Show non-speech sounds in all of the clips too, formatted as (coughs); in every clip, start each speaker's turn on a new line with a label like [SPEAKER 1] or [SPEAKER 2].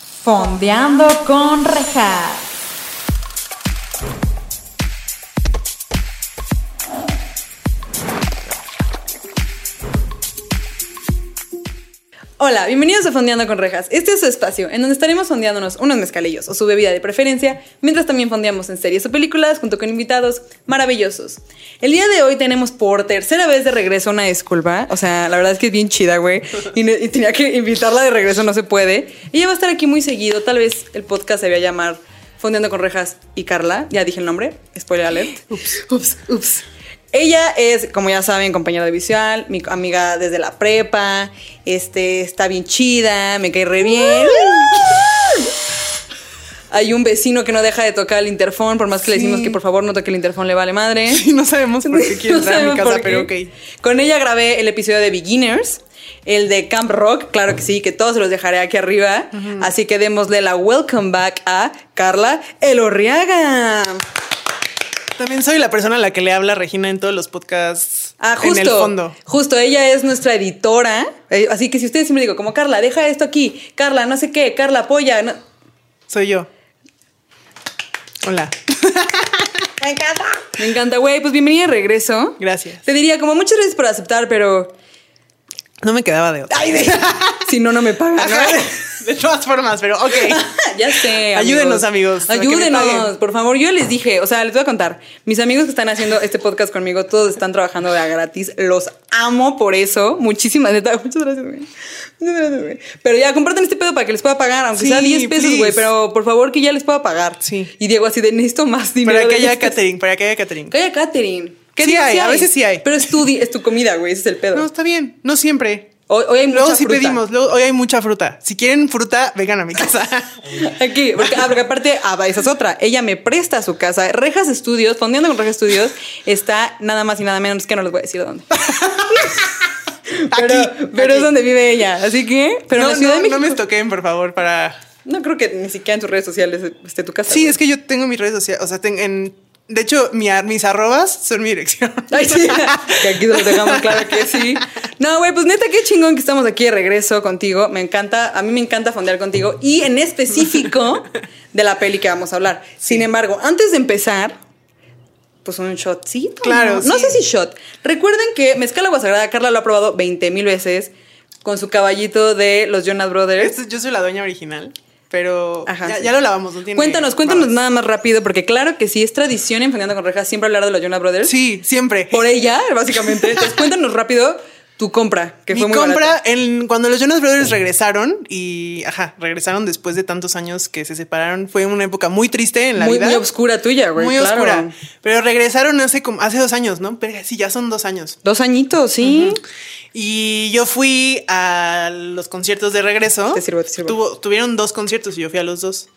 [SPEAKER 1] Fondeando con rejas. Hola, bienvenidos a Fondeando con Rejas. Este es su espacio en donde estaremos fondeándonos unos mezcalillos o su bebida de preferencia, mientras también fondeamos en series o películas junto con invitados maravillosos. El día de hoy tenemos por tercera vez de regreso una disculpa. O sea, la verdad es que es bien chida, güey. Y, ne- y tenía que invitarla de regreso, no se puede. Ella va a estar aquí muy seguido. Tal vez el podcast se vaya a llamar Fondeando con Rejas y Carla. Ya dije el nombre. Spoiler alert. Ups, ups, ups. Ella es, como ya saben, compañera de visual, mi amiga desde la prepa, este, está bien chida, me cae re
[SPEAKER 2] (laughs)
[SPEAKER 1] bien. Hay un vecino que no deja de tocar el interfón, por más que le decimos
[SPEAKER 2] Sí.
[SPEAKER 1] que por favor no toque el interfón, le vale madre.
[SPEAKER 2] Sí, no sabemos por qué
[SPEAKER 1] (laughs)
[SPEAKER 2] quiere
[SPEAKER 1] No
[SPEAKER 2] entrar a mi
[SPEAKER 1] sabemos
[SPEAKER 2] casa,
[SPEAKER 1] por
[SPEAKER 2] pero ok.
[SPEAKER 1] qué. Con ella grabé el episodio de Beginners, el de Camp Rock, claro que sí, que todos se los dejaré aquí arriba. Así que démosle la welcome back a Carla Elorriaga.
[SPEAKER 2] También soy la persona a la que le habla Regina en todos los podcasts.
[SPEAKER 1] Ah, justo.
[SPEAKER 2] En el fondo.
[SPEAKER 1] Justo, ella es nuestra editora. eh, Así que si ustedes siempre digo, como Carla, deja esto aquí, Carla, no sé qué, Carla, apoya. no-
[SPEAKER 2] Soy yo. Hola.
[SPEAKER 1] Me encanta. Me encanta, güey. Pues bienvenida de regreso.
[SPEAKER 2] Gracias.
[SPEAKER 1] Te diría, como muchas gracias por aceptar, pero
[SPEAKER 2] No me quedaba de otra.
[SPEAKER 1] si no, no me pagan. ¿no?
[SPEAKER 2] Ajá.
[SPEAKER 1] (laughs)
[SPEAKER 2] (laughs) De todas formas, pero (laughs) ok.
[SPEAKER 1] ya sé.
[SPEAKER 2] Ayúdenos, amigos, a que me
[SPEAKER 1] Ayúdenos,
[SPEAKER 2] paguen.
[SPEAKER 1] por favor. Yo les dije, o sea, les voy a contar. Mis amigos que están haciendo este podcast conmigo, todos están trabajando de a gratis. Los amo por eso. Muchísimas neta. Muchas gracias, güey. Muchas gracias, güey. Pero ya, compartan este pedo para que les pueda pagar, aunque
[SPEAKER 2] Sí,
[SPEAKER 1] sea 10 pesos, güey.
[SPEAKER 2] please.
[SPEAKER 1] Pero por favor, que ya les pueda pagar.
[SPEAKER 2] Sí.
[SPEAKER 1] Y Diego, así de necesito más dinero.
[SPEAKER 2] Para que
[SPEAKER 1] de
[SPEAKER 2] haya
[SPEAKER 1] este".
[SPEAKER 2] catering, para que haya catering.
[SPEAKER 1] Que haya catering. ¿Qué
[SPEAKER 2] Sí
[SPEAKER 1] día
[SPEAKER 2] hay, a veces sí hay.
[SPEAKER 1] Pero es tu, di- es tu comida, güey. Ese es el pedo.
[SPEAKER 2] No, está bien. No siempre.
[SPEAKER 1] hoy, hoy hay mucha
[SPEAKER 2] Luego sí
[SPEAKER 1] fruta.
[SPEAKER 2] pedimos. Luego, hoy hay mucha fruta. Si quieren fruta, vengan a mi casa.
[SPEAKER 1] Aquí, porque, ah, porque aparte, ah, va, esa es otra. Ella me presta su casa. Rejas Estudios, fondeando con Rejas Estudios, está nada más y nada menos que no les voy a decir dónde. Pero,
[SPEAKER 2] (laughs) Aquí,
[SPEAKER 1] pero es
[SPEAKER 2] aquí.
[SPEAKER 1] donde vive ella. Así que, pero en
[SPEAKER 2] no,
[SPEAKER 1] la Ciudad
[SPEAKER 2] no,
[SPEAKER 1] de
[SPEAKER 2] no me
[SPEAKER 1] México-
[SPEAKER 2] estoquen, por favor, para
[SPEAKER 1] No creo que ni siquiera en sus redes sociales esté tu casa.
[SPEAKER 2] Sí,
[SPEAKER 1] güey.
[SPEAKER 2] es que yo tengo mis redes sociales. O sea, ten- en, de hecho, mi ar- mis arrobas son mi dirección.
[SPEAKER 1] Ay, sí.
[SPEAKER 2] (laughs)
[SPEAKER 1] (laughs) que aquí se los dejamos claro que sí. No, güey, pues neta, qué chingón que estamos aquí de regreso contigo. Me encanta, a mí me encanta fondear contigo y en específico de la peli que vamos a hablar. Sin embargo, antes de empezar, pues un shotcito.
[SPEAKER 2] Claro,
[SPEAKER 1] ¿no? No
[SPEAKER 2] sí.
[SPEAKER 1] sé si shot. Recuerden que Mezcal Agua Sagrada, Carla lo ha probado 20 mil veces con su caballito de los Jonas Brothers.
[SPEAKER 2] Esto- yo soy la dueña original, pero
[SPEAKER 1] Ajá,
[SPEAKER 2] ya,
[SPEAKER 1] sí.
[SPEAKER 2] ya lo lavamos. No tiene
[SPEAKER 1] Cuéntanos, cuéntanos
[SPEAKER 2] babas.
[SPEAKER 1] nada más rápido, porque claro que sí, es tradición en Fondeando con Rejas siempre hablar de los Jonas Brothers.
[SPEAKER 2] Sí, siempre.
[SPEAKER 1] por ella, básicamente.
[SPEAKER 2] (laughs)
[SPEAKER 1] Entonces, cuéntanos rápido tu compra, que
[SPEAKER 2] mi
[SPEAKER 1] fue muy
[SPEAKER 2] compra,
[SPEAKER 1] barata.
[SPEAKER 2] en, cuando los Jonas Brothers regresaron y, ajá, regresaron después de tantos años que se separaron, fue una época muy triste en la
[SPEAKER 1] muy,
[SPEAKER 2] vida.
[SPEAKER 1] muy oscura tuya, güey.
[SPEAKER 2] Muy
[SPEAKER 1] claro.
[SPEAKER 2] oscura. Pero regresaron hace, como, hace dos años, ¿no? Pero sí, ya son dos años.
[SPEAKER 1] Dos añitos, sí.
[SPEAKER 2] Y yo fui a los conciertos de regreso.
[SPEAKER 1] Te sirvo, te sirvo.
[SPEAKER 2] Tuvo- tuvieron dos conciertos y yo fui a los dos.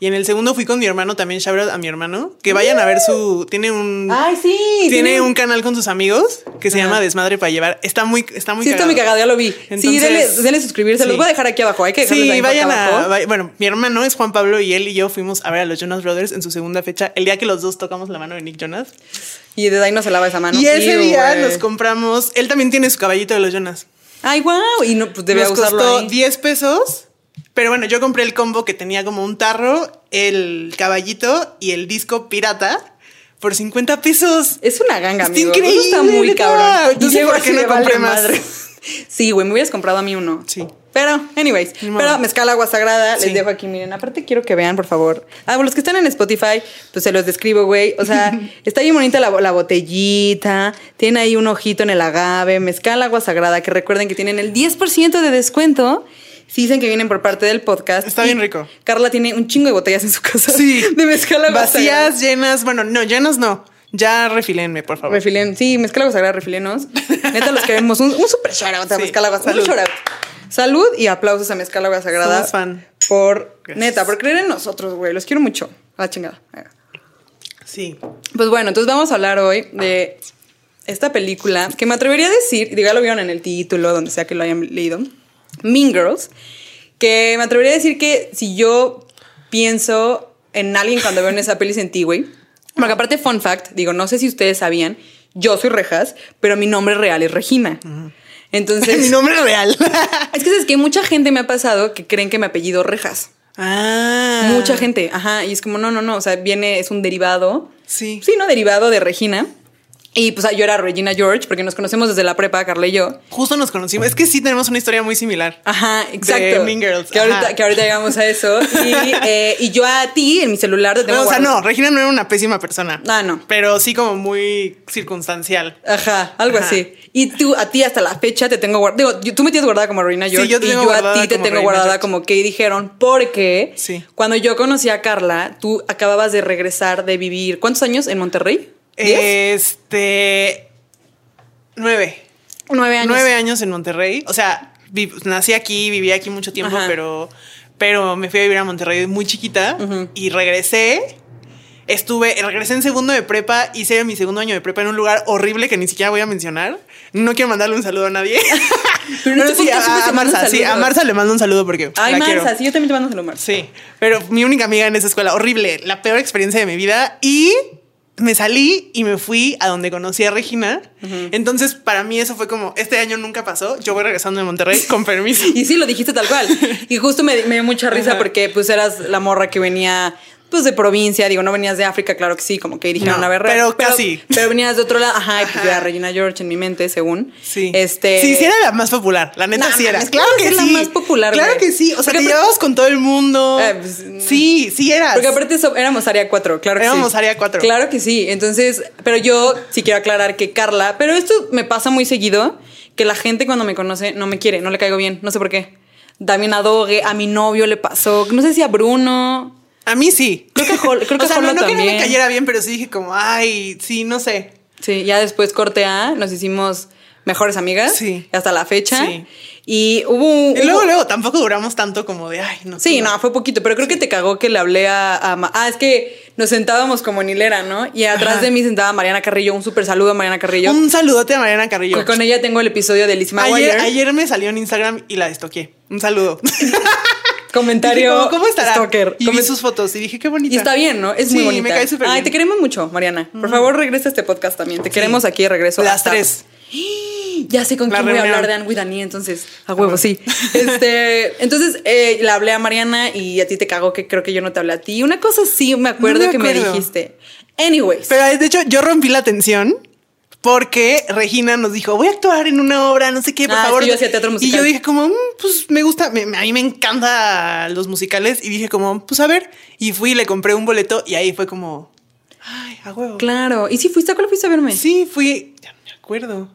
[SPEAKER 2] Y en el segundo fui con mi hermano también, shout out a mi hermano, que vayan a ver su... Tiene un...
[SPEAKER 1] Ay, sí.
[SPEAKER 2] Tiene un canal con sus amigos que se
[SPEAKER 1] Ajá.
[SPEAKER 2] llama Desmadre para llevar. Está muy, está muy
[SPEAKER 1] Sí, está muy
[SPEAKER 2] cagado.
[SPEAKER 1] cagado, ya lo vi. sí,
[SPEAKER 2] Entonces-
[SPEAKER 1] denle, denle suscribirse. Los
[SPEAKER 2] Sí.
[SPEAKER 1] voy a dejar aquí abajo. Hay que dejarlos
[SPEAKER 2] Sí,
[SPEAKER 1] ahí
[SPEAKER 2] vayan
[SPEAKER 1] acá
[SPEAKER 2] a.
[SPEAKER 1] abajo.
[SPEAKER 2] va- bueno, mi hermano es Juan Pablo y él y yo fuimos a ver a los Jonas Brothers en su segunda fecha, el día que los dos tocamos la mano de Nick Jonas.
[SPEAKER 1] Y desde ahí no se lava esa mano.
[SPEAKER 2] y ese
[SPEAKER 1] Ew,
[SPEAKER 2] día
[SPEAKER 1] güey.
[SPEAKER 2] nos compramos. Él también tiene su caballito de los Jonas.
[SPEAKER 1] Ay, wow. Y no, pues debía
[SPEAKER 2] Nos
[SPEAKER 1] usarlo.
[SPEAKER 2] costó
[SPEAKER 1] ahí.
[SPEAKER 2] 10 pesos. Pero bueno, yo compré el combo que tenía como un tarro, el caballito y el disco pirata por 50 pesos.
[SPEAKER 1] Es una ganga,
[SPEAKER 2] Está
[SPEAKER 1] amigo. Eso Está
[SPEAKER 2] increíble,
[SPEAKER 1] muy
[SPEAKER 2] neta.
[SPEAKER 1] cabrón.
[SPEAKER 2] No sé
[SPEAKER 1] Diego
[SPEAKER 2] por qué
[SPEAKER 1] así
[SPEAKER 2] no
[SPEAKER 1] de vale
[SPEAKER 2] compré más.
[SPEAKER 1] madre. (laughs) Sí, güey, me hubieras comprado a mí uno.
[SPEAKER 2] Sí.
[SPEAKER 1] Pero, anyways,
[SPEAKER 2] Ni modo.
[SPEAKER 1] pero mezcal agua sagrada, les
[SPEAKER 2] Sí.
[SPEAKER 1] dejo aquí, miren, aparte quiero que vean, por favor. Ah, bueno, los que están en Spotify, pues se los describo, güey. O
[SPEAKER 2] (laughs)
[SPEAKER 1] sea, está bien bonita la, bo- la botellita, tiene ahí un ojito en el agave, mezcal agua sagrada, que recuerden que tienen el 10% de descuento. Si dicen que vienen por parte del podcast.
[SPEAKER 2] Está
[SPEAKER 1] Y
[SPEAKER 2] bien rico.
[SPEAKER 1] Carla tiene un chingo de botellas en su casa.
[SPEAKER 2] Sí.
[SPEAKER 1] (laughs) De mezcal agua sagrada.
[SPEAKER 2] Vacías, llenas. Bueno, no, llenas no. Ya refilenme, por favor.
[SPEAKER 1] Refilen, sí, mezcla agua sagrada, refilenos. Neta, los queremos. Un, un super shout out a
[SPEAKER 2] Sí,
[SPEAKER 1] mezcla agua sagrada.
[SPEAKER 2] salud.
[SPEAKER 1] Un shout out. Salud y aplausos a mezcla agua sagrada.
[SPEAKER 2] Somos fan.
[SPEAKER 1] Por,
[SPEAKER 2] Gracias.
[SPEAKER 1] neta, por creer en nosotros, güey. Los quiero mucho. A la chingada.
[SPEAKER 2] Sí.
[SPEAKER 1] Pues bueno, entonces vamos a hablar hoy
[SPEAKER 2] Ah.
[SPEAKER 1] de esta película que me atrevería a decir, y digo, ya lo vieron en el título, donde sea que lo hayan leído, Mean Girls, que me atrevería a decir que si yo pienso en alguien cuando veo en esa peli sentí, güey, porque aparte, fun fact, digo, no sé si ustedes sabían, yo soy Rejas, pero mi nombre real es Regina. Entonces,
[SPEAKER 2] (laughs) Mi nombre real.
[SPEAKER 1] es que es que mucha gente me ha pasado que creen que mi apellido es Rejas.
[SPEAKER 2] Ah.
[SPEAKER 1] Mucha gente, ajá, y es como, no, no, no, o sea, viene, es un derivado.
[SPEAKER 2] Sí.
[SPEAKER 1] Sí, ¿no? Derivado de Regina. Y pues yo era Regina George, porque nos conocemos desde la prepa, Carla y yo.
[SPEAKER 2] Justo nos conocimos. Es que sí tenemos una historia muy similar.
[SPEAKER 1] Ajá, exacto.
[SPEAKER 2] Mean Girls,
[SPEAKER 1] Que ahorita,
[SPEAKER 2] ajá.
[SPEAKER 1] que ahorita llegamos a eso. Y,
[SPEAKER 2] (laughs)
[SPEAKER 1] eh, y yo a ti en mi celular te tengo
[SPEAKER 2] No, o sea,
[SPEAKER 1] guardado-
[SPEAKER 2] no, Regina no era una pésima persona.
[SPEAKER 1] Ah, no.
[SPEAKER 2] Pero sí como muy circunstancial.
[SPEAKER 1] Ajá, algo
[SPEAKER 2] Ajá.
[SPEAKER 1] así. Y tú, a ti hasta la fecha te tengo guardada. Digo, yo- tú me tienes guardada como Reina George.
[SPEAKER 2] yo te
[SPEAKER 1] y
[SPEAKER 2] tengo
[SPEAKER 1] yo a
[SPEAKER 2] guardada
[SPEAKER 1] ti te
[SPEAKER 2] como
[SPEAKER 1] tengo
[SPEAKER 2] Reina
[SPEAKER 1] guardada
[SPEAKER 2] George.
[SPEAKER 1] como que dijeron. Porque
[SPEAKER 2] Sí.
[SPEAKER 1] cuando yo conocí a Carla, tú acababas de regresar de vivir. ¿Cuántos años en Monterrey?
[SPEAKER 2] Eh,
[SPEAKER 1] ¿Diez?
[SPEAKER 2] Este. Nueve.
[SPEAKER 1] nueve años.
[SPEAKER 2] Nueve años en Monterrey. O sea, vi- pues, nací aquí, viví aquí mucho tiempo,
[SPEAKER 1] Ajá.
[SPEAKER 2] pero pero me fui a vivir a Monterrey muy chiquita y regresé. Estuve, regresé en segundo de prepa, hice mi segundo año de prepa en un lugar horrible que ni siquiera voy a mencionar. No quiero mandarle un saludo a nadie.
[SPEAKER 1] (laughs) Pero en este
[SPEAKER 2] sí,
[SPEAKER 1] podcast siempre
[SPEAKER 2] a, a
[SPEAKER 1] te mando
[SPEAKER 2] Marza, sí, a
[SPEAKER 1] saludos.
[SPEAKER 2] Marza le mando un saludo porque
[SPEAKER 1] Ay,
[SPEAKER 2] la
[SPEAKER 1] Marza,
[SPEAKER 2] quiero.
[SPEAKER 1] sí, yo también te mando saludos, Marza.
[SPEAKER 2] Sí, pero mi única amiga en esa escuela, horrible, la peor experiencia de mi vida. Y me salí y me fui a donde conocí a Regina. Entonces, para mí eso fue como, este año nunca pasó, yo voy regresando de Monterrey con
[SPEAKER 1] (laughs)
[SPEAKER 2] permiso.
[SPEAKER 1] Y sí, lo dijiste tal cual. Y justo me, me dio mucha risa
[SPEAKER 2] Ajá.
[SPEAKER 1] porque pues eras la morra que venía pues de provincia, digo, no venías de África, claro que sí, como que dijeron
[SPEAKER 2] No,
[SPEAKER 1] a ver,
[SPEAKER 2] pero casi.
[SPEAKER 1] Pero venías de otro lado, ajá, y pues
[SPEAKER 2] Ajá.
[SPEAKER 1] yo era Regina George en mi mente, según.
[SPEAKER 2] Sí.
[SPEAKER 1] Este.
[SPEAKER 2] Sí, sí era la más popular. La neta
[SPEAKER 1] No,
[SPEAKER 2] sí era.
[SPEAKER 1] mames,
[SPEAKER 2] Claro
[SPEAKER 1] ¿cómo
[SPEAKER 2] que
[SPEAKER 1] es
[SPEAKER 2] sí.
[SPEAKER 1] la más popular,
[SPEAKER 2] Claro
[SPEAKER 1] güey?
[SPEAKER 2] que sí. O sea,
[SPEAKER 1] Porque
[SPEAKER 2] te
[SPEAKER 1] aparte-
[SPEAKER 2] llevabas con todo el mundo.
[SPEAKER 1] Eh, pues, no.
[SPEAKER 2] sí, sí eras.
[SPEAKER 1] Porque aparte so- éramos área 4, claro que
[SPEAKER 2] Éramos
[SPEAKER 1] sí.
[SPEAKER 2] área cuatro.
[SPEAKER 1] Claro que sí. Entonces, pero yo sí quiero aclarar que Carla, pero esto me pasa muy seguido, que la gente cuando me conoce no me quiere, no le caigo bien, no sé por qué. También a Doge, a mi novio le pasó, no sé si a Bruno.
[SPEAKER 2] A mí sí.
[SPEAKER 1] Creo que a Jol- creo que
[SPEAKER 2] o
[SPEAKER 1] a
[SPEAKER 2] sea, no,
[SPEAKER 1] Jolo
[SPEAKER 2] no que no me
[SPEAKER 1] también.
[SPEAKER 2] cayera bien, pero sí dije como, ay, sí, no sé.
[SPEAKER 1] Sí, ya después corte A, nos hicimos mejores amigas.
[SPEAKER 2] Sí.
[SPEAKER 1] Hasta la fecha.
[SPEAKER 2] Sí.
[SPEAKER 1] Y hubo un.
[SPEAKER 2] Y luego,
[SPEAKER 1] hubo-
[SPEAKER 2] luego, tampoco duramos tanto como de, ay, no.
[SPEAKER 1] Sí,
[SPEAKER 2] no.
[SPEAKER 1] no, fue poquito, pero creo que te cagó que le hablé a, a Ma- Ah, es que nos sentábamos como en hilera, ¿no? Y atrás
[SPEAKER 2] Ajá.
[SPEAKER 1] de mí sentaba Mariana Carrillo, un súper saludo a Mariana Carrillo.
[SPEAKER 2] Un saludote a Mariana Carrillo.
[SPEAKER 1] Que Con ella tengo el episodio de Lizzie Maguire.
[SPEAKER 2] Ayer, ayer me salió en Instagram y la destoqué. Un saludo. (laughs) Dije,
[SPEAKER 1] Comentario.
[SPEAKER 2] ¿cómo, ¿Cómo estará?
[SPEAKER 1] stalker.
[SPEAKER 2] Y vi
[SPEAKER 1] Comen-
[SPEAKER 2] sus fotos y dije, qué bonita.
[SPEAKER 1] Y está bien, ¿no? Es muy
[SPEAKER 2] Sí,
[SPEAKER 1] bonita.
[SPEAKER 2] me cae súper
[SPEAKER 1] Ay,
[SPEAKER 2] bien. Mm.
[SPEAKER 1] te queremos mucho, Mariana. Por favor, regresa a este podcast también. Te queremos aquí de regreso.
[SPEAKER 2] Las
[SPEAKER 1] hasta-
[SPEAKER 2] tres.
[SPEAKER 1] Ya sé con
[SPEAKER 2] La
[SPEAKER 1] quién voy a
[SPEAKER 2] reunión.
[SPEAKER 1] hablar de Anne with Annie, entonces, a huevo, sí. (laughs) Este, entonces, eh, le hablé a Mariana y a ti te cagó que creo que yo no te hablé a ti. Una cosa sí me acuerdo
[SPEAKER 2] No me
[SPEAKER 1] que me
[SPEAKER 2] acuerdo.
[SPEAKER 1] dijiste. Anyways.
[SPEAKER 2] Pero de hecho, yo rompí la tensión porque Regina nos dijo, voy a actuar en una obra, no sé qué, por
[SPEAKER 1] Ah, es
[SPEAKER 2] favor.
[SPEAKER 1] que yo hacía teatro musical.
[SPEAKER 2] Y yo dije como, "Mm, pues me gusta, me- me- a mí me encantan los musicales. Y dije como, pues a ver. Y fui, le compré un boleto y ahí fue como, ay, a huevo.
[SPEAKER 1] claro. ¿Y si fuiste a cuál fuiste a verme?
[SPEAKER 2] Sí, fui, ya no me acuerdo.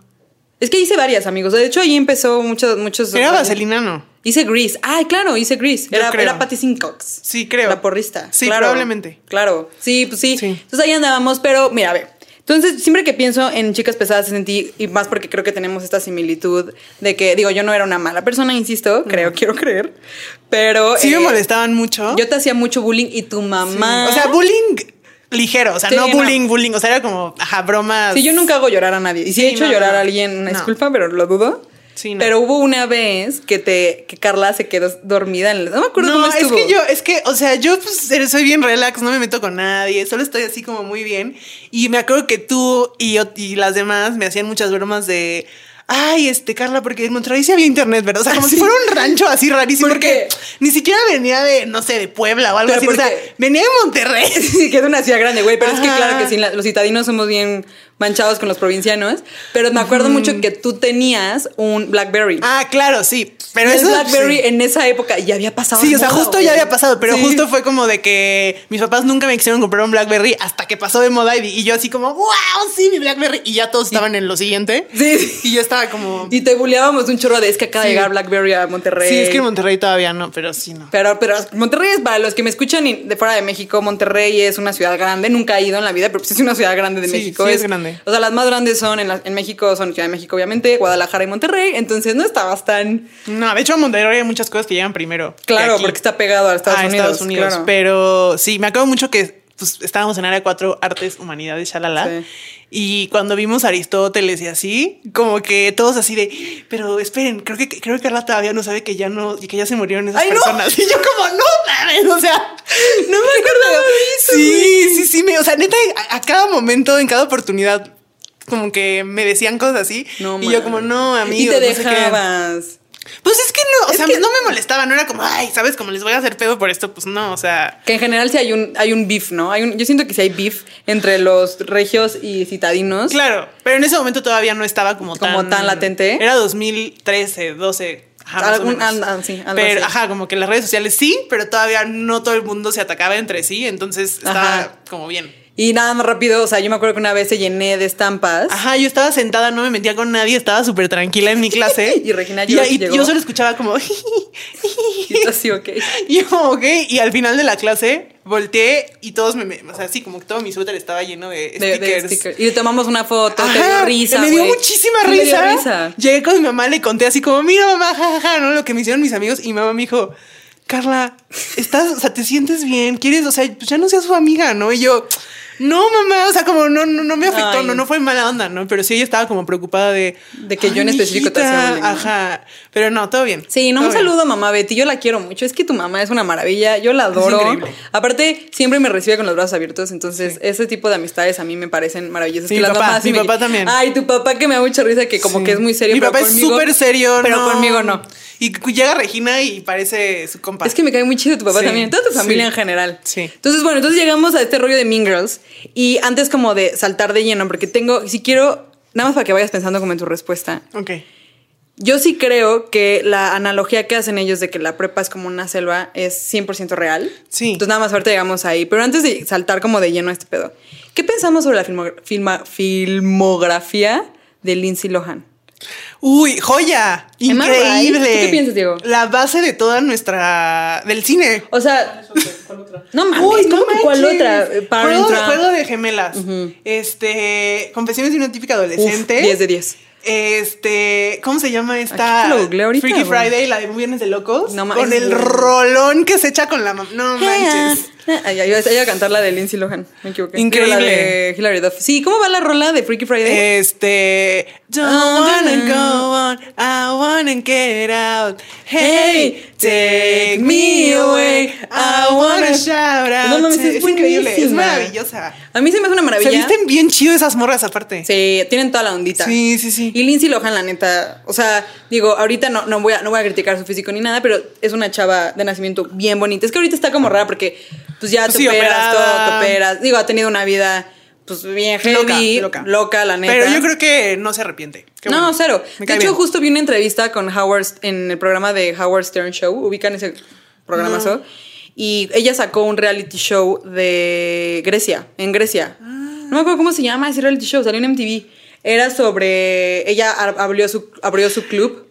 [SPEAKER 1] Es que hice varias, amigos. De hecho, ahí empezó muchos, muchos.
[SPEAKER 2] Era Vaselina, ¿no.
[SPEAKER 1] Hice Grease. Ay, claro, hice Grease.
[SPEAKER 2] Yo
[SPEAKER 1] Era,
[SPEAKER 2] creo.
[SPEAKER 1] era Patty Sincox.
[SPEAKER 2] Sí, creo.
[SPEAKER 1] La porrista.
[SPEAKER 2] Sí,
[SPEAKER 1] Claro,
[SPEAKER 2] probablemente.
[SPEAKER 1] Claro. Sí, pues sí.
[SPEAKER 2] Sí.
[SPEAKER 1] Entonces ahí andábamos, pero mira, a ver. Entonces, siempre que pienso en chicas pesadas en ti, y más porque creo que tenemos esta similitud de que, digo, yo no era una mala persona, insisto, creo, quiero creer, pero...
[SPEAKER 2] Mm. Sí,
[SPEAKER 1] eh,
[SPEAKER 2] me molestaban mucho.
[SPEAKER 1] Yo te hacía mucho bullying y tu mamá...
[SPEAKER 2] O sea, bullying ligero, o sea,
[SPEAKER 1] Sí,
[SPEAKER 2] no
[SPEAKER 1] no.
[SPEAKER 2] bullying, bullying, o sea, era como, ajá, bromas.
[SPEAKER 1] Sí, yo nunca hago llorar a nadie. Y si he
[SPEAKER 2] Sí,
[SPEAKER 1] hecho
[SPEAKER 2] no,
[SPEAKER 1] llorar
[SPEAKER 2] no.
[SPEAKER 1] a alguien, una
[SPEAKER 2] No.
[SPEAKER 1] disculpa, pero lo dudo.
[SPEAKER 2] Sí, no.
[SPEAKER 1] Pero hubo una vez que te que Carla se quedó dormida en el- No me acuerdo
[SPEAKER 2] No,
[SPEAKER 1] cómo
[SPEAKER 2] es
[SPEAKER 1] estuvo.
[SPEAKER 2] que yo, es que, o sea, yo pues eres- soy bien relax, no me meto con nadie, solo estoy así como muy bien. Y me acuerdo que tú y yo y las demás me hacían muchas bromas de, ay, este, Carla, porque en Monterrey sí había internet, ¿verdad? O sea, como si fuera un rancho así rarísimo.
[SPEAKER 1] Ah, ¿Por qué?
[SPEAKER 2] Porque ni siquiera venía de, no sé, de Puebla o algo
[SPEAKER 1] Pero
[SPEAKER 2] así. O sea,
[SPEAKER 1] porque-
[SPEAKER 2] venía de Monterrey.
[SPEAKER 1] Sí, (laughs) que es una ciudad grande, güey, pero es que
[SPEAKER 2] Ajá.
[SPEAKER 1] claro que sí, la- los citadinos somos bien manchados con los provincianos, pero me acuerdo mucho que tú tenías un Blackberry.
[SPEAKER 2] Ah, claro, sí. Pero
[SPEAKER 1] Y el
[SPEAKER 2] eso.
[SPEAKER 1] Blackberry
[SPEAKER 2] sí.
[SPEAKER 1] en esa época ya había pasado.
[SPEAKER 2] Sí,
[SPEAKER 1] de
[SPEAKER 2] o sea,
[SPEAKER 1] moda,
[SPEAKER 2] justo
[SPEAKER 1] güey.
[SPEAKER 2] ya había pasado, pero
[SPEAKER 1] Sí.
[SPEAKER 2] justo fue como de que mis papás nunca me quisieron comprar un Blackberry hasta que pasó de moda y, y yo así como, wow, sí, mi Blackberry. Y ya todos estaban en lo siguiente.
[SPEAKER 1] Sí.
[SPEAKER 2] Y yo estaba como...
[SPEAKER 1] Y te buleábamos un chorro de es que acaba de
[SPEAKER 2] Sí.
[SPEAKER 1] llegar Blackberry a Monterrey.
[SPEAKER 2] Sí, es que en Monterrey todavía no, pero sí no.
[SPEAKER 1] Pero, pero Monterrey es para los que me escuchan in- de fuera de México. Monterrey es una ciudad grande. Nunca he ido en la vida, pero pues es una ciudad grande de
[SPEAKER 2] Sí,
[SPEAKER 1] México.
[SPEAKER 2] sí es grande.
[SPEAKER 1] O sea, las más grandes son en, la- en México, son Ciudad de México, obviamente, Guadalajara y Monterrey. Entonces no estabas tan
[SPEAKER 2] No, de hecho en Monterrey hay muchas cosas que llegan primero. que
[SPEAKER 1] claro
[SPEAKER 2] aquí.
[SPEAKER 1] porque está pegado a Estados
[SPEAKER 2] Ah,
[SPEAKER 1] Unidos.
[SPEAKER 2] Estados Unidos.
[SPEAKER 1] claro.
[SPEAKER 2] Pero sí, me acuerdo mucho que pues, estábamos en área 4, artes, humanidades, shalala.
[SPEAKER 1] Sí.
[SPEAKER 2] Y cuando vimos Aristóteles y así, como que todos así de, pero esperen, creo que creo que Carla todavía no sabe que ya no, que ya se murieron esas
[SPEAKER 1] ¡Ay, no!
[SPEAKER 2] personas. Y yo como, no mames, o sea,
[SPEAKER 1] (laughs) No me acordaba de eso.
[SPEAKER 2] sí, sí, sí, me, o sea, neta, a, a cada momento, en cada oportunidad, como que me decían cosas así.
[SPEAKER 1] No,
[SPEAKER 2] y yo
[SPEAKER 1] man.
[SPEAKER 2] como, no,
[SPEAKER 1] Y
[SPEAKER 2] amigos,
[SPEAKER 1] te
[SPEAKER 2] no sé qué".
[SPEAKER 1] dejabas.
[SPEAKER 2] Pues es que no, o
[SPEAKER 1] Es
[SPEAKER 2] sea,
[SPEAKER 1] que-
[SPEAKER 2] no me molestaba, no era como, ay, ¿sabes? Como les voy a hacer pedo por esto, pues no, o sea.
[SPEAKER 1] Que en general sí hay un, hay un beef, ¿no? Hay un, yo siento que sí hay beef entre los regios y
[SPEAKER 2] (laughs)
[SPEAKER 1] citadinos.
[SPEAKER 2] Claro, pero en ese momento todavía no estaba como,
[SPEAKER 1] Como tan latente.
[SPEAKER 2] Era 2013, 12. Ajá, más o
[SPEAKER 1] Algún-
[SPEAKER 2] menos.
[SPEAKER 1] al- al- sí, algo
[SPEAKER 2] pero,
[SPEAKER 1] así.
[SPEAKER 2] ajá, como que las redes sociales sí, pero todavía no todo el mundo se atacaba entre sí, entonces estaba
[SPEAKER 1] Ajá.
[SPEAKER 2] como bien.
[SPEAKER 1] Y nada más rápido, o sea, yo me acuerdo que una vez se llené de estampas.
[SPEAKER 2] Ajá, yo estaba sentada, no me metía con nadie, estaba súper tranquila en mi clase.
[SPEAKER 1] Y Regina
[SPEAKER 2] (laughs) y,
[SPEAKER 1] George
[SPEAKER 2] ahí-
[SPEAKER 1] llegó.
[SPEAKER 2] yo solo escuchaba como, (laughs)
[SPEAKER 1] Y tú así, ok.
[SPEAKER 2] Y yo, como, ok, y al final de la clase volteé y todos me, me- o sea, así como que todo mi suéter estaba lleno de
[SPEAKER 1] De,
[SPEAKER 2] stickers.
[SPEAKER 1] de stickers. Y le tomamos una foto, te
[SPEAKER 2] Ajá,
[SPEAKER 1] dio risa.
[SPEAKER 2] Me dio
[SPEAKER 1] güey.
[SPEAKER 2] muchísima
[SPEAKER 1] Sí,
[SPEAKER 2] risa.
[SPEAKER 1] me dio risa.
[SPEAKER 2] Llegué con mi mamá, le conté así como, mira mamá, jajaja, ¿no? Lo que me hicieron mis amigos. Y mi mamá me dijo, Carla, estás, o sea, te sientes bien, quieres, o sea, pues ya no seas su amiga, ¿no? Y yo, no, mamá, o sea, como no, no, no me afectó,
[SPEAKER 1] Ay.
[SPEAKER 2] no, no fue mala onda, ¿no? Pero sí ella estaba como preocupada de.
[SPEAKER 1] De que yo en
[SPEAKER 2] "Ay,
[SPEAKER 1] específico te hacía
[SPEAKER 2] mijita",
[SPEAKER 1] bullying, ¿no?
[SPEAKER 2] Ajá. Pero no, todo bien.
[SPEAKER 1] Sí, no,
[SPEAKER 2] todo
[SPEAKER 1] un
[SPEAKER 2] bien.
[SPEAKER 1] saludo a mamá Betty, yo la quiero mucho, es que tu mamá es una maravilla, yo la adoro.
[SPEAKER 2] increíble.
[SPEAKER 1] Aparte, siempre me recibe con los brazos abiertos, entonces ese tipo de amistades a mí me parecen maravillosas.
[SPEAKER 2] Sí,
[SPEAKER 1] que
[SPEAKER 2] mi
[SPEAKER 1] las
[SPEAKER 2] papá,
[SPEAKER 1] mamás sí
[SPEAKER 2] mi
[SPEAKER 1] me-
[SPEAKER 2] papá también.
[SPEAKER 1] Ay, tu papá que me da mucha risa, que como
[SPEAKER 2] Sí.
[SPEAKER 1] que es muy serio.
[SPEAKER 2] Mi
[SPEAKER 1] pero
[SPEAKER 2] papá es
[SPEAKER 1] conmigo-
[SPEAKER 2] súper serio,
[SPEAKER 1] Pero
[SPEAKER 2] no.
[SPEAKER 1] conmigo no.
[SPEAKER 2] Y cu- llega Regina y parece su compa.
[SPEAKER 1] Es que me cae muy chido tu papá
[SPEAKER 2] Sí,
[SPEAKER 1] también, toda tu familia
[SPEAKER 2] sí.
[SPEAKER 1] en general.
[SPEAKER 2] Sí.
[SPEAKER 1] Entonces, bueno, entonces llegamos a este rollo de Mean Girls y antes como de saltar de lleno, porque tengo, si quiero, nada más para que vayas pensando como en tu respuesta.
[SPEAKER 2] Ok.
[SPEAKER 1] Yo sí creo que la analogía que hacen ellos de que la prepa es como una selva es 100% real.
[SPEAKER 2] Sí.
[SPEAKER 1] Entonces nada más ahorita llegamos ahí. Pero antes de saltar como de lleno a este pedo, ¿qué pensamos sobre la filmo- filma- filmografía de Lindsay Lohan?
[SPEAKER 2] Uy, joya,
[SPEAKER 1] Am I right?
[SPEAKER 2] increíble.
[SPEAKER 1] ¿Tú qué piensas, Diego?
[SPEAKER 2] La base de toda nuestra del cine.
[SPEAKER 1] O sea... No mames, ¿cómo que Ah, cuál
[SPEAKER 2] manches.
[SPEAKER 1] otra? Eh, Parent
[SPEAKER 2] Juego, de-
[SPEAKER 1] Trap.
[SPEAKER 2] Juego de gemelas. Este, Confesiones de una típica adolescente.
[SPEAKER 1] Uf, 10 de 10.
[SPEAKER 2] Este, ¿cómo se llama
[SPEAKER 1] Aquí
[SPEAKER 2] esta?
[SPEAKER 1] te lo googleé ahorita,
[SPEAKER 2] Freaky
[SPEAKER 1] güey.
[SPEAKER 2] Friday, la de Viernes de Locos.
[SPEAKER 1] No ma-
[SPEAKER 2] con
[SPEAKER 1] es
[SPEAKER 2] el
[SPEAKER 1] buena.
[SPEAKER 2] rolón que se echa con la mam- No manches.
[SPEAKER 1] Ay, ay, yo Ah, iba a cantar la de Lindsay Lohan, me equivoqué.
[SPEAKER 2] Increíble. Eh,
[SPEAKER 1] Digo, la de Hilary Duff. Sí, ¿cómo va la rola de Freaky Friday?
[SPEAKER 2] Este, don't
[SPEAKER 1] Ah,
[SPEAKER 2] wanna go on, I wanna get out. Hey, take me away, I wanna shout out.
[SPEAKER 1] No mames, es
[SPEAKER 2] es increíble, es
[SPEAKER 1] buenísima.
[SPEAKER 2] maravillosa.
[SPEAKER 1] A mí se me hace una maravilla.
[SPEAKER 2] Se visten bien chido esas morras aparte.
[SPEAKER 1] Sí, tienen toda la ondita.
[SPEAKER 2] Sí, sí, sí.
[SPEAKER 1] Y Lindsay Lohan, la neta, o sea, digo, ahorita no, no, voy a, no voy a criticar su físico ni nada, pero es una chava de nacimiento bien bonita. Es que ahorita está como rara porque, pues ya
[SPEAKER 2] Pues
[SPEAKER 1] te
[SPEAKER 2] sí,
[SPEAKER 1] operas,
[SPEAKER 2] operada.
[SPEAKER 1] todo, te operas. Digo, ha tenido una vida, pues bien
[SPEAKER 2] Loca,
[SPEAKER 1] heavy,
[SPEAKER 2] loca.
[SPEAKER 1] la neta.
[SPEAKER 2] Pero yo creo que no se arrepiente. Qué
[SPEAKER 1] no,
[SPEAKER 2] bueno.
[SPEAKER 1] cero.
[SPEAKER 2] Me
[SPEAKER 1] De
[SPEAKER 2] cae
[SPEAKER 1] hecho,
[SPEAKER 2] bien.
[SPEAKER 1] justo vi una entrevista con Howard en el programa de Howard Stern Show. Ubican ese programazo. Y ella sacó un reality show de Grecia, en Grecia.
[SPEAKER 2] Ah.
[SPEAKER 1] No me acuerdo cómo se llama ese reality show, salió en MTV. Era sobre. Ella ab- abrió su, abrió su club,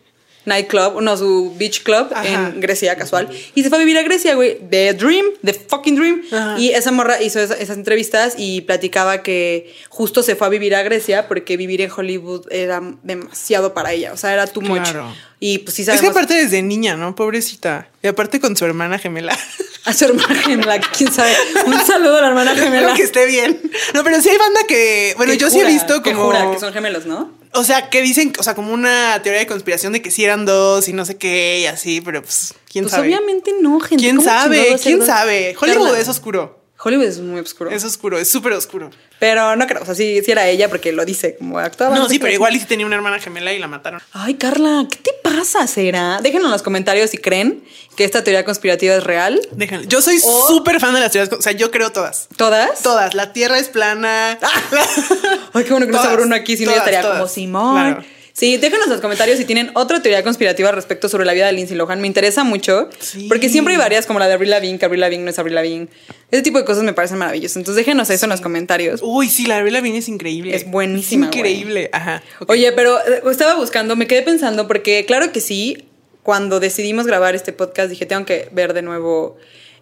[SPEAKER 1] nightclub, no, su beach club
[SPEAKER 2] Ajá.
[SPEAKER 1] en Grecia, casual. Y se fue a vivir a Grecia, güey. The dream, the fucking dream.
[SPEAKER 2] Ajá.
[SPEAKER 1] Y esa morra hizo esa- esas entrevistas y platicaba que justo se fue a vivir a Grecia porque vivir en Hollywood era demasiado para ella. O sea, era too much.
[SPEAKER 2] Claro.
[SPEAKER 1] Y pues sí
[SPEAKER 2] Es que
[SPEAKER 1] sabemos
[SPEAKER 2] aparte desde niña, ¿no? Pobrecita. Y aparte con su hermana gemela.
[SPEAKER 1] a su hermana gemela, que quién sabe. Un
[SPEAKER 2] (laughs)
[SPEAKER 1] saludo a la hermana gemela.
[SPEAKER 2] Espero que esté bien. No, pero sí hay banda que. Bueno,
[SPEAKER 1] Que
[SPEAKER 2] yo sí
[SPEAKER 1] jura,
[SPEAKER 2] he visto
[SPEAKER 1] que
[SPEAKER 2] como.
[SPEAKER 1] jura que son gemelos, ¿no?
[SPEAKER 2] O sea, que dicen, o sea, como una teoría de conspiración de que sí eran dos y no sé qué y así, pero pues, quién
[SPEAKER 1] Pues
[SPEAKER 2] sabe.
[SPEAKER 1] obviamente no, gente.
[SPEAKER 2] ¿Quién
[SPEAKER 1] ¿Cómo
[SPEAKER 2] sabe?
[SPEAKER 1] chingados
[SPEAKER 2] ¿Quién
[SPEAKER 1] hacerlo?
[SPEAKER 2] sabe? Hollywood
[SPEAKER 1] Carla,
[SPEAKER 2] es oscuro.
[SPEAKER 1] Hollywood es muy oscuro.
[SPEAKER 2] Es oscuro, es súper oscuro.
[SPEAKER 1] Pero no creo, o sea, sí, sí era ella porque lo dice, como actuaba.
[SPEAKER 2] No,
[SPEAKER 1] sé
[SPEAKER 2] sí,
[SPEAKER 1] qué,
[SPEAKER 2] pero
[SPEAKER 1] sé
[SPEAKER 2] igual y sí tenía una hermana gemela y la mataron.
[SPEAKER 1] Ay, Carla, ¿qué te pasa, será? Déjenlo en los comentarios si creen que esta teoría conspirativa es real.
[SPEAKER 2] Déjenlo. Yo soy
[SPEAKER 1] O-
[SPEAKER 2] súper fan de las teorías, o sea, yo creo todas.
[SPEAKER 1] ¿Todas?
[SPEAKER 2] Todas, la tierra es plana.
[SPEAKER 1] (laughs) Ay, qué bueno que no está
[SPEAKER 2] Todas,
[SPEAKER 1] Bruno aquí, si no yo
[SPEAKER 2] todas,
[SPEAKER 1] estaría
[SPEAKER 2] todas.
[SPEAKER 1] como Simón.
[SPEAKER 2] Claro.
[SPEAKER 1] Sí, déjenos en los comentarios si tienen otra teoría conspirativa respecto sobre la vida de Lindsay Lohan. Me interesa mucho.
[SPEAKER 2] Sí.
[SPEAKER 1] Porque siempre hay varias, como la de Avril Lavigne, que Avril Lavigne no es Avril Lavigne. Ese tipo de cosas me parecen maravillosas. Entonces déjenos eso en los comentarios.
[SPEAKER 2] Uy, sí, la Avril Lavigne es increíble.
[SPEAKER 1] Es buenísima, güey.
[SPEAKER 2] Increíble, ajá.
[SPEAKER 1] Oye, pero eh, estaba buscando, me quedé pensando, porque claro que sí, cuando decidimos grabar este podcast dije, tengo que ver de nuevo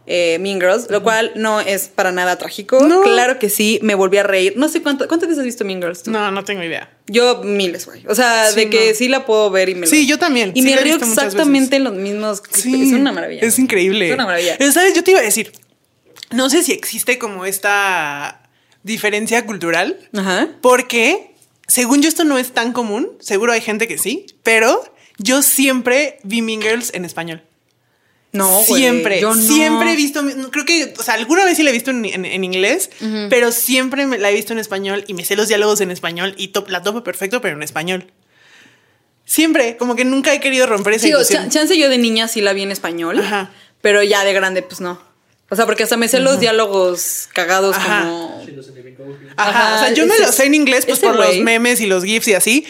[SPEAKER 1] eh, Mean Girls, lo cual no es para nada trágico.
[SPEAKER 2] No.
[SPEAKER 1] Claro que sí, me volví a reír. No sé cuánto, cuántas veces has visto Mean Girls tú.
[SPEAKER 2] No, no tengo idea.
[SPEAKER 1] Yo miles, güey. O sea,
[SPEAKER 2] Sí,
[SPEAKER 1] de que
[SPEAKER 2] no.
[SPEAKER 1] sí la puedo ver y me
[SPEAKER 2] Sí,
[SPEAKER 1] la-
[SPEAKER 2] yo también.
[SPEAKER 1] Y
[SPEAKER 2] Sí
[SPEAKER 1] me
[SPEAKER 2] la he
[SPEAKER 1] río
[SPEAKER 2] visto muchas
[SPEAKER 1] exactamente en los mismos.
[SPEAKER 2] Sí,
[SPEAKER 1] es una maravilla.
[SPEAKER 2] Es increíble.
[SPEAKER 1] Es una maravilla.
[SPEAKER 2] Pero, ¿Sabes? Yo te iba a decir, no sé si existe como esta diferencia cultural,
[SPEAKER 1] Ajá.
[SPEAKER 2] porque según yo esto no es tan común, seguro hay gente que sí, pero yo siempre vi Mean Girls en español.
[SPEAKER 1] No, güey.
[SPEAKER 2] siempre,
[SPEAKER 1] yo no.
[SPEAKER 2] siempre he visto, creo que, o sea, alguna vez sí la he visto en, en- en inglés, pero siempre me- la he visto en español y me sé los diálogos en español y top- la topo perfecto, pero en español. Siempre, como que nunca he querido romper esa
[SPEAKER 1] Digo,
[SPEAKER 2] ilusión.
[SPEAKER 1] chan- chance yo de niña sí la vi en español,
[SPEAKER 2] Ajá.
[SPEAKER 1] pero ya de grande, pues no. O sea, porque hasta me sé los diálogos cagados
[SPEAKER 2] Ajá.
[SPEAKER 1] como.
[SPEAKER 2] Ajá,
[SPEAKER 1] Ajá,
[SPEAKER 2] o sea, yo me
[SPEAKER 1] ese
[SPEAKER 2] lo sé en inglés pues
[SPEAKER 1] ese
[SPEAKER 2] por los
[SPEAKER 1] güey.
[SPEAKER 2] memes y los gifs y así,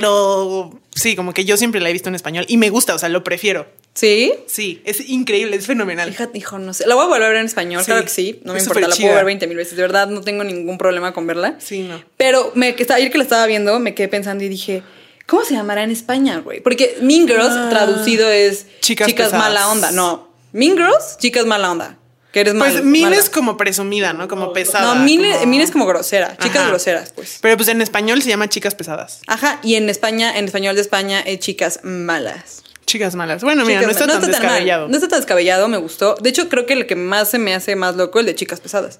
[SPEAKER 2] pero sí, como que yo siempre la he visto en español y me gusta, o sea, lo prefiero.
[SPEAKER 1] ¿Sí?
[SPEAKER 2] Sí, es increíble, es fenomenal.
[SPEAKER 1] Fíjate, hijo, no sé. La voy a volver a ver en español,
[SPEAKER 2] Sí,
[SPEAKER 1] claro que sí. No me
[SPEAKER 2] es
[SPEAKER 1] importa, la
[SPEAKER 2] superchida.
[SPEAKER 1] puedo ver 20 mil veces. De verdad, no tengo ningún problema con verla.
[SPEAKER 2] Sí, no.
[SPEAKER 1] Pero me, que estaba- ayer que la estaba viendo, me quedé pensando y dije, ¿cómo se llamará en España, güey? Porque Mean Girls
[SPEAKER 2] Ah.
[SPEAKER 1] traducido es
[SPEAKER 2] Chicas
[SPEAKER 1] chicas,
[SPEAKER 2] pesadas.
[SPEAKER 1] mala onda. No, Mean Girls, chicas mala onda. Que eres mal-
[SPEAKER 2] Pues Min
[SPEAKER 1] mala.
[SPEAKER 2] es como presumida, ¿no? Como pesada.
[SPEAKER 1] No, Mean,
[SPEAKER 2] como-
[SPEAKER 1] Mean es como grosera. Chicas
[SPEAKER 2] Ajá.
[SPEAKER 1] groseras, pues.
[SPEAKER 2] Pero pues en español se llama chicas pesadas,
[SPEAKER 1] Ajá, y en España, en español de España, es chicas malas.
[SPEAKER 2] chicas malas. Bueno, Ah, mira,
[SPEAKER 1] Chicas
[SPEAKER 2] no
[SPEAKER 1] malas.
[SPEAKER 2] está tan
[SPEAKER 1] mal.
[SPEAKER 2] descabellado.
[SPEAKER 1] No está tan descabellado, me gustó. De hecho, creo que el que más se me hace más loco es el de chicas pesadas.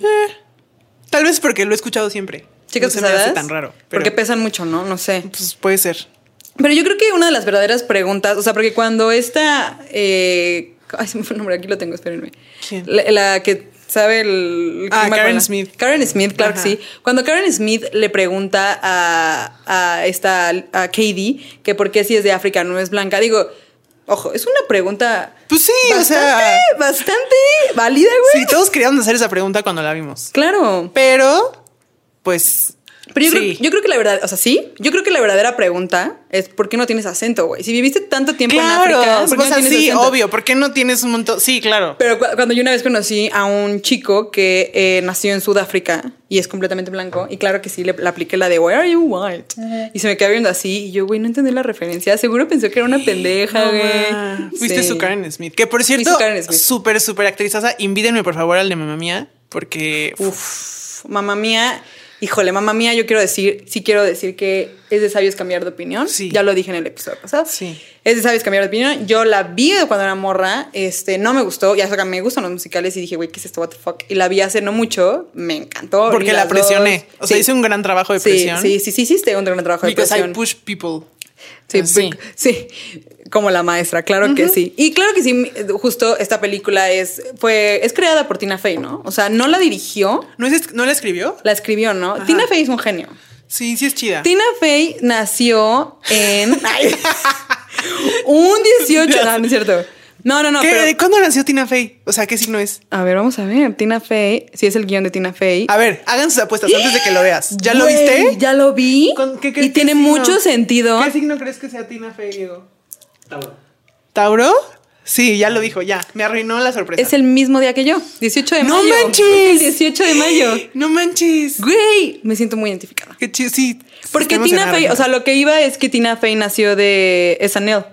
[SPEAKER 2] Eh, Tal vez porque lo he escuchado siempre.
[SPEAKER 1] Chicas
[SPEAKER 2] no se me
[SPEAKER 1] pesadas.
[SPEAKER 2] hace tan raro. Pero,
[SPEAKER 1] Porque pesan mucho, ¿no? No sé.
[SPEAKER 2] pues puede ser.
[SPEAKER 1] Pero yo creo que una de las verdaderas preguntas, o sea, porque cuando esta. eh, ay, se me fue el nombre, aquí lo tengo, espérenme.
[SPEAKER 2] ¿Quién?
[SPEAKER 1] La, la que sabe el. no me
[SPEAKER 2] Ah,
[SPEAKER 1] acuerdo
[SPEAKER 2] Karen
[SPEAKER 1] la-
[SPEAKER 2] Smith.
[SPEAKER 1] Karen Smith, claro
[SPEAKER 2] Ajá.
[SPEAKER 1] que sí. Cuando Karen Smith le pregunta a, a esta. a Katie que por qué si es de África no es blanca, digo. Ojo, es una pregunta.
[SPEAKER 2] Pues sí, o sea,
[SPEAKER 1] bastante- Bastante válida, güey.
[SPEAKER 2] sí, todos queríamos hacer esa pregunta cuando la vimos.
[SPEAKER 1] Claro.
[SPEAKER 2] Pero, pues.
[SPEAKER 1] Pero yo,
[SPEAKER 2] sí.
[SPEAKER 1] creo, yo creo que la verdad, o sea, sí, yo creo que la verdadera pregunta es ¿por qué no tienes acento, güey? Si viviste tanto tiempo
[SPEAKER 2] Claro,
[SPEAKER 1] en África, ¿por qué
[SPEAKER 2] o sea,
[SPEAKER 1] no tienes
[SPEAKER 2] sí,
[SPEAKER 1] acento?
[SPEAKER 2] obvio. ¿Por qué no tienes un montón? Sí, claro.
[SPEAKER 1] Pero cu- cuando yo una vez conocí a un chico que eh, nació en Sudáfrica y es completamente blanco, y claro que sí, le, le apliqué la de Why are you white? Y se me queda viendo así, y yo, güey, no entendí la referencia. Seguro pensó que era una pendeja,
[SPEAKER 2] No,
[SPEAKER 1] güey.
[SPEAKER 2] ma. Fuiste
[SPEAKER 1] Sí.
[SPEAKER 2] su Karen Smith. Que por cierto,
[SPEAKER 1] su Karen Smith.
[SPEAKER 2] súper, súper actrizaza. Invídenme, por favor, al de mamá mía, porque.
[SPEAKER 1] Uf, mamá mía. Híjole, mamá mía, yo quiero decir, sí quiero decir que es de sabios cambiar de opinión.
[SPEAKER 2] Sí.
[SPEAKER 1] Ya lo dije en el episodio pasado.
[SPEAKER 2] Sí.
[SPEAKER 1] Es de sabios cambiar de opinión. Yo la vi cuando era morra, este, no me gustó, ya saca, me gustan los musicales y dije, güey, ¿qué es esto? What the fuck? Y la vi hace no mucho, me encantó.
[SPEAKER 2] porque
[SPEAKER 1] Y
[SPEAKER 2] la
[SPEAKER 1] las
[SPEAKER 2] presioné.
[SPEAKER 1] dos-
[SPEAKER 2] O sea,
[SPEAKER 1] Sí.
[SPEAKER 2] hice un gran trabajo de
[SPEAKER 1] Sí,
[SPEAKER 2] presión.
[SPEAKER 1] sí, sí, sí, hiciste un gran trabajo de
[SPEAKER 2] Because
[SPEAKER 1] presión.
[SPEAKER 2] I push people.
[SPEAKER 1] Sí,
[SPEAKER 2] Así.
[SPEAKER 1] bec- sí, como la maestra, claro que sí. Y claro que sí, justo esta película es, fue, es creada por Tina Fey, ¿no? O sea, no la dirigió,
[SPEAKER 2] ¿No, es- ¿No la escribió?
[SPEAKER 1] la escribió, ¿no? Tina Fey es un genio.
[SPEAKER 2] Sí, sí es chida.
[SPEAKER 1] Tina Fey nació
[SPEAKER 2] (laughs)
[SPEAKER 1] en Ay. un 18, ah, no es cierto. No, no, no.
[SPEAKER 2] ¿Qué-
[SPEAKER 1] pero-
[SPEAKER 2] ¿Cuándo nació Tina Fey? O sea, ¿qué signo es?
[SPEAKER 1] a ver, vamos a ver. Tina Fey, si es el guión de Tina Fey.
[SPEAKER 2] A ver, hagan sus apuestas antes de que lo veas. ¿Ya lo
[SPEAKER 1] Güey,
[SPEAKER 2] viste?
[SPEAKER 1] Ya lo vi.
[SPEAKER 2] ¿Con- qué crees
[SPEAKER 1] y
[SPEAKER 2] que
[SPEAKER 1] tiene
[SPEAKER 2] signo?
[SPEAKER 1] mucho sentido.
[SPEAKER 2] ¿Qué signo crees que sea Tina Fey, Diego? ¿Tauro? Sí, ya lo dijo, ya. Me arruinó la sorpresa.
[SPEAKER 1] Es el mismo día que yo, 18 de
[SPEAKER 2] ¡No
[SPEAKER 1] mayo.
[SPEAKER 2] manches!
[SPEAKER 1] El 18 de mayo.
[SPEAKER 2] No manches.
[SPEAKER 1] Güey, me siento muy identificada.
[SPEAKER 2] Qué chido, sí.
[SPEAKER 1] Porque
[SPEAKER 2] Está
[SPEAKER 1] Tina
[SPEAKER 2] emocionada.
[SPEAKER 1] Fey, o sea, lo que iba es que Tina Fey nació de SNL.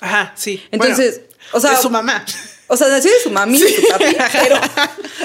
[SPEAKER 2] Ajá, sí.
[SPEAKER 1] Entonces,
[SPEAKER 2] Bueno,
[SPEAKER 1] o sea-
[SPEAKER 2] de su mamá.
[SPEAKER 1] O sea, nació de su mami, de su
[SPEAKER 2] (laughs)
[SPEAKER 1] papi, pero,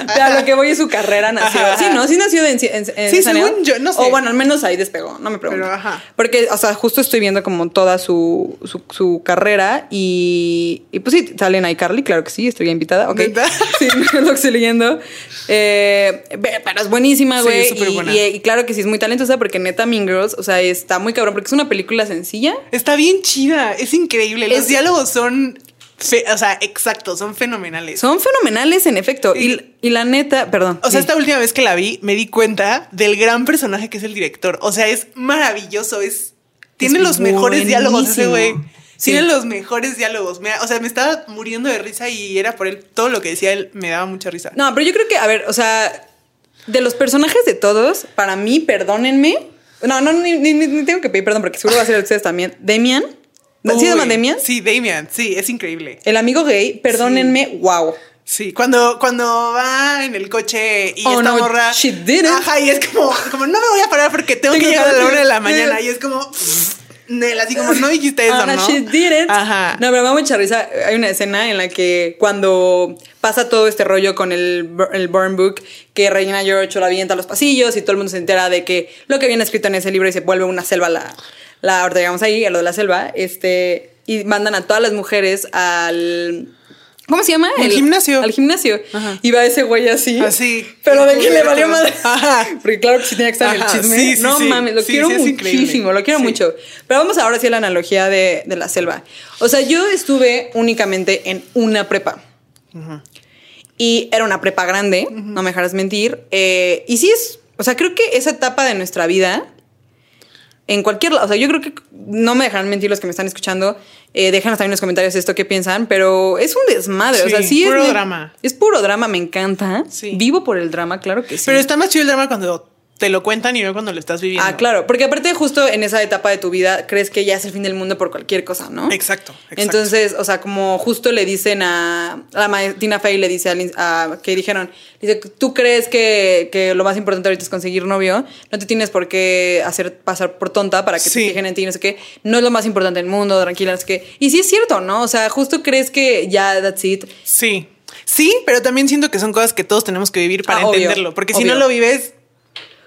[SPEAKER 1] pero a lo que voy es su carrera nació.
[SPEAKER 2] Ajá.
[SPEAKER 1] Sí, ¿no? Sí nació en, en, en
[SPEAKER 2] Sí,
[SPEAKER 1] San Diego.
[SPEAKER 2] según yo, no sé.
[SPEAKER 1] O bueno, al menos ahí despegó, no me pregunto.
[SPEAKER 2] Pero, ajá.
[SPEAKER 1] Porque, o sea, justo estoy viendo como toda su, su, su carrera y, y pues sí, salen ahí Carly, claro que sí, estoy ya invitada, ok.
[SPEAKER 2] ¿Neta?
[SPEAKER 1] (laughs) Sí, lo que estoy leyendo. Eh, ve- pero es buenísima,
[SPEAKER 2] Sí,
[SPEAKER 1] güey.
[SPEAKER 2] súper
[SPEAKER 1] y-
[SPEAKER 2] buena.
[SPEAKER 1] y, y claro que sí, es muy talentosa porque neta Mean Girls, o sea, está muy cabrón porque es una película sencilla.
[SPEAKER 2] Está bien chida, es increíble. Los
[SPEAKER 1] Es-
[SPEAKER 2] diálogos son, fe- o sea, exactos, son fenomenales.
[SPEAKER 1] Son fenomenales en efecto. Y, y la neta, perdón.
[SPEAKER 2] O sea,
[SPEAKER 1] sí.
[SPEAKER 2] esta última vez que la vi, me di cuenta del gran personaje que es el director. O sea, es maravilloso, es... Tiene
[SPEAKER 1] Es
[SPEAKER 2] los mejores diálogos ese güey.
[SPEAKER 1] buenísimo. Sí.
[SPEAKER 2] Tiene los mejores diálogos. Me- o sea, me estaba muriendo de risa y era por él. Todo lo que decía él me daba mucha risa.
[SPEAKER 1] No, pero yo creo que, a ver, o sea, de los personajes de todos, para mí, perdónenme. No, no, ni, ni- ni tengo que pedir perdón porque seguro va a ser de ustedes también. Demian. ¿Sí se llama
[SPEAKER 2] Uy,
[SPEAKER 1] Demian?
[SPEAKER 2] Sí, Damian. Sí, es increíble.
[SPEAKER 1] El amigo gay, perdónenme, wow.
[SPEAKER 2] Sí, cuando, cuando va en el coche y
[SPEAKER 1] Oh,
[SPEAKER 2] esta
[SPEAKER 1] no,
[SPEAKER 2] morra.
[SPEAKER 1] she didn't.
[SPEAKER 2] Ajá, y es como, como, no me voy a parar porque tengo que
[SPEAKER 1] Tengo
[SPEAKER 2] llegar a la
[SPEAKER 1] que-
[SPEAKER 2] una de la
[SPEAKER 1] sí.
[SPEAKER 2] mañana. Y es
[SPEAKER 1] (laughs)
[SPEAKER 2] como, Nel, así como, no dijiste eso,
[SPEAKER 1] Ahora
[SPEAKER 2] ¿no?
[SPEAKER 1] she did it.
[SPEAKER 2] Ajá.
[SPEAKER 1] No, pero me da mucha risa. Hay una escena en la que cuando pasa todo este rollo con el, bur- el Burn Book, que Reina George la avienta a los pasillos y todo el mundo se entera de que lo que viene escrito en ese libro y se vuelve una selva, la, la ahorita llegamos ahí, a lo de la selva, este, y mandan a todas las mujeres al. ¿Cómo se llama?
[SPEAKER 2] Al
[SPEAKER 1] El-
[SPEAKER 2] gimnasio.
[SPEAKER 1] Al gimnasio.
[SPEAKER 2] Ajá.
[SPEAKER 1] Y va ese güey así.
[SPEAKER 2] Así.
[SPEAKER 1] Pero de que le valió madre.
[SPEAKER 2] Ajá.
[SPEAKER 1] Porque claro que sí tenía que estar en el
[SPEAKER 2] Ajá,
[SPEAKER 1] chisme.
[SPEAKER 2] sí, sí,
[SPEAKER 1] no
[SPEAKER 2] sí.
[SPEAKER 1] mames, lo
[SPEAKER 2] Sí,
[SPEAKER 1] quiero
[SPEAKER 2] sí, es increíble.
[SPEAKER 1] muchísimo, lo quiero
[SPEAKER 2] Sí.
[SPEAKER 1] mucho. Pero vamos ahora sí a la analogía de, de la selva. O sea, yo estuve únicamente en una prepa. Y era una prepa grande, no me dejarás mentir. Eh, y sí es, o sea, creo que esa etapa de nuestra vida en cualquier lado. O sea, yo creo que no me dejarán mentir los que me están escuchando. Eh, déjanos también en los comentarios esto qué piensan, pero es un desmadre. o sea,
[SPEAKER 2] Sí,
[SPEAKER 1] sí
[SPEAKER 2] puro
[SPEAKER 1] es. de-
[SPEAKER 2] drama.
[SPEAKER 1] Es puro drama, me encanta.
[SPEAKER 2] Sí.
[SPEAKER 1] Vivo por el drama, claro que sí.
[SPEAKER 2] Pero está más chido el drama cuando te lo cuentan y no cuando lo estás viviendo.
[SPEAKER 1] Ah, claro, porque aparte justo en esa etapa de tu vida crees que ya es el fin del mundo por cualquier cosa, ¿no?
[SPEAKER 2] Exacto, exacto.
[SPEAKER 1] Entonces, o sea, como justo le dicen a, a la ma- Tina Fey, le dice a, Lin- a- que dijeron, dice, tú crees que, que lo más importante ahorita es conseguir novio, no te tienes por qué hacer pasar por tonta para que te
[SPEAKER 2] Sí.
[SPEAKER 1] fijen en ti, no sé qué, no es lo más importante del mundo, tranquila, no sé qué. Y sí es cierto, ¿no? O sea, justo crees que ya, that's it.
[SPEAKER 2] Sí. Sí, pero también siento que son cosas que todos tenemos que vivir para
[SPEAKER 1] Ah, obvio,
[SPEAKER 2] entenderlo. Porque si
[SPEAKER 1] obvio.
[SPEAKER 2] no lo vives,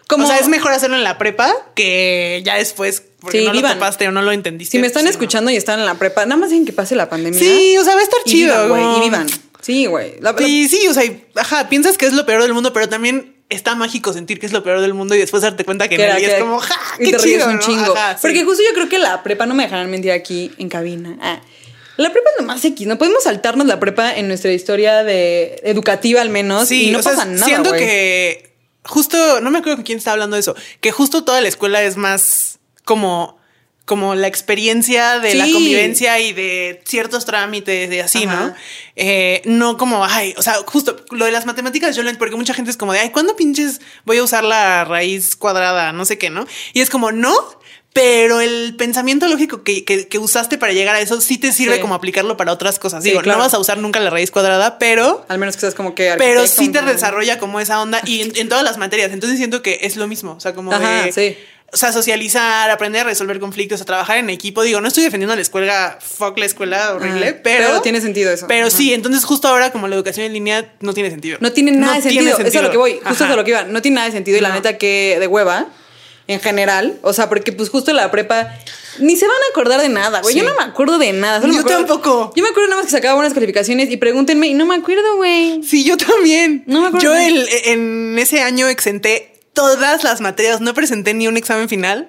[SPEAKER 1] Como,
[SPEAKER 2] o sea, es mejor hacerlo en la prepa que ya después, porque
[SPEAKER 1] Sí,
[SPEAKER 2] no
[SPEAKER 1] vivan.
[SPEAKER 2] lo topaste o no lo entendiste.
[SPEAKER 1] si me están
[SPEAKER 2] Sí, no.
[SPEAKER 1] escuchando y están en la prepa, nada más dicen que pase la pandemia.
[SPEAKER 2] Sí, o sea, va a estar
[SPEAKER 1] y
[SPEAKER 2] chido.
[SPEAKER 1] vivan, güey,
[SPEAKER 2] como-
[SPEAKER 1] y vivan. Sí, güey. La- la-
[SPEAKER 2] Sí, sí, o sea, y- ajá, piensas que es lo peor del mundo, pero también está mágico sentir que es lo peor del mundo y después darte cuenta que,
[SPEAKER 1] que
[SPEAKER 2] no.
[SPEAKER 1] era
[SPEAKER 2] Y
[SPEAKER 1] que-
[SPEAKER 2] es como, ja,
[SPEAKER 1] y
[SPEAKER 2] qué
[SPEAKER 1] te ríes
[SPEAKER 2] chido,
[SPEAKER 1] un
[SPEAKER 2] ¿no?
[SPEAKER 1] chingo.
[SPEAKER 2] Ajá, sí.
[SPEAKER 1] Porque justo yo creo que la prepa, no me dejarán mentir aquí en cabina. ah, La prepa es lo más X, no podemos saltarnos la prepa en nuestra historia de educativa al menos y no
[SPEAKER 2] o sea,
[SPEAKER 1] pasa nada.
[SPEAKER 2] Siento
[SPEAKER 1] güey.
[SPEAKER 2] que justo, no me acuerdo con quién estaba hablando de eso, que justo toda la escuela es más como, como la experiencia de la
[SPEAKER 1] Sí.
[SPEAKER 2] convivencia y de ciertos trámites y así,
[SPEAKER 1] Ajá.
[SPEAKER 2] ¿no? Eh, no como, ay, o sea, justo lo de las matemáticas, yo lo ent- porque mucha gente es como de, ay, ¿cuándo pinches voy a usar la raíz cuadrada? No sé qué, ¿no? Y es como, no. Pero el pensamiento lógico que, que- que usaste para llegar a eso sí te sirve
[SPEAKER 1] Sí.
[SPEAKER 2] como aplicarlo para otras cosas.
[SPEAKER 1] Sí,
[SPEAKER 2] Digo,
[SPEAKER 1] claro.
[SPEAKER 2] no vas a usar nunca la raíz cuadrada, pero
[SPEAKER 1] Al menos que seas como que.
[SPEAKER 2] pero
[SPEAKER 1] arquitecto,
[SPEAKER 2] sí te
[SPEAKER 1] ¿no?
[SPEAKER 2] desarrolla como esa onda y en, en todas las materias. Entonces siento que es lo mismo. O sea, como
[SPEAKER 1] Ajá,
[SPEAKER 2] de.
[SPEAKER 1] sí.
[SPEAKER 2] O sea, socializar, aprender a resolver conflictos, a trabajar en equipo. Digo, no estoy defendiendo a la escuela, fuck la escuela horrible,
[SPEAKER 1] Ajá,
[SPEAKER 2] pero.
[SPEAKER 1] pero tiene sentido eso.
[SPEAKER 2] Pero
[SPEAKER 1] Ajá.
[SPEAKER 2] sí, entonces justo ahora, como la educación en línea no tiene sentido.
[SPEAKER 1] No tiene nada de sentido.
[SPEAKER 2] tiene
[SPEAKER 1] Eso es a lo que voy. Justo
[SPEAKER 2] Ajá.
[SPEAKER 1] es a lo que iba. No tiene nada de sentido. Y la
[SPEAKER 2] No.
[SPEAKER 1] neta que de hueva. En general. O sea, porque pues justo la prepa. Ni se van a acordar de nada, güey. Yo
[SPEAKER 2] Sí.
[SPEAKER 1] no me acuerdo de nada. solo me
[SPEAKER 2] Yo
[SPEAKER 1] acuerdo-
[SPEAKER 2] tampoco.
[SPEAKER 1] Yo me acuerdo nada más que sacaba buenas calificaciones y pregúntenme y no me acuerdo, güey.
[SPEAKER 2] Sí, yo también.
[SPEAKER 1] No me acuerdo.
[SPEAKER 2] Yo el- en ese año exenté todas las materias, no presenté ni un examen final.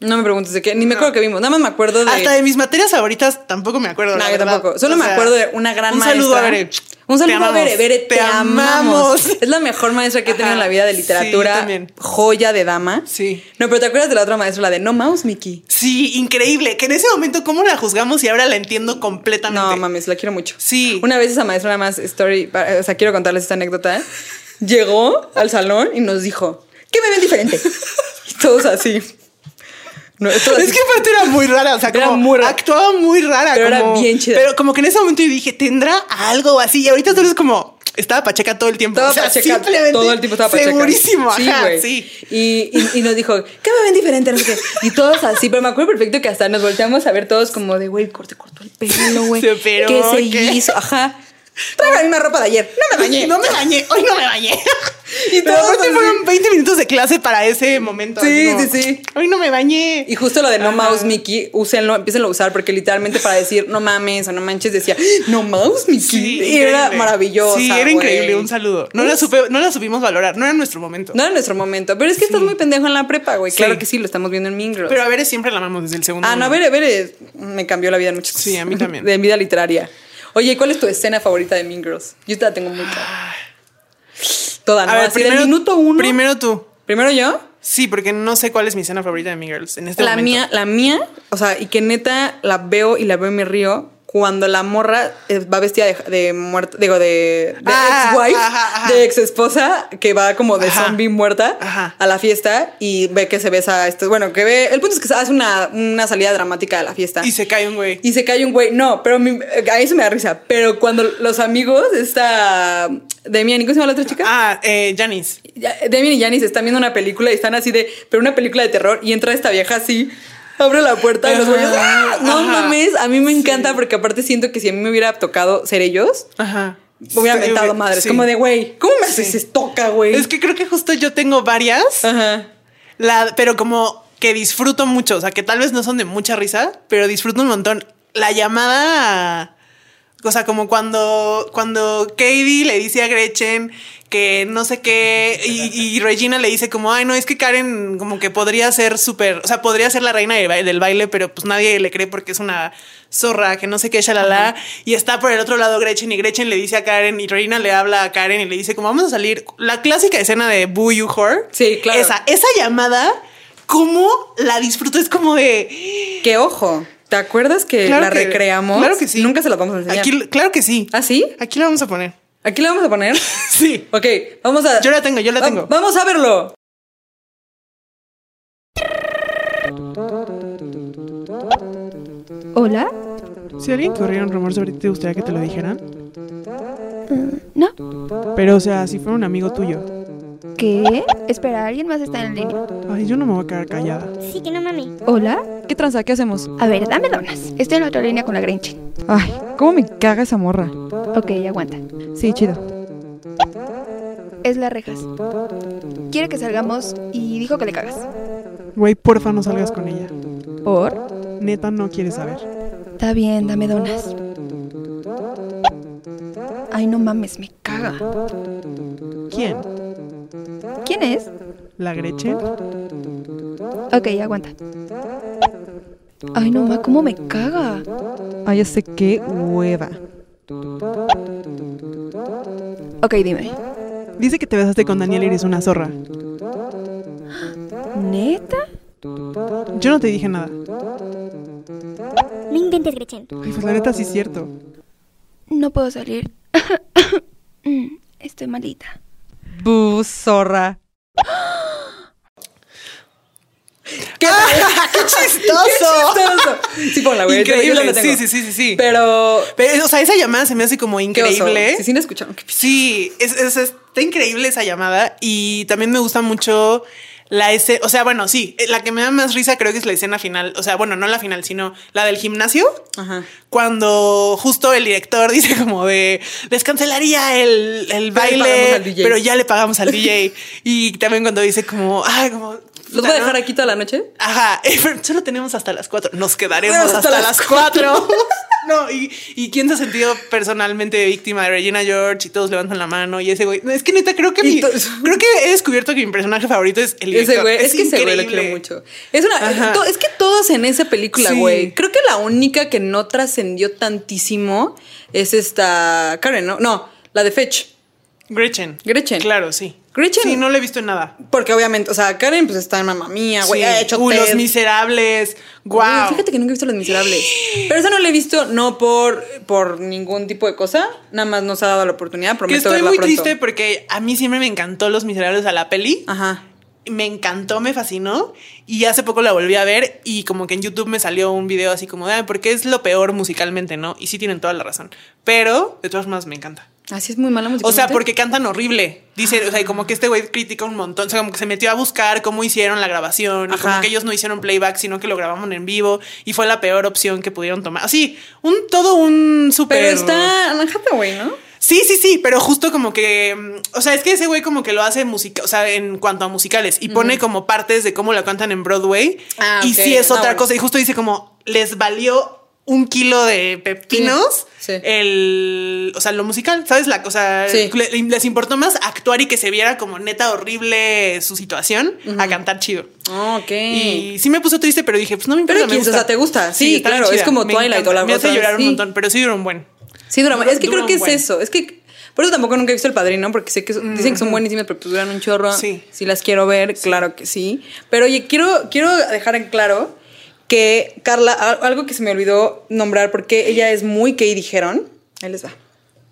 [SPEAKER 1] No me preguntes de qué. Ni me acuerdo que vimos. Nada más me acuerdo de.
[SPEAKER 2] Hasta de mis materias favoritas tampoco me acuerdo.
[SPEAKER 1] No,
[SPEAKER 2] Ah, la
[SPEAKER 1] yo
[SPEAKER 2] verdad.
[SPEAKER 1] tampoco. Solo
[SPEAKER 2] O
[SPEAKER 1] me
[SPEAKER 2] sea,
[SPEAKER 1] acuerdo de una gran
[SPEAKER 2] un
[SPEAKER 1] maestra.
[SPEAKER 2] saludo a Bere.
[SPEAKER 1] Un saludo
[SPEAKER 2] Te
[SPEAKER 1] a Bere.
[SPEAKER 2] amamos.
[SPEAKER 1] Bere, te,
[SPEAKER 2] Te
[SPEAKER 1] amamos.
[SPEAKER 2] amamos.
[SPEAKER 1] Es la mejor maestra que he tenido en
[SPEAKER 2] Ajá.
[SPEAKER 1] la vida de
[SPEAKER 2] Sí, yo
[SPEAKER 1] literatura.
[SPEAKER 2] también.
[SPEAKER 1] joya de dama.
[SPEAKER 2] Sí.
[SPEAKER 1] No, pero ¿te acuerdas de la otra maestra, la de No Mouse, Mickey?
[SPEAKER 2] Sí, increíble. Que en ese momento, ¿cómo la juzgamos? Y ahora la entiendo completamente.
[SPEAKER 1] No mames, la quiero mucho.
[SPEAKER 2] Sí.
[SPEAKER 1] Una vez esa maestra nada más, story, pa- o sea, quiero contarles esta anécdota. Llegó al salón y nos dijo, ¿qué me ven diferente? Y todos así. No, todos
[SPEAKER 2] Es
[SPEAKER 1] así.
[SPEAKER 2] que aparte era muy rara, o sea,
[SPEAKER 1] Era
[SPEAKER 2] como
[SPEAKER 1] muy rara.
[SPEAKER 2] actuaba muy rara.
[SPEAKER 1] Pero era
[SPEAKER 2] como-
[SPEAKER 1] bien chida.
[SPEAKER 2] Pero como que en ese momento yo dije, ¿tendrá algo así? Y ahorita tú eres como, estaba pacheca todo el tiempo.
[SPEAKER 1] Estaba
[SPEAKER 2] O sea,
[SPEAKER 1] pacheca,
[SPEAKER 2] simplemente
[SPEAKER 1] todo el tiempo estaba pacheca.
[SPEAKER 2] Segurísimo,
[SPEAKER 1] sí,
[SPEAKER 2] ajá,
[SPEAKER 1] güey.
[SPEAKER 2] sí.
[SPEAKER 1] Y, y, y nos dijo, ¿qué me ven diferente? No sé qué. Y todos así, pero me acuerdo perfecto que hasta nos volteamos a ver todos como de, güey, corte, cortó el pelo, güey.
[SPEAKER 2] (laughs) Se operó,
[SPEAKER 1] ¿Qué se
[SPEAKER 2] ¿qué?
[SPEAKER 1] hizo? Ajá. Traigo la misma ropa de ayer. No me bañé.
[SPEAKER 2] No me bañé, hoy no me bañé.
[SPEAKER 1] Y
[SPEAKER 2] Y
[SPEAKER 1] todos así.
[SPEAKER 2] fueron 20 minutos de clase para ese momento.
[SPEAKER 1] Sí,
[SPEAKER 2] así como,
[SPEAKER 1] sí, sí.
[SPEAKER 2] Hoy no me bañé.
[SPEAKER 1] Y justo lo de no
[SPEAKER 2] Ajá.
[SPEAKER 1] mouse Mickey, úsenlo, empiecen a usar, porque literalmente para decir no mames o no manches decía no mouse Mickey.
[SPEAKER 2] Sí,
[SPEAKER 1] y era
[SPEAKER 2] increíble.
[SPEAKER 1] maravilloso.
[SPEAKER 2] Sí, era increíble. Un saludo. No la, supe- no la supimos valorar. No era nuestro momento.
[SPEAKER 1] No era nuestro momento. Pero es que estás muy pendejo en la prepa, güey.
[SPEAKER 2] Sí.
[SPEAKER 1] Claro que sí, lo estamos viendo en Mean Girls.
[SPEAKER 2] Pero a ver, siempre la amamos desde el segundo.
[SPEAKER 1] ah, no, a
[SPEAKER 2] uno.
[SPEAKER 1] ver, a ver, eh, me cambió la vida en muchas cosas.
[SPEAKER 2] Sí, a mí también.
[SPEAKER 1] de mi vida literaria. Oye, ¿cuál es tu escena favorita de Mean Girls? Yo te la tengo muy clara. Toda, ¿no?
[SPEAKER 2] Ah. A ver,
[SPEAKER 1] Así del minuto uno.
[SPEAKER 2] Primero tú.
[SPEAKER 1] primero yo.
[SPEAKER 2] Sí, porque no sé cuál es mi escena favorita de Mean Girls en este
[SPEAKER 1] La
[SPEAKER 2] momento.
[SPEAKER 1] mía, la mía, o sea, y que neta la veo y la veo y me río cuando la morra eh, va vestida de, de muerta, digo, de, de
[SPEAKER 2] Ah,
[SPEAKER 1] ex-wife,
[SPEAKER 2] ajá, ajá.
[SPEAKER 1] de ex-esposa, que va como de
[SPEAKER 2] Ajá.
[SPEAKER 1] zombie muerta
[SPEAKER 2] Ajá.
[SPEAKER 1] a la fiesta y ve que se besa a esto. Bueno, que ve. El punto es que se hace una, una salida dramática de la fiesta.
[SPEAKER 2] Y se cae un güey.
[SPEAKER 1] Y se cae un güey. No, pero mi- a eso me da risa. Pero cuando los amigos, esta. Demian, ¿y ¿cómo se llama la otra chica?
[SPEAKER 2] Ah, eh, Janice.
[SPEAKER 1] Ya- Demian y Janice están viendo una película y están así de, pero una película de terror y entra esta vieja así, abre la puerta y los
[SPEAKER 2] Ajá,
[SPEAKER 1] güeyes, ¡ah! no
[SPEAKER 2] ajá.
[SPEAKER 1] mames, a mí me encanta porque aparte siento que si a mí me hubiera tocado ser ellos,
[SPEAKER 2] Ajá.
[SPEAKER 1] me hubiera mentado madres,
[SPEAKER 2] Sí.
[SPEAKER 1] como de, güey, ¿cómo me haces
[SPEAKER 2] Sí.
[SPEAKER 1] estoca, güey?
[SPEAKER 2] Es que creo que justo yo tengo varias,
[SPEAKER 1] Ajá.
[SPEAKER 2] la, pero como que disfruto mucho. O sea, que tal vez no son de mucha risa, pero disfruto un montón. La llamada. a- O sea, como cuando, cuando Katie le dice a Gretchen que no sé qué, y, y Regina le dice como, ay, no, es que Karen como que podría ser súper, o sea, podría ser la reina del baile, del baile, pero pues nadie le cree porque es una zorra, que no sé qué, shalala. Y está por el otro lado Gretchen, y Gretchen le dice a Karen, y Regina le habla a Karen y le dice como, vamos a salir. La clásica escena de Boo You Whore.
[SPEAKER 1] Sí, claro.
[SPEAKER 2] Esa, esa llamada cómo la disfruto. Es como de.
[SPEAKER 1] Que ojo, ¿te acuerdas que
[SPEAKER 2] Claro
[SPEAKER 1] la
[SPEAKER 2] que-
[SPEAKER 1] recreamos?
[SPEAKER 2] claro que sí.
[SPEAKER 1] Nunca se la vamos a enseñar.
[SPEAKER 2] Aquí, claro que sí.
[SPEAKER 1] ¿Ah, sí?
[SPEAKER 2] Aquí la vamos a poner. (laughs)
[SPEAKER 1] ¿Aquí la vamos a poner?
[SPEAKER 2] Sí.
[SPEAKER 1] Ok, vamos a.
[SPEAKER 2] Yo la tengo, yo la
[SPEAKER 1] va-
[SPEAKER 2] tengo.
[SPEAKER 1] Vamos a verlo.
[SPEAKER 3] ¿Hola?
[SPEAKER 2] Si alguien corriera un rumor sobre ti, ¿te gustaría que te lo dijeran?
[SPEAKER 3] ¿No?
[SPEAKER 2] Pero, o sea, si fuera un amigo tuyo.
[SPEAKER 3] ¿Qué? Espera, alguien más está en línea.
[SPEAKER 2] Ay, yo no me voy a quedar callada.
[SPEAKER 4] Sí, que no mami.
[SPEAKER 3] ¿Hola?
[SPEAKER 5] ¿Qué tranza? ¿Qué hacemos?
[SPEAKER 3] A ver, dame donas. Estoy en la otra línea con la Grinch.
[SPEAKER 5] Ay, cómo me caga esa morra.
[SPEAKER 3] Ok, aguanta.
[SPEAKER 5] Sí, chido.
[SPEAKER 3] Es las rejas. Quiere que salgamos y dijo que le cagas.
[SPEAKER 2] Güey, porfa, no salgas con ella.
[SPEAKER 3] ¿Por?
[SPEAKER 2] Neta, no quieres saber.
[SPEAKER 3] Está bien, dame donas. Ay, no mames, me caga.
[SPEAKER 2] ¿Quién?
[SPEAKER 3] ¿Quién es?
[SPEAKER 2] ¿La Gretchen?
[SPEAKER 3] Ok, aguanta. Ay, no mames, cómo me caga.
[SPEAKER 5] Ay, ya sé qué hueva.
[SPEAKER 3] Ok, dime.
[SPEAKER 2] Dice que te besaste con Daniel y eres una zorra.
[SPEAKER 3] ¿Neta?
[SPEAKER 2] Yo no te dije nada.
[SPEAKER 4] No inventes, Gretchen.
[SPEAKER 2] Ay, pues la neta sí es cierto.
[SPEAKER 3] No puedo salir. (coughs) Mm, Estoy malita.
[SPEAKER 5] Bu, zorra.
[SPEAKER 1] ¡Qué, (laughs)
[SPEAKER 2] ¡Qué chistoso!
[SPEAKER 1] chistoso! Sí, ponla, güey. Yo la tengo.
[SPEAKER 2] Sí, sí, sí, sí, sí.
[SPEAKER 1] Pero.
[SPEAKER 2] Pero, o sea, esa llamada se me hace como
[SPEAKER 1] qué oso.
[SPEAKER 2] increíble.
[SPEAKER 1] Sí, sí, la escucharon. Qué p-
[SPEAKER 2] Sí, es, es- está increíble esa llamada y también me gusta mucho la escena, o sea, bueno, sí, eh, la que me da más risa creo que es la escena final, o sea, bueno, no la final, sino la del gimnasio,
[SPEAKER 1] Ajá.
[SPEAKER 2] cuando justo el director (laughs) dice como de, les cancelaría el, el
[SPEAKER 1] Pero le pagamos al
[SPEAKER 2] baile,
[SPEAKER 1] DJ".
[SPEAKER 2] pero ya le pagamos al DJ. y también cuando dice como, ay, como...
[SPEAKER 1] ¿Los
[SPEAKER 2] puta,
[SPEAKER 1] voy a
[SPEAKER 2] ¿no?".
[SPEAKER 1] dejar aquí toda la noche?
[SPEAKER 2] Ajá, (laughs) eh, pero solo tenemos hasta las cuatro. Nos quedaremos
[SPEAKER 1] Tenemos
[SPEAKER 2] hasta,
[SPEAKER 1] hasta las
[SPEAKER 2] las cuatro. (laughs) no, y, y quién se ha sentido personalmente víctima de Regina George y todos levantan la mano y ese güey. No, Es que neta, creo que
[SPEAKER 1] Y
[SPEAKER 2] mi-
[SPEAKER 1] to-
[SPEAKER 2] creo que he descubierto que mi personaje favorito es el
[SPEAKER 1] Ese
[SPEAKER 2] director.
[SPEAKER 1] güey, es, que ese güey lo
[SPEAKER 2] increíble.
[SPEAKER 1] quiero mucho. Es una
[SPEAKER 2] Ajá.
[SPEAKER 1] to- es que todos en esa película,
[SPEAKER 2] Sí.
[SPEAKER 1] güey. Creo que la única que no trascendió tantísimo es esta Karen, ¿no? No, la de Fetch.
[SPEAKER 2] Gretchen.
[SPEAKER 1] Gretchen.
[SPEAKER 2] Claro, sí.
[SPEAKER 1] Gretchen.
[SPEAKER 2] Sí, no le he visto en nada.
[SPEAKER 1] Porque obviamente, o sea, Karen pues está en mamá mía, güey.
[SPEAKER 2] Sí.
[SPEAKER 1] Ha hecho
[SPEAKER 2] Uy,
[SPEAKER 1] TED.
[SPEAKER 2] Los Miserables.
[SPEAKER 1] Güey,
[SPEAKER 2] Wow.
[SPEAKER 1] Fíjate que nunca he visto Los Miserables. Pero esa no la he visto no por, por ningún tipo de cosa. Nada más nos ha dado la oportunidad.
[SPEAKER 2] que
[SPEAKER 1] Prometo
[SPEAKER 2] estoy
[SPEAKER 1] verla
[SPEAKER 2] muy
[SPEAKER 1] pronto.
[SPEAKER 2] triste porque a mí siempre me encantó Los Miserables a la peli.
[SPEAKER 1] Ajá.
[SPEAKER 2] me encantó, me fascinó y hace poco la volví a ver y como que en YouTube me salió un video así como de, "Ay, porque es lo peor musicalmente, ¿no? Y sí tienen toda la razón, pero de todas formas me encanta.
[SPEAKER 1] Así es muy mala música.
[SPEAKER 2] O sea, porque cantan horrible. Dice, o sea, y como que este güey critica un montón, o sea, como que se metió a buscar cómo hicieron la grabación, y
[SPEAKER 1] Ajá.
[SPEAKER 2] como que ellos no hicieron playback, sino que lo grabaron en vivo y fue la peor opción que pudieron tomar. Así, un todo un súper
[SPEAKER 1] Pero está Anne Hathaway, ¿no?
[SPEAKER 2] Sí, sí, sí, pero justo como que, mm, o sea, es que ese güey como que lo hace música, o sea, en cuanto a musicales y pone como partes de cómo la cantan en Broadway
[SPEAKER 1] Ah,
[SPEAKER 2] y
[SPEAKER 1] ok.
[SPEAKER 2] sí es
[SPEAKER 1] Ah,
[SPEAKER 2] otra
[SPEAKER 1] bueno.
[SPEAKER 2] cosa y justo dice como les valió un kilo de pepinos
[SPEAKER 1] Sí, sí.
[SPEAKER 2] el, o sea, lo musical, ¿sabes? La cosa,
[SPEAKER 1] Sí.
[SPEAKER 2] le- les importó más actuar y que se viera como neta horrible su situación a cantar chido.
[SPEAKER 1] Ok.
[SPEAKER 2] Y sí me puso triste, pero dije, pues no me importa.
[SPEAKER 1] Pero
[SPEAKER 2] me
[SPEAKER 1] X, o sea, ¿te gusta? Sí,
[SPEAKER 2] está bien
[SPEAKER 1] claro, es como
[SPEAKER 2] me
[SPEAKER 1] Twilight
[SPEAKER 2] encanta.
[SPEAKER 1] o la
[SPEAKER 2] Me hace
[SPEAKER 1] otra,
[SPEAKER 2] llorar
[SPEAKER 1] sí.
[SPEAKER 2] un montón, pero sí duró un buen.
[SPEAKER 1] Sí, drama.
[SPEAKER 2] Dura-
[SPEAKER 1] es que
[SPEAKER 2] dura
[SPEAKER 1] creo
[SPEAKER 2] un
[SPEAKER 1] que es
[SPEAKER 2] buen.
[SPEAKER 1] eso. Es que. Por eso tampoco nunca he visto El Padrino, porque sé que son- dicen que son buenísimas, pero pues duran un chorro.
[SPEAKER 2] Sí.
[SPEAKER 1] Si las quiero ver, claro que sí. Pero oye, quiero, quiero dejar en claro que Carla, a- algo que se me olvidó nombrar, porque ella es muy que dijeron. Ahí les va.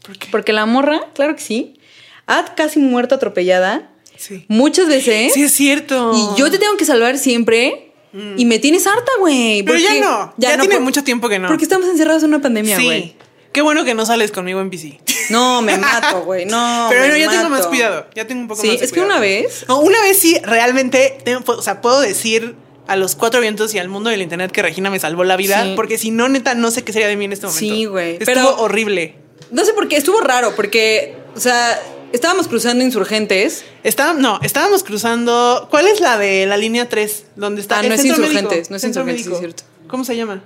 [SPEAKER 2] ¿Por qué?
[SPEAKER 1] Porque la morra, claro que sí. Ad casi muerta, atropellada.
[SPEAKER 2] Sí.
[SPEAKER 1] Muchas veces.
[SPEAKER 2] Sí, es cierto.
[SPEAKER 1] ¿Eh?
[SPEAKER 2] Mm.
[SPEAKER 1] Y yo te tengo que salvar siempre. Y me tienes harta, güey.
[SPEAKER 2] Pero ya
[SPEAKER 1] porque-
[SPEAKER 2] no, ya tiene
[SPEAKER 1] por-
[SPEAKER 2] mucho tiempo que no.
[SPEAKER 1] Porque estamos encerrados en una pandemia,
[SPEAKER 2] sí.
[SPEAKER 1] güey.
[SPEAKER 2] Qué bueno que no sales conmigo en bici.
[SPEAKER 1] No, me mato, güey. No.
[SPEAKER 2] (laughs) Pero
[SPEAKER 1] me
[SPEAKER 2] no, ya tengo
[SPEAKER 1] mato.
[SPEAKER 2] más cuidado. Ya tengo un poco
[SPEAKER 1] Sí,
[SPEAKER 2] más de
[SPEAKER 1] es que
[SPEAKER 2] cuidado.
[SPEAKER 1] una vez-
[SPEAKER 2] No, una vez sí, realmente. tengo- o sea, puedo decir a los cuatro vientos y al mundo del internet que Regina me salvó la vida.
[SPEAKER 1] Sí.
[SPEAKER 2] Porque si no, neta, no sé qué sería de mí en este momento.
[SPEAKER 1] Sí, güey,
[SPEAKER 2] Estuvo
[SPEAKER 1] pero-
[SPEAKER 2] horrible.
[SPEAKER 1] No sé por qué, estuvo raro, porque, o sea, estábamos cruzando insurgentes.
[SPEAKER 2] Está, no, estábamos cruzando. ¿Cuál es la de la línea 3? Donde está.
[SPEAKER 1] Ah,
[SPEAKER 2] el
[SPEAKER 1] no es
[SPEAKER 2] centro
[SPEAKER 1] Insurgentes,
[SPEAKER 2] médico,
[SPEAKER 1] no es
[SPEAKER 2] centro
[SPEAKER 1] Insurgentes, sí es
[SPEAKER 2] médico.
[SPEAKER 1] cierto.
[SPEAKER 2] ¿Cómo se llama?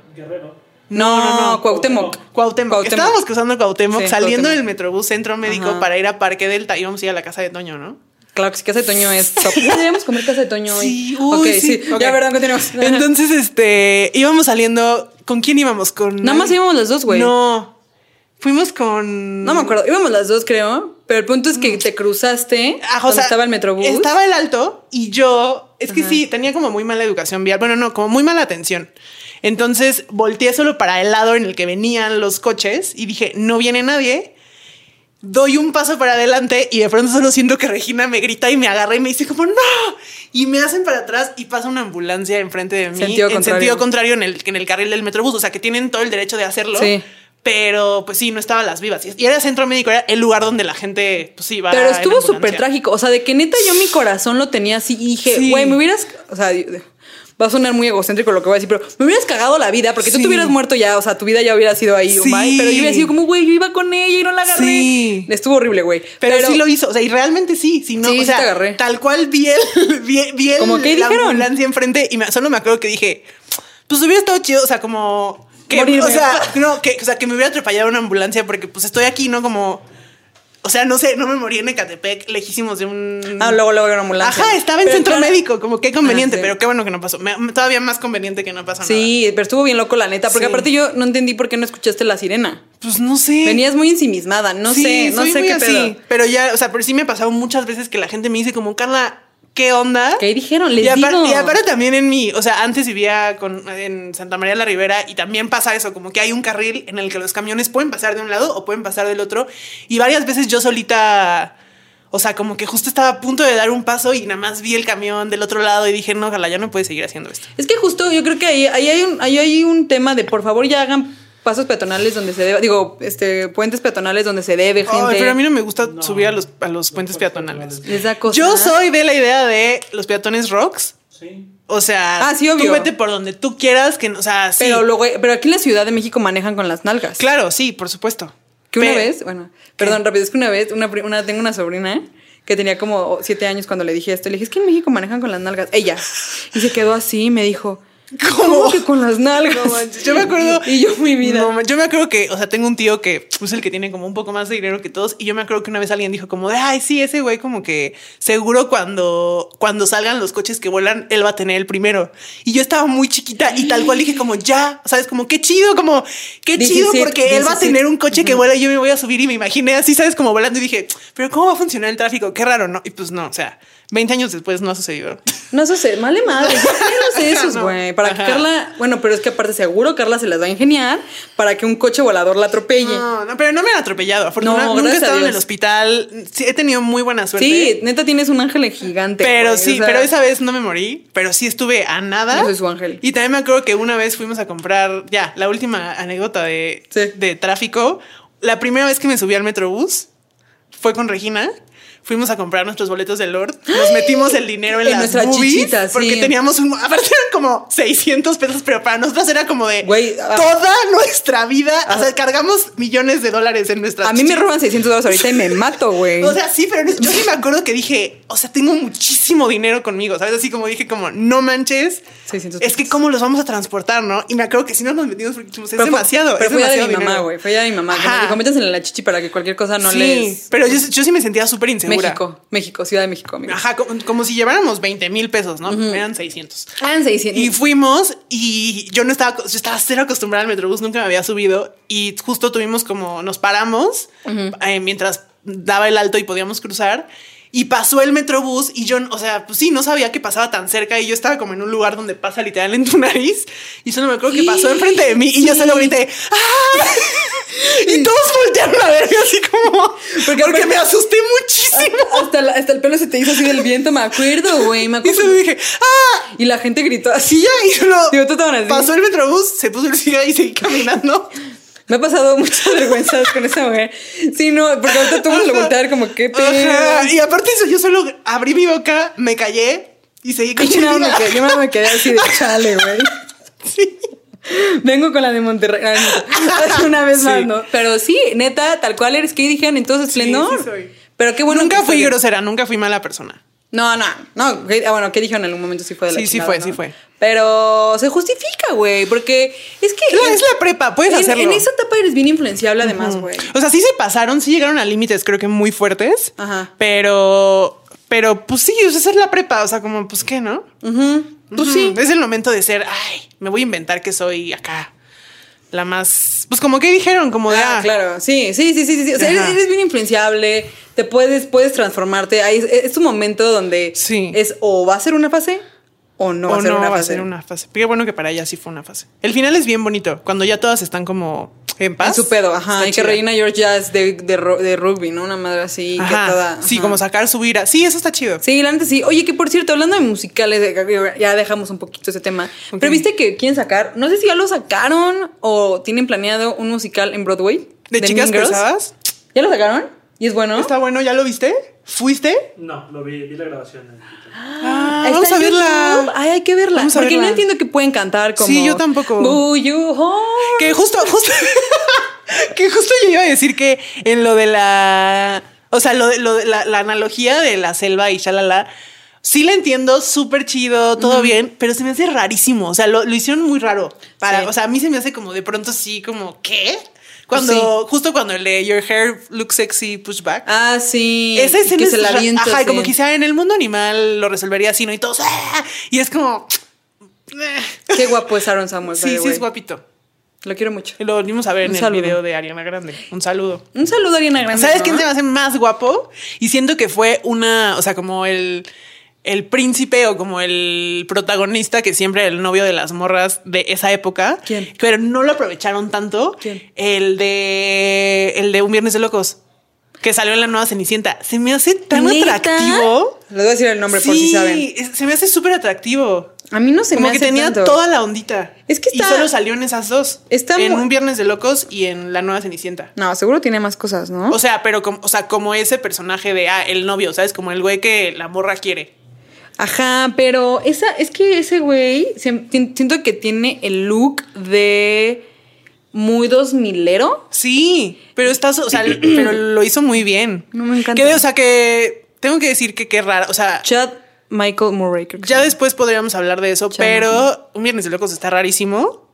[SPEAKER 1] No, no, no, Cuauhtémoc.
[SPEAKER 2] Cuauhtémoc. Estábamos cruzando Cuauhtémoc,
[SPEAKER 1] Sí,
[SPEAKER 2] saliendo
[SPEAKER 1] Cuauhtémoc.
[SPEAKER 2] del Metrobús Centro Médico
[SPEAKER 1] Ajá.
[SPEAKER 2] para ir a Parque Delta. Íbamos a ir a la casa de Toño, ¿no?
[SPEAKER 1] Claro que sí, casa de Toño es
[SPEAKER 2] (laughs)
[SPEAKER 1] top. Ya deberíamos comer casa de Toño hoy. ok, sí.
[SPEAKER 2] ok.
[SPEAKER 1] Ya, verdad, continuamos.
[SPEAKER 2] (laughs) Entonces, este, íbamos saliendo. ¿Con quién íbamos? Con.
[SPEAKER 1] Nada más íbamos las dos, güey.
[SPEAKER 2] No. Fuimos con.
[SPEAKER 1] No me acuerdo. Íbamos las dos, creo. Pero el punto es que te cruzaste
[SPEAKER 2] Mm. Ajá, o
[SPEAKER 1] cuando
[SPEAKER 2] sea,
[SPEAKER 1] estaba el metrobús.
[SPEAKER 2] Estaba el alto y yo, es que
[SPEAKER 1] Ajá.
[SPEAKER 2] sí, tenía como muy mala educación vial. Bueno, no, como muy mala atención. Entonces volteé solo para el lado en el que venían los coches y dije, no viene nadie. Doy un paso para adelante y de pronto solo siento que Regina me grita y me agarra y me dice como no y me hacen para atrás y pasa una ambulancia enfrente de mí
[SPEAKER 1] Sentido
[SPEAKER 2] en
[SPEAKER 1] contrario.
[SPEAKER 2] sentido contrario en el, en el carril del metrobús, o sea que tienen todo el derecho de hacerlo,
[SPEAKER 1] Sí.
[SPEAKER 2] pero pues sí no estaba a las vivas y era centro médico era el lugar donde la gente pues sí va
[SPEAKER 1] Pero
[SPEAKER 2] en
[SPEAKER 1] estuvo súper
[SPEAKER 2] ambulancia.
[SPEAKER 1] trágico. O sea, de que neta yo mi corazón lo tenía así y dije,
[SPEAKER 2] Sí.
[SPEAKER 1] güey, me hubieras. O sea, va a sonar muy egocéntrico lo que voy a decir, pero me hubieras cagado la vida porque tú
[SPEAKER 2] Sí.
[SPEAKER 1] te hubieras muerto ya. O sea, tu vida ya hubiera sido ahí. oh,
[SPEAKER 2] Sí.
[SPEAKER 1] bye. Pero yo hubiera sido como, güey, yo iba con ella y no la agarré.
[SPEAKER 2] Sí.
[SPEAKER 1] Estuvo horrible, güey.
[SPEAKER 2] Pero, sí lo hizo, o sea, y realmente sí, si no,
[SPEAKER 1] Sí,
[SPEAKER 2] o
[SPEAKER 1] sí
[SPEAKER 2] sea,
[SPEAKER 1] te agarré.
[SPEAKER 2] tal cual vi el, (laughs) vi, vi el-
[SPEAKER 1] ¿Cómo qué
[SPEAKER 2] la
[SPEAKER 1] dijeron?
[SPEAKER 2] ambulancia enfrente y me- solo me acuerdo que dije, pues hubiera estado chido, o sea, como que,
[SPEAKER 1] Morirme.
[SPEAKER 2] o sea, no, que, o sea, que me hubiera atropellado una ambulancia porque pues estoy aquí, no como, o sea, no sé, no me morí en Ecatepec, lejísimos de un,
[SPEAKER 1] Ah, luego, luego era una ambulancia.
[SPEAKER 2] ajá, estaba en
[SPEAKER 1] Pero
[SPEAKER 2] centro
[SPEAKER 1] claro- Ah,
[SPEAKER 2] médico, como qué conveniente,
[SPEAKER 1] sí.
[SPEAKER 2] pero qué bueno que no pasó, Me- todavía más conveniente que no pasó nada.
[SPEAKER 1] Sí, pero estuvo bien loco la neta, porque
[SPEAKER 2] Sí.
[SPEAKER 1] aparte yo no entendí por qué no escuchaste la sirena.
[SPEAKER 2] Pues no sé.
[SPEAKER 1] Venías muy ensimismada, no
[SPEAKER 2] Sí,
[SPEAKER 1] sé, no
[SPEAKER 2] soy
[SPEAKER 1] sé
[SPEAKER 2] muy
[SPEAKER 1] qué
[SPEAKER 2] así,
[SPEAKER 1] pedo.
[SPEAKER 2] Pero ya, o sea, pero sí me ha pasado muchas veces que la gente me dice como, Carla, ¿qué onda?
[SPEAKER 1] ¿Qué dijeron? Les
[SPEAKER 2] y, apar-
[SPEAKER 1] digo.
[SPEAKER 2] y aparte también en mi, o sea, antes vivía con, en Santa María la Ribera y también pasa eso, como que hay un carril en el que los camiones pueden pasar de un lado o pueden pasar del otro. Y varias veces yo solita, o sea, como que justo estaba a punto de dar un paso y nada más vi el camión del otro lado y dije, no, Carla, ya no puedes seguir haciendo esto.
[SPEAKER 1] Es que justo yo creo que ahí, ahí hay un, ahí hay un tema de por favor ya hagan pasos peatonales donde se deba, digo, este, puentes peatonales donde se debe, gente.
[SPEAKER 2] Ay, pero a mí no me gusta subir a los, a los puentes peatonales.
[SPEAKER 1] Les da cosa.
[SPEAKER 2] Yo soy de la idea de los peatones rocks. O sea,
[SPEAKER 1] Ah, sí, obvio.
[SPEAKER 2] tú vete por donde tú quieras, que, no- o sea, sí.
[SPEAKER 1] Pero, luego, pero aquí en la Ciudad de México manejan con las nalgas.
[SPEAKER 2] claro, sí, por supuesto.
[SPEAKER 1] Que una
[SPEAKER 2] Pe-
[SPEAKER 1] vez, bueno, perdón, rápido, es que una vez, una, pri- una- tengo una sobrina que tenía como siete años cuando le dije esto. y Le dije, es que en México manejan con las nalgas. Ella. Y se quedó así y me dijo, ¿cómo, que con las nalgas? (laughs)
[SPEAKER 2] No manches, yo me acuerdo.
[SPEAKER 1] Y yo, mi vida.
[SPEAKER 2] No, man- yo me acuerdo que, o sea, tengo un tío que es el que tiene como un poco más de dinero que todos. Y yo me acuerdo que una vez alguien dijo, como de ay, sí, ese güey, como que seguro cuando, cuando salgan los coches que vuelan, él va a tener el primero. Y yo estaba muy chiquita y tal cual dije, como ya, ¿sabes? Como qué chido, como qué chido,
[SPEAKER 1] 17,
[SPEAKER 2] porque él va a
[SPEAKER 1] 17.
[SPEAKER 2] tener un coche que vuela y yo me voy a subir. Y me imaginé así, ¿sabes? Como volando. Y dije, pero ¿cómo va a funcionar el tráfico? Qué raro, ¿no? Y pues no, o sea, 20 años después no ha sucedido.
[SPEAKER 1] No sucede, male madre. ¿Por qué no sé esos,
[SPEAKER 2] No.
[SPEAKER 1] güey? Para que
[SPEAKER 2] Ajá.
[SPEAKER 1] Carla, bueno, pero es que aparte seguro Carla se las va a ingeniar para que un coche volador la atropelle.
[SPEAKER 2] No, no, pero no me han atropellado. Afortunadamente,
[SPEAKER 1] No,
[SPEAKER 2] nunca he
[SPEAKER 1] gracias a
[SPEAKER 2] estado en el
[SPEAKER 1] Dios.
[SPEAKER 2] hospital. Sí, he tenido muy buena suerte.
[SPEAKER 1] sí, neta tienes un ángel gigante.
[SPEAKER 2] Pero
[SPEAKER 1] güey,
[SPEAKER 2] sí,
[SPEAKER 1] o sea,
[SPEAKER 2] pero esa vez no me morí, pero sí estuve a nada.
[SPEAKER 1] Yo soy su ángel.
[SPEAKER 2] Y también me acuerdo que una vez fuimos a comprar, ya, la última anécdota de,
[SPEAKER 1] Sí.
[SPEAKER 2] de tráfico. La primera vez que me subí al Metrobús fue con Regina. Fuimos a comprar nuestros boletos de Lord. Nos metimos el dinero en,
[SPEAKER 1] En
[SPEAKER 2] las
[SPEAKER 1] nuestra
[SPEAKER 2] boobies
[SPEAKER 1] chichita, sí.
[SPEAKER 2] Porque teníamos un... Aparte eran como 600 pesos, pero para nosotros era como de...
[SPEAKER 1] Güey, ah.
[SPEAKER 2] toda nuestra vida. o sea, cargamos millones de dólares en nuestras
[SPEAKER 1] A mí me
[SPEAKER 2] chichis.
[SPEAKER 1] roban 600 dólares ahorita y me mato, güey.
[SPEAKER 2] (laughs) O sea, sí, pero no- yo sí me acuerdo que dije, o sea, tengo muchísimo dinero conmigo, ¿sabes? Así como dije, como, no manches.
[SPEAKER 1] 600
[SPEAKER 2] Es que
[SPEAKER 1] pesos.
[SPEAKER 2] cómo los vamos a transportar, ¿no? Y me acuerdo que si no nos metimos porque dijimos, es
[SPEAKER 1] Pero fue-
[SPEAKER 2] demasiado.
[SPEAKER 1] Pero
[SPEAKER 2] es
[SPEAKER 1] fue ya de
[SPEAKER 2] demasiado
[SPEAKER 1] mi mamá,
[SPEAKER 2] dinero".
[SPEAKER 1] güey. Fue ya de mi mamá. Que
[SPEAKER 2] Ajá.
[SPEAKER 1] me dijo, métansela en la chichi para que cualquier cosa no
[SPEAKER 2] sí,
[SPEAKER 1] les.
[SPEAKER 2] pero yo, yo sí me sentía súper insegura.
[SPEAKER 1] México, México, Ciudad de México, amigo.
[SPEAKER 2] Ajá, como, como si lleváramos 20 mil pesos, ¿no? Eran 600.
[SPEAKER 1] Eran 600.
[SPEAKER 2] Y fuimos y yo no estaba, yo estaba cero acostumbrada al metrobús, nunca me había subido y justo tuvimos como, nos paramos eh, mientras daba el alto y podíamos cruzar y pasó el metrobús y yo, o sea, pues sí, no sabía que pasaba tan cerca y yo estaba como en un lugar donde pasa literalmente tu (laughs) nariz y solo me acuerdo que pasó enfrente de mí y yo solo grité, ¡ah! Y todos voltearon a verme así como,
[SPEAKER 1] Porque
[SPEAKER 2] porque,
[SPEAKER 1] aparte- Ah.
[SPEAKER 2] me asusté muchísimo.
[SPEAKER 1] hasta, la- hasta el pelo se te hizo así del viento, me acuerdo, güey. Me
[SPEAKER 2] (laughs) Y
[SPEAKER 1] acuerdo.
[SPEAKER 2] solo dije, ¡ah!
[SPEAKER 1] Y la gente gritó
[SPEAKER 2] Y
[SPEAKER 1] así.
[SPEAKER 2] ya, y solo
[SPEAKER 1] Digo, tú estabas así.
[SPEAKER 2] pasó el metrobús, se puso el cigarro y seguí caminando.
[SPEAKER 1] Me ha pasado muchas (laughs) vergüenzas con esa mujer. Sí, no, porque ahorita tú me lo voltear como que
[SPEAKER 2] Ajá,
[SPEAKER 1] pedo.
[SPEAKER 2] Y aparte eso, yo solo abrí mi boca, me callé y seguí con
[SPEAKER 1] Yo
[SPEAKER 2] mi
[SPEAKER 1] nada más me
[SPEAKER 2] vida.
[SPEAKER 1] quedé- Yo nada más me quedé
[SPEAKER 2] (laughs)
[SPEAKER 1] así de chale, güey.
[SPEAKER 2] Sí.
[SPEAKER 1] Vengo con la de Monterrey. Ay, no. (laughs) Una vez más,
[SPEAKER 2] Sí.
[SPEAKER 1] ¿no? Pero sí, neta, tal cual eres que dijeron en todo su esplendor.
[SPEAKER 2] sí soy.
[SPEAKER 1] Pero qué bueno.
[SPEAKER 2] nunca
[SPEAKER 1] que
[SPEAKER 2] fui
[SPEAKER 1] soy-
[SPEAKER 2] grosera, nunca fui mala persona.
[SPEAKER 1] No, no, no. que- ah, bueno, ¿qué dijeron en algún momento? Sí fue de la
[SPEAKER 2] Sí, sí
[SPEAKER 1] chingada,
[SPEAKER 2] fue,
[SPEAKER 1] ¿no?
[SPEAKER 2] sí fue.
[SPEAKER 1] Pero se justifica, güey, porque es que.
[SPEAKER 2] No, es la prepa, puedes
[SPEAKER 1] en-
[SPEAKER 2] hacerlo.
[SPEAKER 1] En esa etapa eres bien influenciable, además, güey.
[SPEAKER 2] O sea, sí se pasaron, sí llegaron a límites, creo que muy fuertes.
[SPEAKER 1] Ajá.
[SPEAKER 2] Pero, pero pues sí, o sea, esa es la prepa, o sea, como, pues qué, ¿no?
[SPEAKER 1] Ujú. Pues
[SPEAKER 2] Ujú,
[SPEAKER 1] sí.
[SPEAKER 2] Es el momento de ser, ay, me voy a inventar que soy acá la más, pues como que dijeron, como de,
[SPEAKER 1] Ah,
[SPEAKER 2] ah,
[SPEAKER 1] claro. Sí, sí, sí, sí, sí. O sea, eres,
[SPEAKER 2] Ajá.
[SPEAKER 1] eres bien influenciable, te te puedes, puedes transformarte. Ahí es, es un momento donde
[SPEAKER 2] Sí.
[SPEAKER 1] es o va a ser una fase o no va
[SPEAKER 2] o
[SPEAKER 1] a ser
[SPEAKER 2] no
[SPEAKER 1] una
[SPEAKER 2] va a
[SPEAKER 1] fase.
[SPEAKER 2] ser una fase. Qué bueno que para ella sí fue una fase. El final es bien bonito, cuando ya todas están como en paz.
[SPEAKER 1] En su pedo, ajá.
[SPEAKER 2] Está
[SPEAKER 1] Y que
[SPEAKER 2] chida.
[SPEAKER 1] Reina George ya es de, de ro- de rugby, ¿no? Una madre así que
[SPEAKER 2] Ajá,
[SPEAKER 1] toda.
[SPEAKER 2] Sí,
[SPEAKER 1] ajá.
[SPEAKER 2] como sacar su ira. Sí, eso está chido.
[SPEAKER 1] Sí, la neta sí. Oye, que por cierto, hablando de musicales, de- ya dejamos un poquito ese tema.
[SPEAKER 2] Ok.
[SPEAKER 1] Pero viste que quieren sacar, no sé si ya lo sacaron o tienen planeado un musical en Broadway.
[SPEAKER 2] ¿De chicas
[SPEAKER 1] Mean Girls.
[SPEAKER 2] pesadas?
[SPEAKER 1] ¿Ya lo sacaron? ¿Y es bueno?
[SPEAKER 2] Está bueno, ¿ya lo viste? ¿Fuiste?
[SPEAKER 6] No, lo vi, vi la grabación. en YouTube.
[SPEAKER 2] Ah,
[SPEAKER 1] Está
[SPEAKER 2] vamos
[SPEAKER 1] en
[SPEAKER 2] a verla.
[SPEAKER 1] YouTube. Ay, hay que verla.
[SPEAKER 2] Vamos a
[SPEAKER 1] porque
[SPEAKER 2] verla.
[SPEAKER 1] no entiendo que pueden cantar como.
[SPEAKER 2] Sí, yo tampoco.
[SPEAKER 1] Boo you home.
[SPEAKER 2] Que justo, justo. (laughs) que justo yo iba a decir que en lo de la. O sea, lo de, lo de la, la analogía de la selva y shalala. Sí la entiendo, súper chido, todo bien, pero se me hace rarísimo. O sea, lo, lo hicieron muy raro. Para,
[SPEAKER 1] Sí.
[SPEAKER 2] O sea, a mí se me hace como de pronto sí, como, ¿qué? Cuando, justo cuando el de Your Hair Looks Sexy Pushback.
[SPEAKER 1] Ah, sí.
[SPEAKER 2] Esa
[SPEAKER 1] Y
[SPEAKER 2] escena
[SPEAKER 1] que
[SPEAKER 2] es
[SPEAKER 1] se la
[SPEAKER 2] ra-
[SPEAKER 1] avienta,
[SPEAKER 2] Ajá,
[SPEAKER 1] sí.
[SPEAKER 2] y como quizá en el mundo animal lo resolvería así, ¿no? Y todos. ¡ah! Y es como.
[SPEAKER 1] Qué guapo es Aaron Samuel. by
[SPEAKER 2] Sí,
[SPEAKER 1] the
[SPEAKER 2] sí,
[SPEAKER 1] way.
[SPEAKER 2] es guapito.
[SPEAKER 1] Lo quiero mucho.
[SPEAKER 2] Lo volvimos a ver
[SPEAKER 1] Un
[SPEAKER 2] en
[SPEAKER 1] saludo.
[SPEAKER 2] el video de Ariana Grande. Un saludo.
[SPEAKER 1] Un saludo a Ariana Grande.
[SPEAKER 2] ¿Sabes
[SPEAKER 1] ¿no?
[SPEAKER 2] quién se me hace más guapo? Y siento que fue una, o sea, como el, el príncipe o como el protagonista que siempre era el novio de las morras de esa época.
[SPEAKER 1] ¿Quién?
[SPEAKER 2] Pero no lo aprovecharon tanto.
[SPEAKER 1] ¿Quién?
[SPEAKER 2] El de, el de Un Viernes de Locos, que salió en la nueva Cenicienta. Se me hace tan
[SPEAKER 1] ¿Neta?
[SPEAKER 2] atractivo.
[SPEAKER 1] Les voy a decir el nombre por si
[SPEAKER 2] Sí,
[SPEAKER 1] saben.
[SPEAKER 2] es- se me hace súper atractivo.
[SPEAKER 1] A mí no se
[SPEAKER 2] como
[SPEAKER 1] me hace
[SPEAKER 2] que tenía
[SPEAKER 1] tanto.
[SPEAKER 2] toda la ondita.
[SPEAKER 1] Es que
[SPEAKER 2] y
[SPEAKER 1] está-
[SPEAKER 2] solo salió en esas dos.
[SPEAKER 1] Está
[SPEAKER 2] en
[SPEAKER 1] mu-
[SPEAKER 2] un Viernes de Locos y en la nueva Cenicienta.
[SPEAKER 1] No, seguro tiene más cosas, ¿no?
[SPEAKER 2] O sea, pero como, o sea, como ese personaje de ah, el novio, ¿sabes? Como el güey que la morra quiere.
[SPEAKER 1] Ajá, pero esa, es que ese güey se- ti- siento que tiene el look de muy dos milero.
[SPEAKER 2] Sí, pero estás, o
[SPEAKER 1] (clears throat)
[SPEAKER 2] sea, l- pero lo hizo muy bien.
[SPEAKER 1] No, me encanta.
[SPEAKER 2] Que, o sea, que tengo que decir que qué raro, o sea,
[SPEAKER 1] Chad Michael Murray, creo que
[SPEAKER 2] ya
[SPEAKER 1] se
[SPEAKER 2] después podríamos hablar de eso,
[SPEAKER 1] Ya
[SPEAKER 2] pero un viernes de locos está rarísimo.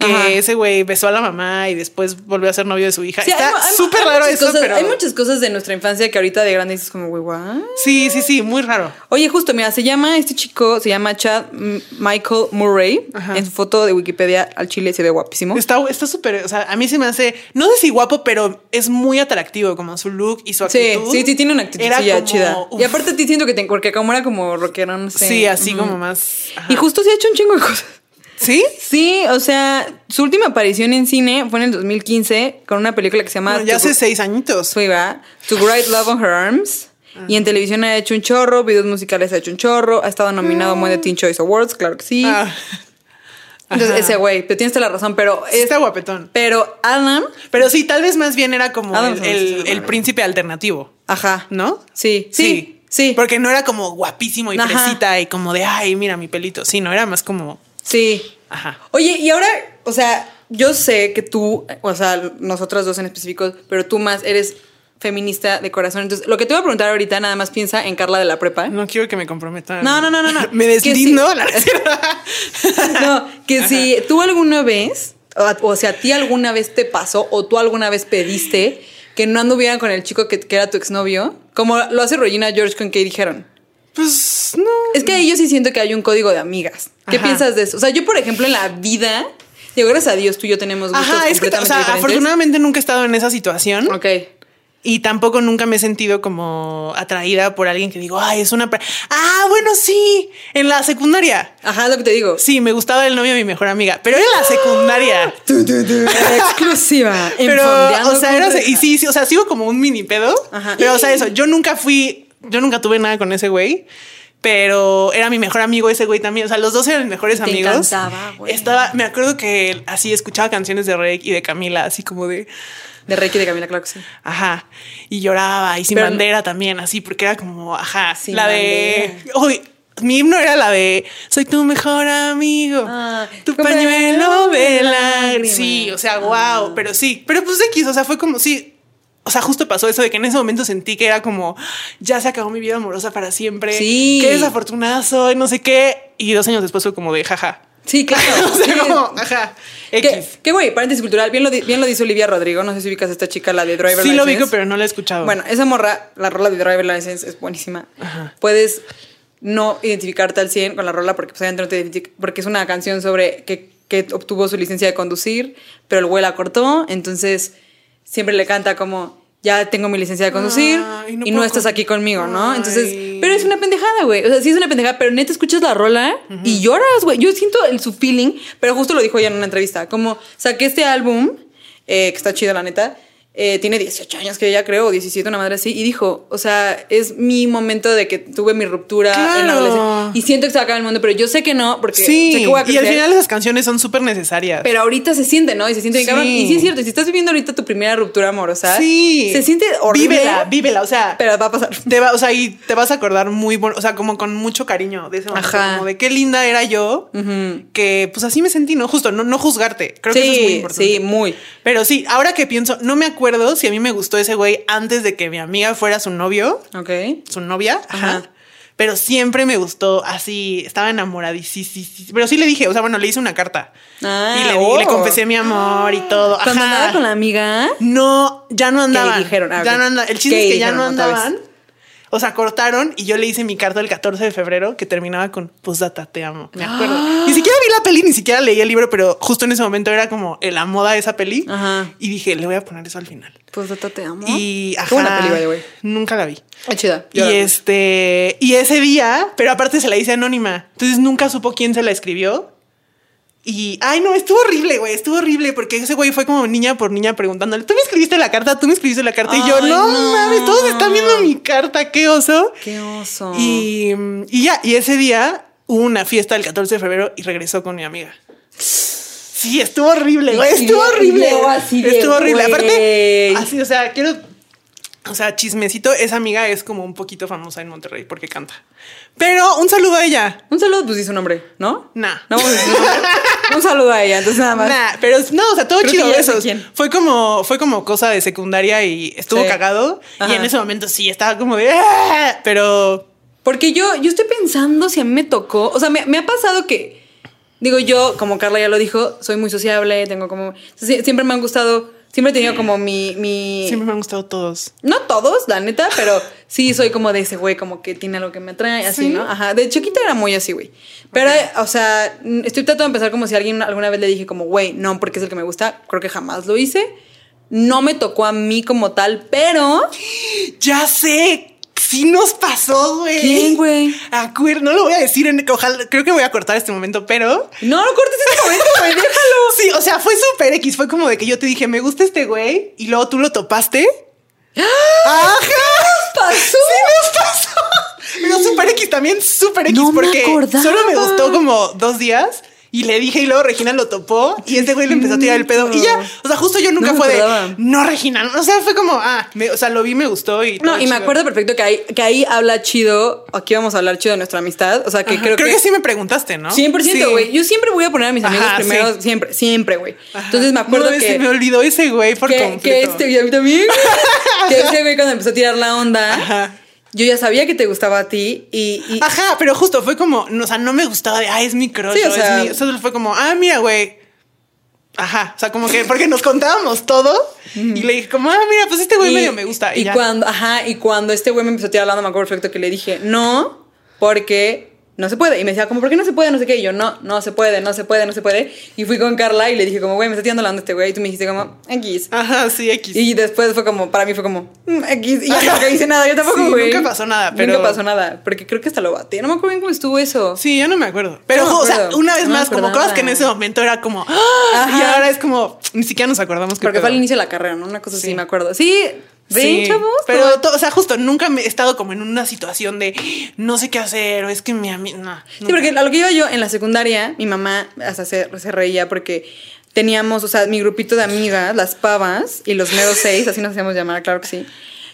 [SPEAKER 2] Que
[SPEAKER 1] Ajá.
[SPEAKER 2] ese güey besó a la mamá y después volvió a ser novio de su hija.
[SPEAKER 1] Sí, hay mu-
[SPEAKER 2] está
[SPEAKER 1] hay mu-
[SPEAKER 2] súper
[SPEAKER 1] hay
[SPEAKER 2] raro
[SPEAKER 1] muchas
[SPEAKER 2] eso,
[SPEAKER 1] cosas-
[SPEAKER 2] pero
[SPEAKER 1] Hay muchas cosas de nuestra infancia que ahorita de grande dices como, güey, ¿what?
[SPEAKER 2] Sí, sí, sí, muy raro.
[SPEAKER 1] Oye, justo, mira, se llama, este chico se llama Chad M- Michael Murray.
[SPEAKER 2] Ajá.
[SPEAKER 1] En su foto de Wikipedia al chile se ve guapísimo.
[SPEAKER 2] Está está súper, o sea, a mí se me hace, no sé si guapo, pero es muy atractivo, como su look y su
[SPEAKER 1] Sí,
[SPEAKER 2] actitud.
[SPEAKER 1] sí, sí, tiene una actitud
[SPEAKER 2] Era
[SPEAKER 1] sí, ya
[SPEAKER 2] como,
[SPEAKER 1] chida. Y
[SPEAKER 2] uf.
[SPEAKER 1] aparte te siento que te, porque como era como rockero, no sé.
[SPEAKER 2] Sí, así
[SPEAKER 1] Ujú.
[SPEAKER 2] como más. ajá.
[SPEAKER 1] Y justo se ha hecho un chingo de cosas.
[SPEAKER 2] ¿Sí?
[SPEAKER 1] Sí, o sea, su última aparición en cine fue en el 2015 con una película que se llama
[SPEAKER 2] Bueno, ya
[SPEAKER 1] To-
[SPEAKER 2] hace seis añitos.
[SPEAKER 1] Sí, ¿verdad? To Write Love on Her Arms. Y
[SPEAKER 2] Ah.
[SPEAKER 1] en televisión ha hecho un chorro, videos musicales ha hecho un chorro, ha estado nominado a muy de Teen Choice Awards, claro que sí.
[SPEAKER 2] Ah,
[SPEAKER 1] Entonces,
[SPEAKER 2] ajá.
[SPEAKER 1] ese güey, pero tienes toda la razón, pero
[SPEAKER 2] sí
[SPEAKER 1] es-
[SPEAKER 2] está guapetón.
[SPEAKER 1] pero Adam,
[SPEAKER 2] Pero sí, tal vez más bien era como
[SPEAKER 1] Ah,
[SPEAKER 2] el,
[SPEAKER 1] vamos a ver si
[SPEAKER 2] el-
[SPEAKER 1] se me
[SPEAKER 2] el
[SPEAKER 1] olvida.
[SPEAKER 2] príncipe alternativo,
[SPEAKER 1] ajá,
[SPEAKER 2] ¿no?
[SPEAKER 1] Sí, sí, sí.
[SPEAKER 2] Porque no era como guapísimo y
[SPEAKER 1] Ajá.
[SPEAKER 2] fresita y como de, ay, mira mi pelito. Sí, no, era más como,
[SPEAKER 1] Sí.
[SPEAKER 2] ajá.
[SPEAKER 1] Oye, y ahora, o sea, yo sé que tú, o sea, nosotras dos en específico, pero tú más eres feminista de corazón. Entonces, lo que te voy a preguntar ahorita, nada más piensa en Carla de la prepa.
[SPEAKER 2] No quiero que me comprometan.
[SPEAKER 1] No, no, no, no, no.
[SPEAKER 2] (laughs) me
[SPEAKER 1] Que sí.
[SPEAKER 2] deslindo. la-
[SPEAKER 1] (laughs) No, que si tú alguna vez, o, a- o sea, a ti alguna vez te pasó o tú alguna vez pediste que no anduvieran con el chico que, que era tu exnovio, como lo hace Regina George con que dijeron.
[SPEAKER 2] (laughs) Pues no.
[SPEAKER 1] Es que ahí yo sí siento que hay un código de amigas. ¿Qué
[SPEAKER 2] Ajá.
[SPEAKER 1] piensas de eso? O sea, yo, por ejemplo, en la vida, digo, gracias a Dios tú y yo tenemos gustos
[SPEAKER 2] Ajá, es que, o
[SPEAKER 1] completamente
[SPEAKER 2] sea,
[SPEAKER 1] diferentes.
[SPEAKER 2] afortunadamente nunca he estado en esa situación.
[SPEAKER 1] Ok.
[SPEAKER 2] Y tampoco nunca me he sentido como atraída por alguien que digo, ay, es una... pre- Ah, bueno, sí, en la secundaria.
[SPEAKER 1] Ajá, es lo que te digo.
[SPEAKER 2] Sí, me gustaba el novio de mi mejor amiga, pero era
[SPEAKER 1] ¡Ah!
[SPEAKER 2] en la secundaria.
[SPEAKER 1] Exclusiva. en
[SPEAKER 2] (laughs) pero,
[SPEAKER 1] Fondeando
[SPEAKER 2] o sea, era-
[SPEAKER 1] con Reja.
[SPEAKER 2] y sí, sí, o sea, sigo como un mini pedo.
[SPEAKER 1] Ajá.
[SPEAKER 2] Pero, o sea, eso, yo nunca fui, yo nunca tuve nada con ese güey. Pero era mi mejor amigo ese güey también. O sea, los dos eran mis mejores
[SPEAKER 1] Te
[SPEAKER 2] amigos.
[SPEAKER 1] encantaba, güey.
[SPEAKER 2] Estaba, me acuerdo que así escuchaba canciones de Rey y de Camila, así como de,
[SPEAKER 1] De Reiki de Camila Clark, sí.
[SPEAKER 2] Ajá. Y lloraba. Y sin
[SPEAKER 1] Pero-
[SPEAKER 2] bandera también, así, porque era como, ajá.
[SPEAKER 1] Sin
[SPEAKER 2] la de. Uy, mi himno era la de Soy tu mejor amigo.
[SPEAKER 1] Ah,
[SPEAKER 2] tu
[SPEAKER 1] con
[SPEAKER 2] pañuelo de
[SPEAKER 1] lágrimas. Ah.
[SPEAKER 2] lágrimas. Sí, o sea, wow. Pero sí. Pero pues X, o sea, fue como, sí. O sea, justo pasó eso de que en ese momento sentí que era como, ya se acabó mi vida amorosa para siempre.
[SPEAKER 1] Sí.
[SPEAKER 2] Qué desafortunada soy, no sé qué. Y dos años después fue como de jaja. (laughs)
[SPEAKER 1] Sí, claro.
[SPEAKER 2] o sea,
[SPEAKER 1] Sí.
[SPEAKER 2] como, ajá.
[SPEAKER 1] Que,
[SPEAKER 2] X.
[SPEAKER 1] que, güey, paréntesis cultural. Bien lo, di- bien lo dice Olivia Rodrigo. No sé si ubicas a esta chica, la de Driver
[SPEAKER 2] Sí
[SPEAKER 1] License.
[SPEAKER 2] lo ubico, pero no lo he escuchado.
[SPEAKER 1] Bueno, esa morra, la rola de Driver License es buenísima. Puedes no identificarte al 100 con la rola porque pues, obviamente no te identific- porque es una canción sobre que, que obtuvo su licencia de conducir, pero el güey la cortó, entonces siempre le canta como ya tengo mi licencia de conducir
[SPEAKER 2] Ay,
[SPEAKER 1] y
[SPEAKER 2] no
[SPEAKER 1] no,
[SPEAKER 2] puedo
[SPEAKER 1] estás
[SPEAKER 2] con-
[SPEAKER 1] aquí conmigo, ¿no? Entonces,
[SPEAKER 2] Ay.
[SPEAKER 1] pero es una pendejada, güey. O sea, sí es una pendejada, pero neta escuchas la rola y lloras, güey. Yo siento el, su feeling, pero justo lo dijo ella en una entrevista. Como saqué este álbum, eh, que está chido, la neta. eh, tiene 18 años que ya creo, o 17, una madre así, y dijo, o sea, es mi momento de que tuve mi ruptura en la
[SPEAKER 2] Claro.
[SPEAKER 1] adolescencia, y siento que se va a acabar el mundo, pero yo sé que no, porque sé
[SPEAKER 2] Sí,
[SPEAKER 1] que voy a
[SPEAKER 2] y al
[SPEAKER 1] crecer.
[SPEAKER 2] final esas canciones son súper necesarias.
[SPEAKER 1] Pero ahorita se siente, ¿no? Y se siente bien
[SPEAKER 2] Sí.
[SPEAKER 1] cabrón. Y sí es cierto, si estás viviendo ahorita tu primera ruptura amorosa,
[SPEAKER 2] sí.
[SPEAKER 1] se siente horrible.
[SPEAKER 2] Vívela, vívela, o sea.
[SPEAKER 1] Pero va a pasar.
[SPEAKER 2] te va, o sea, y te vas a acordar muy bueno, o sea, como con mucho cariño de ese momento,
[SPEAKER 1] Ajá.
[SPEAKER 2] como de qué linda era yo, que pues así me sentí, ¿no? Justo, no, no juzgarte, creo
[SPEAKER 1] sí,
[SPEAKER 2] que eso es muy importante.
[SPEAKER 1] sí, muy.
[SPEAKER 2] Pero sí, ahora que pienso, no me acuerdo si a mí me gustó ese güey antes de que mi amiga fuera su novio,
[SPEAKER 1] Ok.
[SPEAKER 2] su novia, ajá.
[SPEAKER 1] Ajá.
[SPEAKER 2] Pero siempre me gustó así, estaba enamoradísima. Pero sí le dije, o sea, bueno, le hice una carta.
[SPEAKER 1] Ah,
[SPEAKER 2] y le,
[SPEAKER 1] oh.
[SPEAKER 2] le confesé mi amor y todo. Ajá.
[SPEAKER 1] Cuando andaba con la amiga,
[SPEAKER 2] No, ya no andaban.
[SPEAKER 1] dijeron? Ah,
[SPEAKER 2] Ya
[SPEAKER 1] ok.
[SPEAKER 2] no anda- El chiste
[SPEAKER 1] ¿Qué
[SPEAKER 2] es que ya
[SPEAKER 1] dijeron
[SPEAKER 2] no
[SPEAKER 1] otra vez?
[SPEAKER 2] andaban. O sea, cortaron y yo le hice mi carta el 14 de febrero que terminaba con Posdata, te amo. Me acuerdo.
[SPEAKER 1] (gasps)
[SPEAKER 2] Ni siquiera vi la peli, ni siquiera leí el libro, pero justo en ese momento era como eh, la moda de esa peli.
[SPEAKER 1] Ajá.
[SPEAKER 2] Y dije, le voy a poner eso al final.
[SPEAKER 1] pues Data te amo.
[SPEAKER 2] Y
[SPEAKER 1] Qué buena
[SPEAKER 2] ajá,
[SPEAKER 1] película, güey.
[SPEAKER 2] Nunca la vi.
[SPEAKER 1] Qué Ah, chida.
[SPEAKER 2] Y este, y ese día, pero aparte se la hice anónima. Entonces nunca supo quién se la escribió. Y, ay, no, estuvo horrible, güey, estuvo horrible, porque ese güey fue como niña por niña preguntándole, tú me escribiste la carta, tú me escribiste la carta, y yo,
[SPEAKER 1] Ay,
[SPEAKER 2] no,
[SPEAKER 1] no.
[SPEAKER 2] mames, todos están viendo mi carta, qué oso.
[SPEAKER 1] Qué oso.
[SPEAKER 2] Y, mm, y ya, y ese día hubo una fiesta el 14 de febrero y regresó con mi amiga. Sí, estuvo horrible,
[SPEAKER 1] Y
[SPEAKER 2] güey,
[SPEAKER 1] sí,
[SPEAKER 2] estuvo
[SPEAKER 1] y
[SPEAKER 2] horrible.
[SPEAKER 1] luego así de,
[SPEAKER 2] Estuvo horrible. Aparte,
[SPEAKER 1] güey.
[SPEAKER 2] así, o sea, quiero. O sea, chismecito, esa amiga es como un poquito famosa en Monterrey porque canta. Pero un saludo a ella.
[SPEAKER 1] Un saludo, pues dice un nombre, ¿no?
[SPEAKER 2] Nah.
[SPEAKER 1] No vamos a decir su
[SPEAKER 2] (laughs)
[SPEAKER 1] nombre. Un saludo a ella, entonces nada más.
[SPEAKER 2] Nah, pero no, o sea, todo
[SPEAKER 1] Creo que
[SPEAKER 2] chido
[SPEAKER 1] ya sé
[SPEAKER 2] besos.
[SPEAKER 1] quién.
[SPEAKER 2] Fue como, fue como cosa de secundaria y estuvo
[SPEAKER 1] Sí.
[SPEAKER 2] cagado. Y
[SPEAKER 1] Ajá.
[SPEAKER 2] en ese momento sí estaba como de. "Ah", Pero
[SPEAKER 1] Porque yo, yo estoy pensando si a mí me tocó. O sea, me, me ha pasado que. Digo, yo, como Carla ya lo dijo, soy muy sociable, tengo como. si- Siempre me han gustado. Siempre he tenido como mi. mi
[SPEAKER 2] siempre me han gustado todos.
[SPEAKER 1] No todos, la neta, pero sí soy como de ese güey, como que tiene algo que me atrae, así,
[SPEAKER 2] ¿Sí?
[SPEAKER 1] ¿no? Ajá. De chiquita era muy así, güey. Pero, eh, o sea, mm, estoy tratando de pensar como si alguien alguna vez le dije, como, güey, no, porque es el que me gusta. Creo que jamás lo hice. No me tocó a mí como tal, pero.
[SPEAKER 2] Ya sé. Sí nos pasó, güey.
[SPEAKER 1] ¿Quién, güey?
[SPEAKER 2] Acuer- No lo voy a decir en ojalá, creo que voy a cortar este momento, pero.
[SPEAKER 1] No, no cortes este momento, (laughs) güey, déjalo.
[SPEAKER 2] Sí, o sea, fue súper X. Fue como de que yo te dije, me gusta este güey, y luego tú lo topaste.
[SPEAKER 1] ¡Ah!
[SPEAKER 2] ¡Ajá!
[SPEAKER 1] pasó?
[SPEAKER 2] ¡Sí nos pasó! Pero súper X también, súper X,
[SPEAKER 1] No me
[SPEAKER 2] porque
[SPEAKER 1] acordaba.
[SPEAKER 2] solo me gustó como dos días. Y le dije, y luego Regina lo topó, y este güey le empezó a tirar el pedo. Y ya, o sea, justo yo
[SPEAKER 1] No
[SPEAKER 2] nunca
[SPEAKER 1] me
[SPEAKER 2] fue de,
[SPEAKER 1] acordaba.
[SPEAKER 2] no, Regina. O sea, fue como, ah, me- o sea, lo vi, me gustó. Y todo
[SPEAKER 1] No, y me
[SPEAKER 2] chido.
[SPEAKER 1] acuerdo perfecto que ahí, que ahí habla chido, aquí vamos a hablar chido de nuestra amistad, o sea que
[SPEAKER 2] Ajá,
[SPEAKER 1] creo, que...
[SPEAKER 2] sí me preguntaste, ¿no?
[SPEAKER 1] 100%,
[SPEAKER 2] Sí.
[SPEAKER 1] güey. Yo siempre voy a poner a mis amigos
[SPEAKER 2] Ajá,
[SPEAKER 1] primero,
[SPEAKER 2] sí.
[SPEAKER 1] siempre, siempre, güey.
[SPEAKER 2] Ajá.
[SPEAKER 1] Entonces me acuerdo
[SPEAKER 2] No,
[SPEAKER 1] que...
[SPEAKER 2] Se me olvidó ese güey por
[SPEAKER 1] que,
[SPEAKER 2] completo.
[SPEAKER 1] que este, y a mí también,
[SPEAKER 2] (laughs)
[SPEAKER 1] güey. que ese güey cuando empezó a tirar la onda,
[SPEAKER 2] Ajá. Ah,
[SPEAKER 1] yo ya sabía que te gustaba a ti y...
[SPEAKER 2] (laughs)
[SPEAKER 1] y-
[SPEAKER 2] Ajá, pero justo fue como, no, o sea, no me gustaba de, ah, es mi crush.
[SPEAKER 1] Sí, o
[SPEAKER 2] o
[SPEAKER 1] sea-
[SPEAKER 2] es mi, o sea, fue como, ah, mira, güey. Ajá, o sea, como que, porque nos contábamos todo y le dije, como, ah, mira, pues este güey
[SPEAKER 1] y-
[SPEAKER 2] medio me gusta. Y,
[SPEAKER 1] Y,
[SPEAKER 2] ya.
[SPEAKER 1] cuando, ajá, y cuando este güey me empezó a tirar la onda, me acuerdo perfecto que le dije, no, porque no se puede. Y me decía, como, ¿por qué no se puede? No sé qué. Y yo, no, no se puede, no se puede, no se puede. Y fui con Carla y le dije, como, güey, me está tirando la onda este güey. Y tú me dijiste, como, X.
[SPEAKER 2] Ajá, sí, Ah, X.
[SPEAKER 1] Y después fue como, para mí fue como, mm, X. Y yo
[SPEAKER 2] (laughs)
[SPEAKER 1] nunca hice nada, yo tampoco,
[SPEAKER 2] Sí,
[SPEAKER 1] güey.
[SPEAKER 2] nunca pasó nada, pero-
[SPEAKER 1] Nunca pasó nada, porque creo que hasta lo bate. No me acuerdo bien cómo estuvo eso.
[SPEAKER 2] Sí, yo no me acuerdo. Pero,
[SPEAKER 1] No me
[SPEAKER 2] o sea,
[SPEAKER 1] acuerdo.
[SPEAKER 2] una vez
[SPEAKER 1] No me
[SPEAKER 2] más, como
[SPEAKER 1] acordaba.
[SPEAKER 2] cosas que en ese momento era como, ¡ah! y
[SPEAKER 1] Ajá.
[SPEAKER 2] ahora es como, ni siquiera nos acordamos que
[SPEAKER 1] Porque fue al inicio de la carrera, ¿no? Una cosa así,
[SPEAKER 2] Sí.
[SPEAKER 1] me acuerdo. Sí, ven,
[SPEAKER 2] Sí,
[SPEAKER 1] chavos.
[SPEAKER 2] Pero,
[SPEAKER 1] todo-
[SPEAKER 2] to- o sea, justo nunca me he estado como en una situación de no sé qué hacer o es que mi amigo. No,
[SPEAKER 1] Sí,
[SPEAKER 2] nunca.
[SPEAKER 1] porque a lo que iba yo en la secundaria, mi mamá hasta se, se reía porque teníamos, o sea, mi grupito de amigas, las pavas y los meros seis, así nos hacíamos llamar, claro que sí.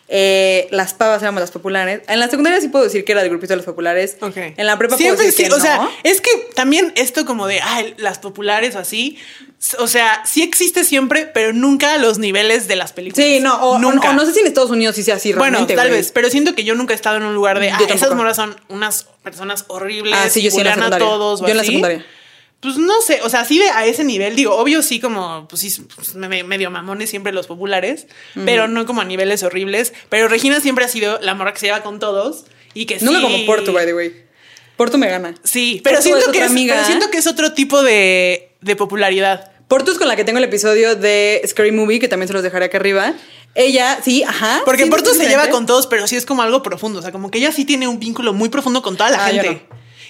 [SPEAKER 1] Eh, las pavas éramos las populares. En la secundaria sí puedo decir que era del grupito de las populares.
[SPEAKER 2] Ok.
[SPEAKER 1] En la prepa
[SPEAKER 2] Siempre
[SPEAKER 1] puedo decir
[SPEAKER 2] sí,
[SPEAKER 1] que
[SPEAKER 2] o sea,
[SPEAKER 1] no.
[SPEAKER 2] es que también esto como de ay, las populares o así, s- o sea, sí existe siempre, pero nunca a los niveles de las películas.
[SPEAKER 1] Sí, no, o, o-
[SPEAKER 2] nunca.
[SPEAKER 1] o no sé si en Estados Unidos sí sea así
[SPEAKER 2] bueno,
[SPEAKER 1] realmente,
[SPEAKER 2] tal
[SPEAKER 1] güey.
[SPEAKER 2] vez, pero siento que yo nunca he estado en un lugar de
[SPEAKER 1] Yo
[SPEAKER 2] "Ah, esas
[SPEAKER 1] tampoco.
[SPEAKER 2] moras son unas personas horribles,
[SPEAKER 1] Ah, sí, yo sí en la
[SPEAKER 2] bulean a
[SPEAKER 1] secundaria.
[SPEAKER 2] todos o
[SPEAKER 1] Yo en la
[SPEAKER 2] así".
[SPEAKER 1] secundaria.
[SPEAKER 2] Pues no sé, o sea, sí de a ese nivel, digo, obvio sí como, pues sí, pues, me- me- medio mamones siempre los populares, pero no como a niveles horribles. Pero Regina siempre ha sido la morra que se lleva con todos y que
[SPEAKER 1] Nunca
[SPEAKER 2] sí-
[SPEAKER 1] como Porto, by the way. Porto me gana.
[SPEAKER 2] Sí, pero
[SPEAKER 1] Porto es
[SPEAKER 2] siento,
[SPEAKER 1] otra
[SPEAKER 2] que es,
[SPEAKER 1] amiga.
[SPEAKER 2] pero siento que es otro tipo de, de popularidad.
[SPEAKER 1] Portus con la que tengo el episodio de Scary Movie, que también se los dejaré acá arriba. Ella, sí, ajá.
[SPEAKER 2] Porque
[SPEAKER 1] Ah, sí,
[SPEAKER 2] Porto
[SPEAKER 1] sí,
[SPEAKER 2] se
[SPEAKER 1] diferente.
[SPEAKER 2] lleva con todos, pero sí es como algo profundo. O sea, como que ella sí tiene un vínculo muy profundo con toda la
[SPEAKER 1] Ah, yo
[SPEAKER 2] gente.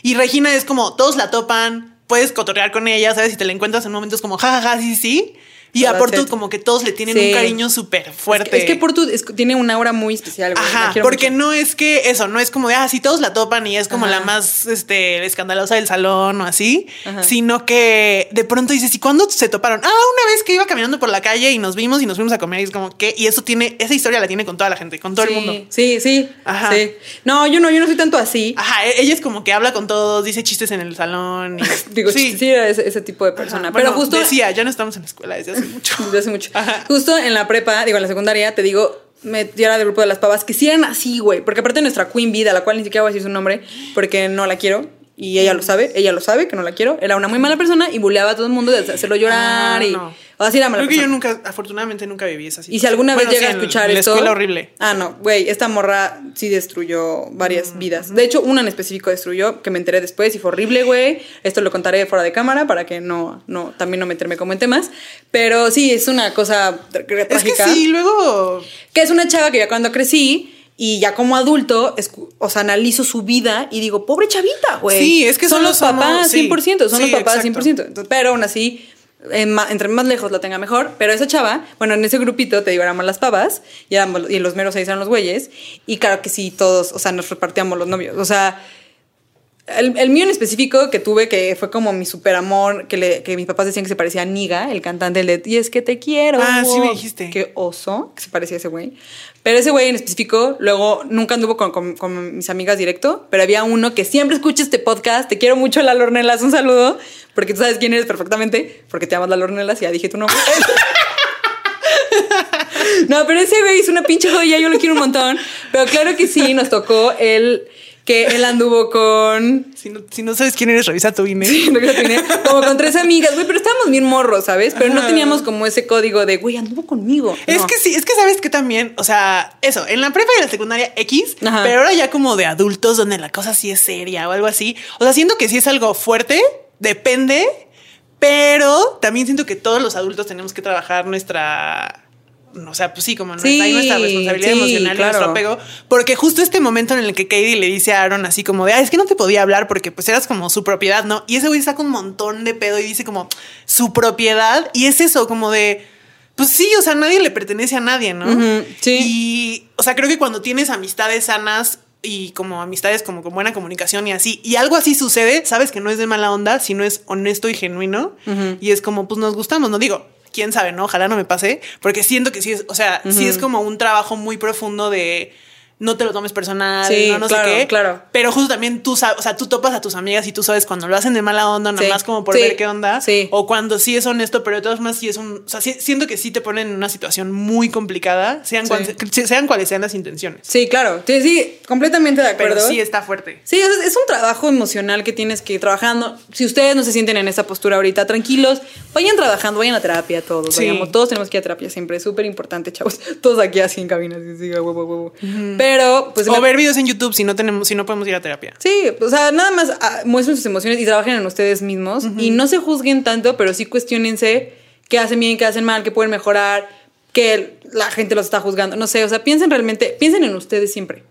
[SPEAKER 2] Y Regina es como, todos la topan, puedes cotorrear con ella, ¿sabes? Si te la encuentras en momentos como, jajaja, ja, ja, sí, sí. Y a
[SPEAKER 1] Todas
[SPEAKER 2] Porto
[SPEAKER 1] es-
[SPEAKER 2] como que todos le tienen
[SPEAKER 1] Sí.
[SPEAKER 2] un cariño súper
[SPEAKER 1] Es
[SPEAKER 2] fuerte.
[SPEAKER 1] que, es que Portu es- tiene una aura muy especial, güey. la
[SPEAKER 2] Ajá,
[SPEAKER 1] quiero
[SPEAKER 2] porque
[SPEAKER 1] mucho.
[SPEAKER 2] no es que eso, no es como de, ah, sí, todos la topan y es como
[SPEAKER 1] Ajá.
[SPEAKER 2] la más este, escandalosa del salón o así,
[SPEAKER 1] Ajá.
[SPEAKER 2] sino que de pronto dices, ¿y cuándo se toparon? Ah, una vez que iba caminando por la calle y nos vimos y nos fuimos a comer y es como que, y eso tiene, esa historia la tiene con toda la gente, con todo
[SPEAKER 1] Sí,
[SPEAKER 2] el mundo.
[SPEAKER 1] Sí, sí.
[SPEAKER 2] Ajá.
[SPEAKER 1] sí. No, yo no, yo no soy tanto así.
[SPEAKER 2] Ajá, e- ella es como que habla con todos, dice chistes en el salón. y-
[SPEAKER 1] (laughs) Digo, sí, era ese, ese tipo de persona.
[SPEAKER 2] Ajá,
[SPEAKER 1] Pero
[SPEAKER 2] bueno,
[SPEAKER 1] justo.
[SPEAKER 2] Decía, ya no estamos en la escuela desde hace mucho.
[SPEAKER 1] (laughs) desde hace mucho.
[SPEAKER 2] Ajá.
[SPEAKER 1] Justo en la prepa, digo, en la secundaria, te digo, me, yo era del grupo de las pavas, que sí eran así, güey. Porque aparte nuestra Queen Bee, de la cual ni siquiera voy a decir su nombre, porque no la quiero. Y ella lo sabe, ella lo sabe que no la quiero. Era una muy mala persona y buleaba a todo el mundo de hacerlo llorar
[SPEAKER 2] Ah,
[SPEAKER 1] y.
[SPEAKER 2] no.
[SPEAKER 1] Así era mala
[SPEAKER 2] Creo que yo
[SPEAKER 1] persona.
[SPEAKER 2] nunca, afortunadamente nunca viví esa
[SPEAKER 1] Y si alguna vez
[SPEAKER 2] Bueno,
[SPEAKER 1] llega
[SPEAKER 2] sí,
[SPEAKER 1] a
[SPEAKER 2] en-
[SPEAKER 1] escuchar
[SPEAKER 2] en la
[SPEAKER 1] esto.
[SPEAKER 2] escuela horrible.
[SPEAKER 1] Ah, no, güey, esta morra sí destruyó varias
[SPEAKER 2] Mm,
[SPEAKER 1] vidas. De hecho, una en específico destruyó, que me enteré después y fue horrible, güey. Esto lo contaré fuera de cámara para que no, no, también no meterme como en temas. Pero sí, es una cosa tr- tr-
[SPEAKER 2] Es que
[SPEAKER 1] trágica.
[SPEAKER 2] sí, luego
[SPEAKER 1] Que es una chava que ya cuando crecí y ya como adulto, escu- o sea, analizo su vida y digo, pobre chavita, güey.
[SPEAKER 2] Sí, es que
[SPEAKER 1] son
[SPEAKER 2] solo
[SPEAKER 1] los papás
[SPEAKER 2] somos- sí,
[SPEAKER 1] 100%, son
[SPEAKER 2] sí,
[SPEAKER 1] los papás
[SPEAKER 2] exacto.
[SPEAKER 1] 100%. Entonces, pero aún así, eh, ma- entre más lejos la tenga mejor. Pero esa chava, bueno, en ese grupito, te digo, éramos las pavas y, éramos- y los meros seis eran los güeyes. Y claro que sí, todos, o sea, nos repartíamos los novios. O sea, el, el mío en específico que tuve, que fue como mi superamor, que, le- que mis papás decían que se parecía a Niga, el cantante el de Y es que te quiero.
[SPEAKER 2] Ah, sí me dijiste.
[SPEAKER 1] Qué oso, que se parecía a ese güey. Pero ese güey en específico, luego nunca anduvo con, con- con mis amigas directo, pero había uno que siempre escucha este podcast. Te quiero mucho, Lalo Ornelas. Un saludo, porque tú sabes quién eres perfectamente, porque te llamas Lalo Ornelas y ya dije tu
[SPEAKER 2] (laughs)
[SPEAKER 1] nombre. No, pero ese güey es una pinche joya, yo lo quiero un montón. Pero claro que sí, nos tocó el que él anduvo con.
[SPEAKER 2] Si no, si no sabes quién eres, revisa tu INE.
[SPEAKER 1] (laughs) Lo que opiné, como con tres amigas, güey, pero estábamos bien morros, ¿sabes? Pero no
[SPEAKER 2] Ajá.
[SPEAKER 1] teníamos como ese código de, güey, anduvo conmigo.
[SPEAKER 2] Es
[SPEAKER 1] No.
[SPEAKER 2] que sí, es que sabes que también, o sea, eso, en la prepa y la secundaria X,
[SPEAKER 1] Ajá.
[SPEAKER 2] pero ahora ya como de adultos donde la cosa sí es seria o algo así. O sea, siento que sí es algo fuerte, depende, pero también siento que todos los adultos tenemos que trabajar nuestra. O sea, pues sí, como nuestra,
[SPEAKER 1] Sí,
[SPEAKER 2] ahí nuestra responsabilidad
[SPEAKER 1] sí,
[SPEAKER 2] emocional y
[SPEAKER 1] claro.
[SPEAKER 2] nuestro apego. Porque justo este momento en el que Katie le dice a Aaron así como de, ah, es que no te podía hablar porque pues eras como su propiedad, ¿no? Y ese güey saca un montón de pedo y dice como, su propiedad. Y es eso, como de, pues sí, o sea, nadie le pertenece a nadie, ¿no?
[SPEAKER 1] Ujú, sí.
[SPEAKER 2] Y, o sea, creo que cuando tienes amistades sanas y como amistades como con buena comunicación y así, y algo así sucede, sabes que no es de mala onda, sino es honesto y genuino. Y es como, pues nos gustamos, no digo. Quién sabe, ¿no? Ojalá no me pase, porque siento que sí es, o sea, sí es como un trabajo muy profundo de no te lo tomes personal,
[SPEAKER 1] Sí,
[SPEAKER 2] no, no
[SPEAKER 1] claro,
[SPEAKER 2] sé qué.
[SPEAKER 1] claro.
[SPEAKER 2] Pero justo también tú sabes, o sea, tú topas a tus amigas y tú sabes cuando lo hacen de mala onda,
[SPEAKER 1] Sí,
[SPEAKER 2] nada más como por
[SPEAKER 1] sí,
[SPEAKER 2] ver qué onda.
[SPEAKER 1] sí.
[SPEAKER 2] O cuando sí es honesto, pero de todas formas sí es un. O sea, sí- siento que sí te ponen en una situación muy complicada, sean,
[SPEAKER 1] Sí.
[SPEAKER 2] cual- se- sean cuales sean las intenciones.
[SPEAKER 1] Sí, claro. Sí, sí, completamente de acuerdo.
[SPEAKER 2] Pero sí está fuerte.
[SPEAKER 1] Sí, es, es un trabajo emocional que tienes que ir trabajando. Si ustedes no se sienten en esa postura ahorita, tranquilos, vayan trabajando, vayan a terapia todos.
[SPEAKER 2] Sí.
[SPEAKER 1] vayamos, todos tenemos que ir a terapia siempre, es súper importante, chavos. (laughs) Todos aquí así en cabina, así, sí, a huevo, a huevo. Pero, pues...
[SPEAKER 2] o
[SPEAKER 1] la-
[SPEAKER 2] ver videos en YouTube si no tenemos, si no podemos ir a terapia.
[SPEAKER 1] Sí, o sea, nada más ah, muestren sus emociones y trabajen en ustedes mismos y no se juzguen tanto, pero sí cuestionense qué hacen bien, qué hacen mal, qué pueden mejorar, que la gente los está juzgando, no sé, o sea, piensen realmente, piensen en ustedes siempre.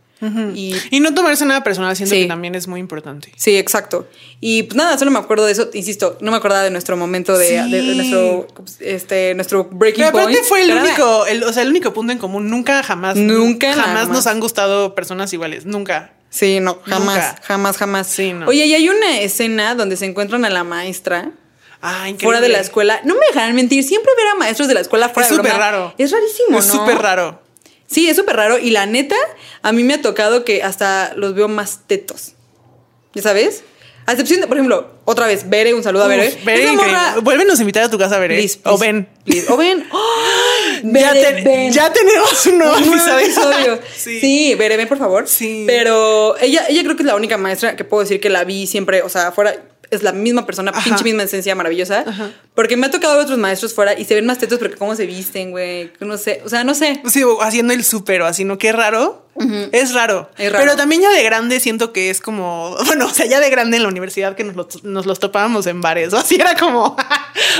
[SPEAKER 1] Y
[SPEAKER 2] Y no tomarse nada personal, siento
[SPEAKER 1] Sí.
[SPEAKER 2] que también es muy importante.
[SPEAKER 1] Sí, exacto. Y pues nada, solo me acuerdo de eso, insisto, no me acordaba de nuestro momento de,
[SPEAKER 2] Sí.
[SPEAKER 1] de- de nuestro este nuestro breaking
[SPEAKER 2] Pero aparte
[SPEAKER 1] point.
[SPEAKER 2] fue el
[SPEAKER 1] Pero nada,
[SPEAKER 2] único, el- o sea, el único punto en común. Nunca, jamás,
[SPEAKER 1] Nunca, nada
[SPEAKER 2] jamás
[SPEAKER 1] más.
[SPEAKER 2] nos han gustado personas iguales. Nunca.
[SPEAKER 1] Sí, no, jamás,
[SPEAKER 2] Nunca.
[SPEAKER 1] jamás, jamás.
[SPEAKER 2] Sí, no.
[SPEAKER 1] Oye, y hay una escena donde se encuentran a la maestra
[SPEAKER 2] Ah, increíble.
[SPEAKER 1] fuera de la escuela. No me dejarán mentir, siempre ver a maestros de la escuela fuera
[SPEAKER 2] Es
[SPEAKER 1] de broma
[SPEAKER 2] súper raro.
[SPEAKER 1] Es rarísimo,
[SPEAKER 2] Es
[SPEAKER 1] ¿no?
[SPEAKER 2] súper raro.
[SPEAKER 1] Sí, es súper raro. Y la neta, a mí me ha tocado que hasta los veo más tetos. ¿Ya sabes? A excepción de, por ejemplo, otra vez, Bere, un saludo a Bere.
[SPEAKER 2] Uf, Bere,
[SPEAKER 1] Esa morra-
[SPEAKER 2] increíble. Vuélvenos a invitar a tu casa, Veré.
[SPEAKER 1] Liz,
[SPEAKER 2] O
[SPEAKER 1] please,
[SPEAKER 2] ven.
[SPEAKER 1] please. O ven. ¡Ay!
[SPEAKER 2] (gasps) Ya,
[SPEAKER 1] Bere,
[SPEAKER 2] ten-
[SPEAKER 1] ven.
[SPEAKER 2] ya tenemos un nuevo
[SPEAKER 1] Un nuevo
[SPEAKER 2] episodio. (laughs)
[SPEAKER 1] (laughs) episodio.
[SPEAKER 2] Sí.
[SPEAKER 1] Sí, veré, ven, por favor.
[SPEAKER 2] Sí.
[SPEAKER 1] Pero ella, ella creo que es la única maestra que puedo decir que la vi siempre, o sea, fuera. Es la misma persona,
[SPEAKER 2] Ajá.
[SPEAKER 1] pinche misma esencia maravillosa. Porque me ha tocado ver otros maestros fuera y se ven más tetos porque cómo se visten, güey. No sé, o sea, no sé.
[SPEAKER 2] Sí, o haciendo el súper o así, ¿no? Qué raro. Es raro.
[SPEAKER 1] Es raro.
[SPEAKER 2] Pero también ya de grande siento que es como, (laughs) bueno, o sea, ya de grande en la universidad que nos, los- nos los topábamos en bares. O (laughs) así era como,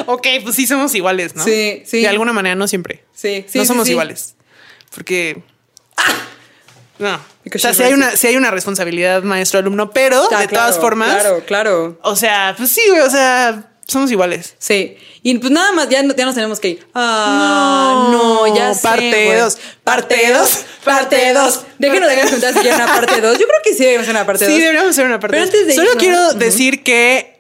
[SPEAKER 2] ok, pues sí somos iguales, ¿no?
[SPEAKER 1] Sí, sí.
[SPEAKER 2] De alguna manera, no siempre.
[SPEAKER 1] Sí, sí.
[SPEAKER 2] No
[SPEAKER 1] sí,
[SPEAKER 2] somos
[SPEAKER 1] sí.
[SPEAKER 2] iguales.
[SPEAKER 1] (laughs)
[SPEAKER 2] Porque. ¡Ah! No.
[SPEAKER 1] Because
[SPEAKER 2] o sea,
[SPEAKER 1] she's
[SPEAKER 2] sí hay,
[SPEAKER 1] racist.
[SPEAKER 2] una, sí hay una responsabilidad maestro-alumno, pero
[SPEAKER 1] Ah,
[SPEAKER 2] de
[SPEAKER 1] claro,
[SPEAKER 2] todas formas.
[SPEAKER 1] Claro, claro.
[SPEAKER 2] O sea, pues sí, güey, o sea, somos iguales.
[SPEAKER 1] Sí. Y pues nada más, ya, no- ya nos tenemos que ir. Ah, no,
[SPEAKER 2] No,
[SPEAKER 1] ya sé.
[SPEAKER 2] parte
[SPEAKER 1] güey.
[SPEAKER 2] dos, parte dos, parte dos.
[SPEAKER 1] Déjenos de comentar si quieren una parte dos. Yo creo que sí deberíamos hacer una parte
[SPEAKER 2] sí,
[SPEAKER 1] dos.
[SPEAKER 2] deberíamos hacer una parte.
[SPEAKER 1] Pero
[SPEAKER 2] dos.
[SPEAKER 1] antes de
[SPEAKER 2] Solo
[SPEAKER 1] irnos-
[SPEAKER 2] quiero
[SPEAKER 1] Ujú.
[SPEAKER 2] decir que,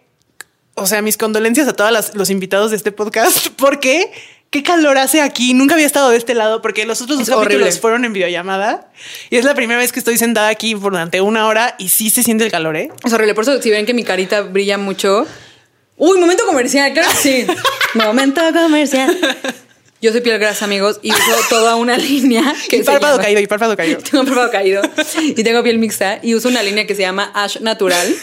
[SPEAKER 2] o sea, mis condolencias a todos los invitados de este podcast, (laughs) porque qué calor hace aquí. Nunca había estado de este lado, porque los otros dos
[SPEAKER 1] Es
[SPEAKER 2] capítulos
[SPEAKER 1] horrible.
[SPEAKER 2] fueron en videollamada y es la primera vez que estoy sentada aquí durante una hora y sí se siente el calor, ¿eh?
[SPEAKER 1] Es horrible. Por eso, si ven que mi carita brilla mucho. Uy, momento comercial, claro que
[SPEAKER 2] (laughs)
[SPEAKER 1] sí. momento comercial. Yo soy piel grasa, amigos, y uso toda una (laughs) línea que
[SPEAKER 2] Y
[SPEAKER 1] se
[SPEAKER 2] párpado
[SPEAKER 1] llama-
[SPEAKER 2] caído, y párpado caído.
[SPEAKER 1] (laughs) Tengo párpado caído y tengo piel mixta y uso una línea que se llama Ash Natural.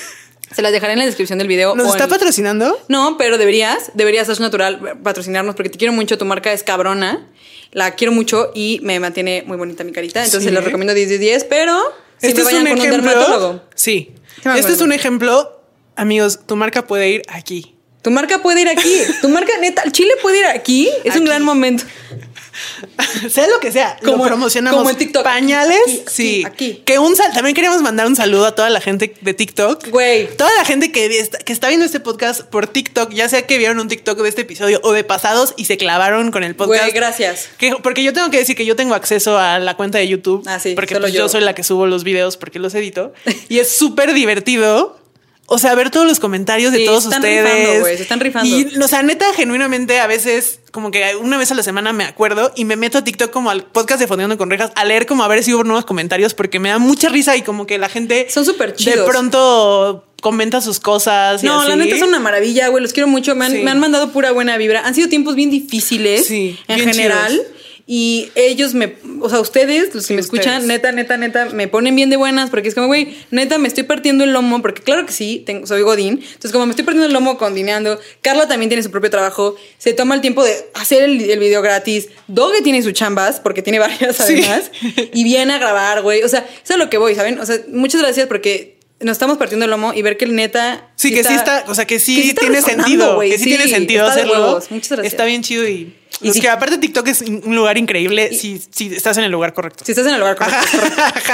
[SPEAKER 1] Se las dejaré en la descripción del video.
[SPEAKER 2] ¿Nos
[SPEAKER 1] o
[SPEAKER 2] está
[SPEAKER 1] en-
[SPEAKER 2] patrocinando?
[SPEAKER 1] No, pero deberías, deberías Ash Natural patrocinarnos porque te quiero mucho, tu marca es cabrona. La quiero mucho y me mantiene muy bonita mi carita, entonces
[SPEAKER 2] Sí.
[SPEAKER 1] les recomiendo 10 de 10, pero si
[SPEAKER 2] este
[SPEAKER 1] me
[SPEAKER 2] es
[SPEAKER 1] vayan
[SPEAKER 2] un
[SPEAKER 1] con un
[SPEAKER 2] ejemplo.
[SPEAKER 1] dermatólogo.
[SPEAKER 2] Sí.
[SPEAKER 1] Sí me
[SPEAKER 2] Este es
[SPEAKER 1] acuerdo.
[SPEAKER 2] un ejemplo, amigos, tu marca puede ir aquí.
[SPEAKER 1] Tu marca puede ir aquí, tu marca neta, el chile puede ir aquí, es un
[SPEAKER 2] Aquí.
[SPEAKER 1] gran momento.
[SPEAKER 2] (laughs) sea lo que sea,
[SPEAKER 1] Como-
[SPEAKER 2] como promocionamos.
[SPEAKER 1] como en TikTok.
[SPEAKER 2] Pañales,
[SPEAKER 1] Aquí, aquí,
[SPEAKER 2] sí.
[SPEAKER 1] aquí.
[SPEAKER 2] Que un sal, también queríamos mandar un saludo a toda la gente de TikTok.
[SPEAKER 1] Güey.
[SPEAKER 2] Toda la gente que está, que está viendo este podcast por TikTok, ya sea que vieron un TikTok de este episodio o de pasados y se clavaron con el podcast.
[SPEAKER 1] Güey, gracias.
[SPEAKER 2] Que- porque yo tengo que decir que yo tengo acceso a la cuenta de YouTube.
[SPEAKER 1] Ah, sí,
[SPEAKER 2] Porque
[SPEAKER 1] solo
[SPEAKER 2] pues, yo.
[SPEAKER 1] yo.
[SPEAKER 2] soy la que subo los videos porque
[SPEAKER 1] (laughs)
[SPEAKER 2] los edito. Y es súper divertido. O sea, ver todos los comentarios
[SPEAKER 1] Sí,
[SPEAKER 2] de todos
[SPEAKER 1] están
[SPEAKER 2] ustedes.
[SPEAKER 1] rifando, güey, se están rifando.
[SPEAKER 2] Y o sea, neta, genuinamente, a veces, como que una vez a la semana me acuerdo y me meto a TikTok como al podcast de Fondeando con Rejas a leer como a ver si hubo nuevos comentarios porque me da mucha risa y como que la gente.
[SPEAKER 1] Son súper
[SPEAKER 2] De
[SPEAKER 1] chidos.
[SPEAKER 2] pronto comenta sus cosas. y
[SPEAKER 1] No, la
[SPEAKER 2] así.
[SPEAKER 1] neta es una maravilla, güey. Los quiero mucho. Me han,
[SPEAKER 2] Sí.
[SPEAKER 1] me han mandado pura buena vibra. Han sido tiempos bien difíciles
[SPEAKER 2] Sí,
[SPEAKER 1] en
[SPEAKER 2] bien
[SPEAKER 1] general.
[SPEAKER 2] chidos.
[SPEAKER 1] Y ellos me, o sea, ustedes, los que me escuchan,
[SPEAKER 2] ustedes.
[SPEAKER 1] neta, neta, neta, me ponen bien de buenas porque es como, güey, neta, me estoy partiendo el lomo porque claro que sí, tengo- soy Godín. Entonces, como me estoy partiendo el lomo con Dineando, Carla también tiene su propio trabajo, se toma el tiempo de hacer el, el video gratis, Doge tiene sus chambas porque tiene (laughs) varias
[SPEAKER 2] Sí.
[SPEAKER 1] además y viene a grabar, güey. O sea, eso es a lo que voy, ¿saben? O sea, muchas gracias porque nos estamos partiendo el lomo y ver que el neta
[SPEAKER 2] Sí, que sí está, o sea, que sí,
[SPEAKER 1] que sí está
[SPEAKER 2] tiene
[SPEAKER 1] resonando,
[SPEAKER 2] sentido,
[SPEAKER 1] güey,
[SPEAKER 2] que sí,
[SPEAKER 1] sí,
[SPEAKER 2] tiene sentido
[SPEAKER 1] está de
[SPEAKER 2] hacerlo.
[SPEAKER 1] huevos. Muchas gracias.
[SPEAKER 2] Está bien chido y,
[SPEAKER 1] Y
[SPEAKER 2] los
[SPEAKER 1] sí.
[SPEAKER 2] que aparte TikTok es un lugar increíble si, si estás en el lugar correcto.
[SPEAKER 1] Si estás en el lugar correcto.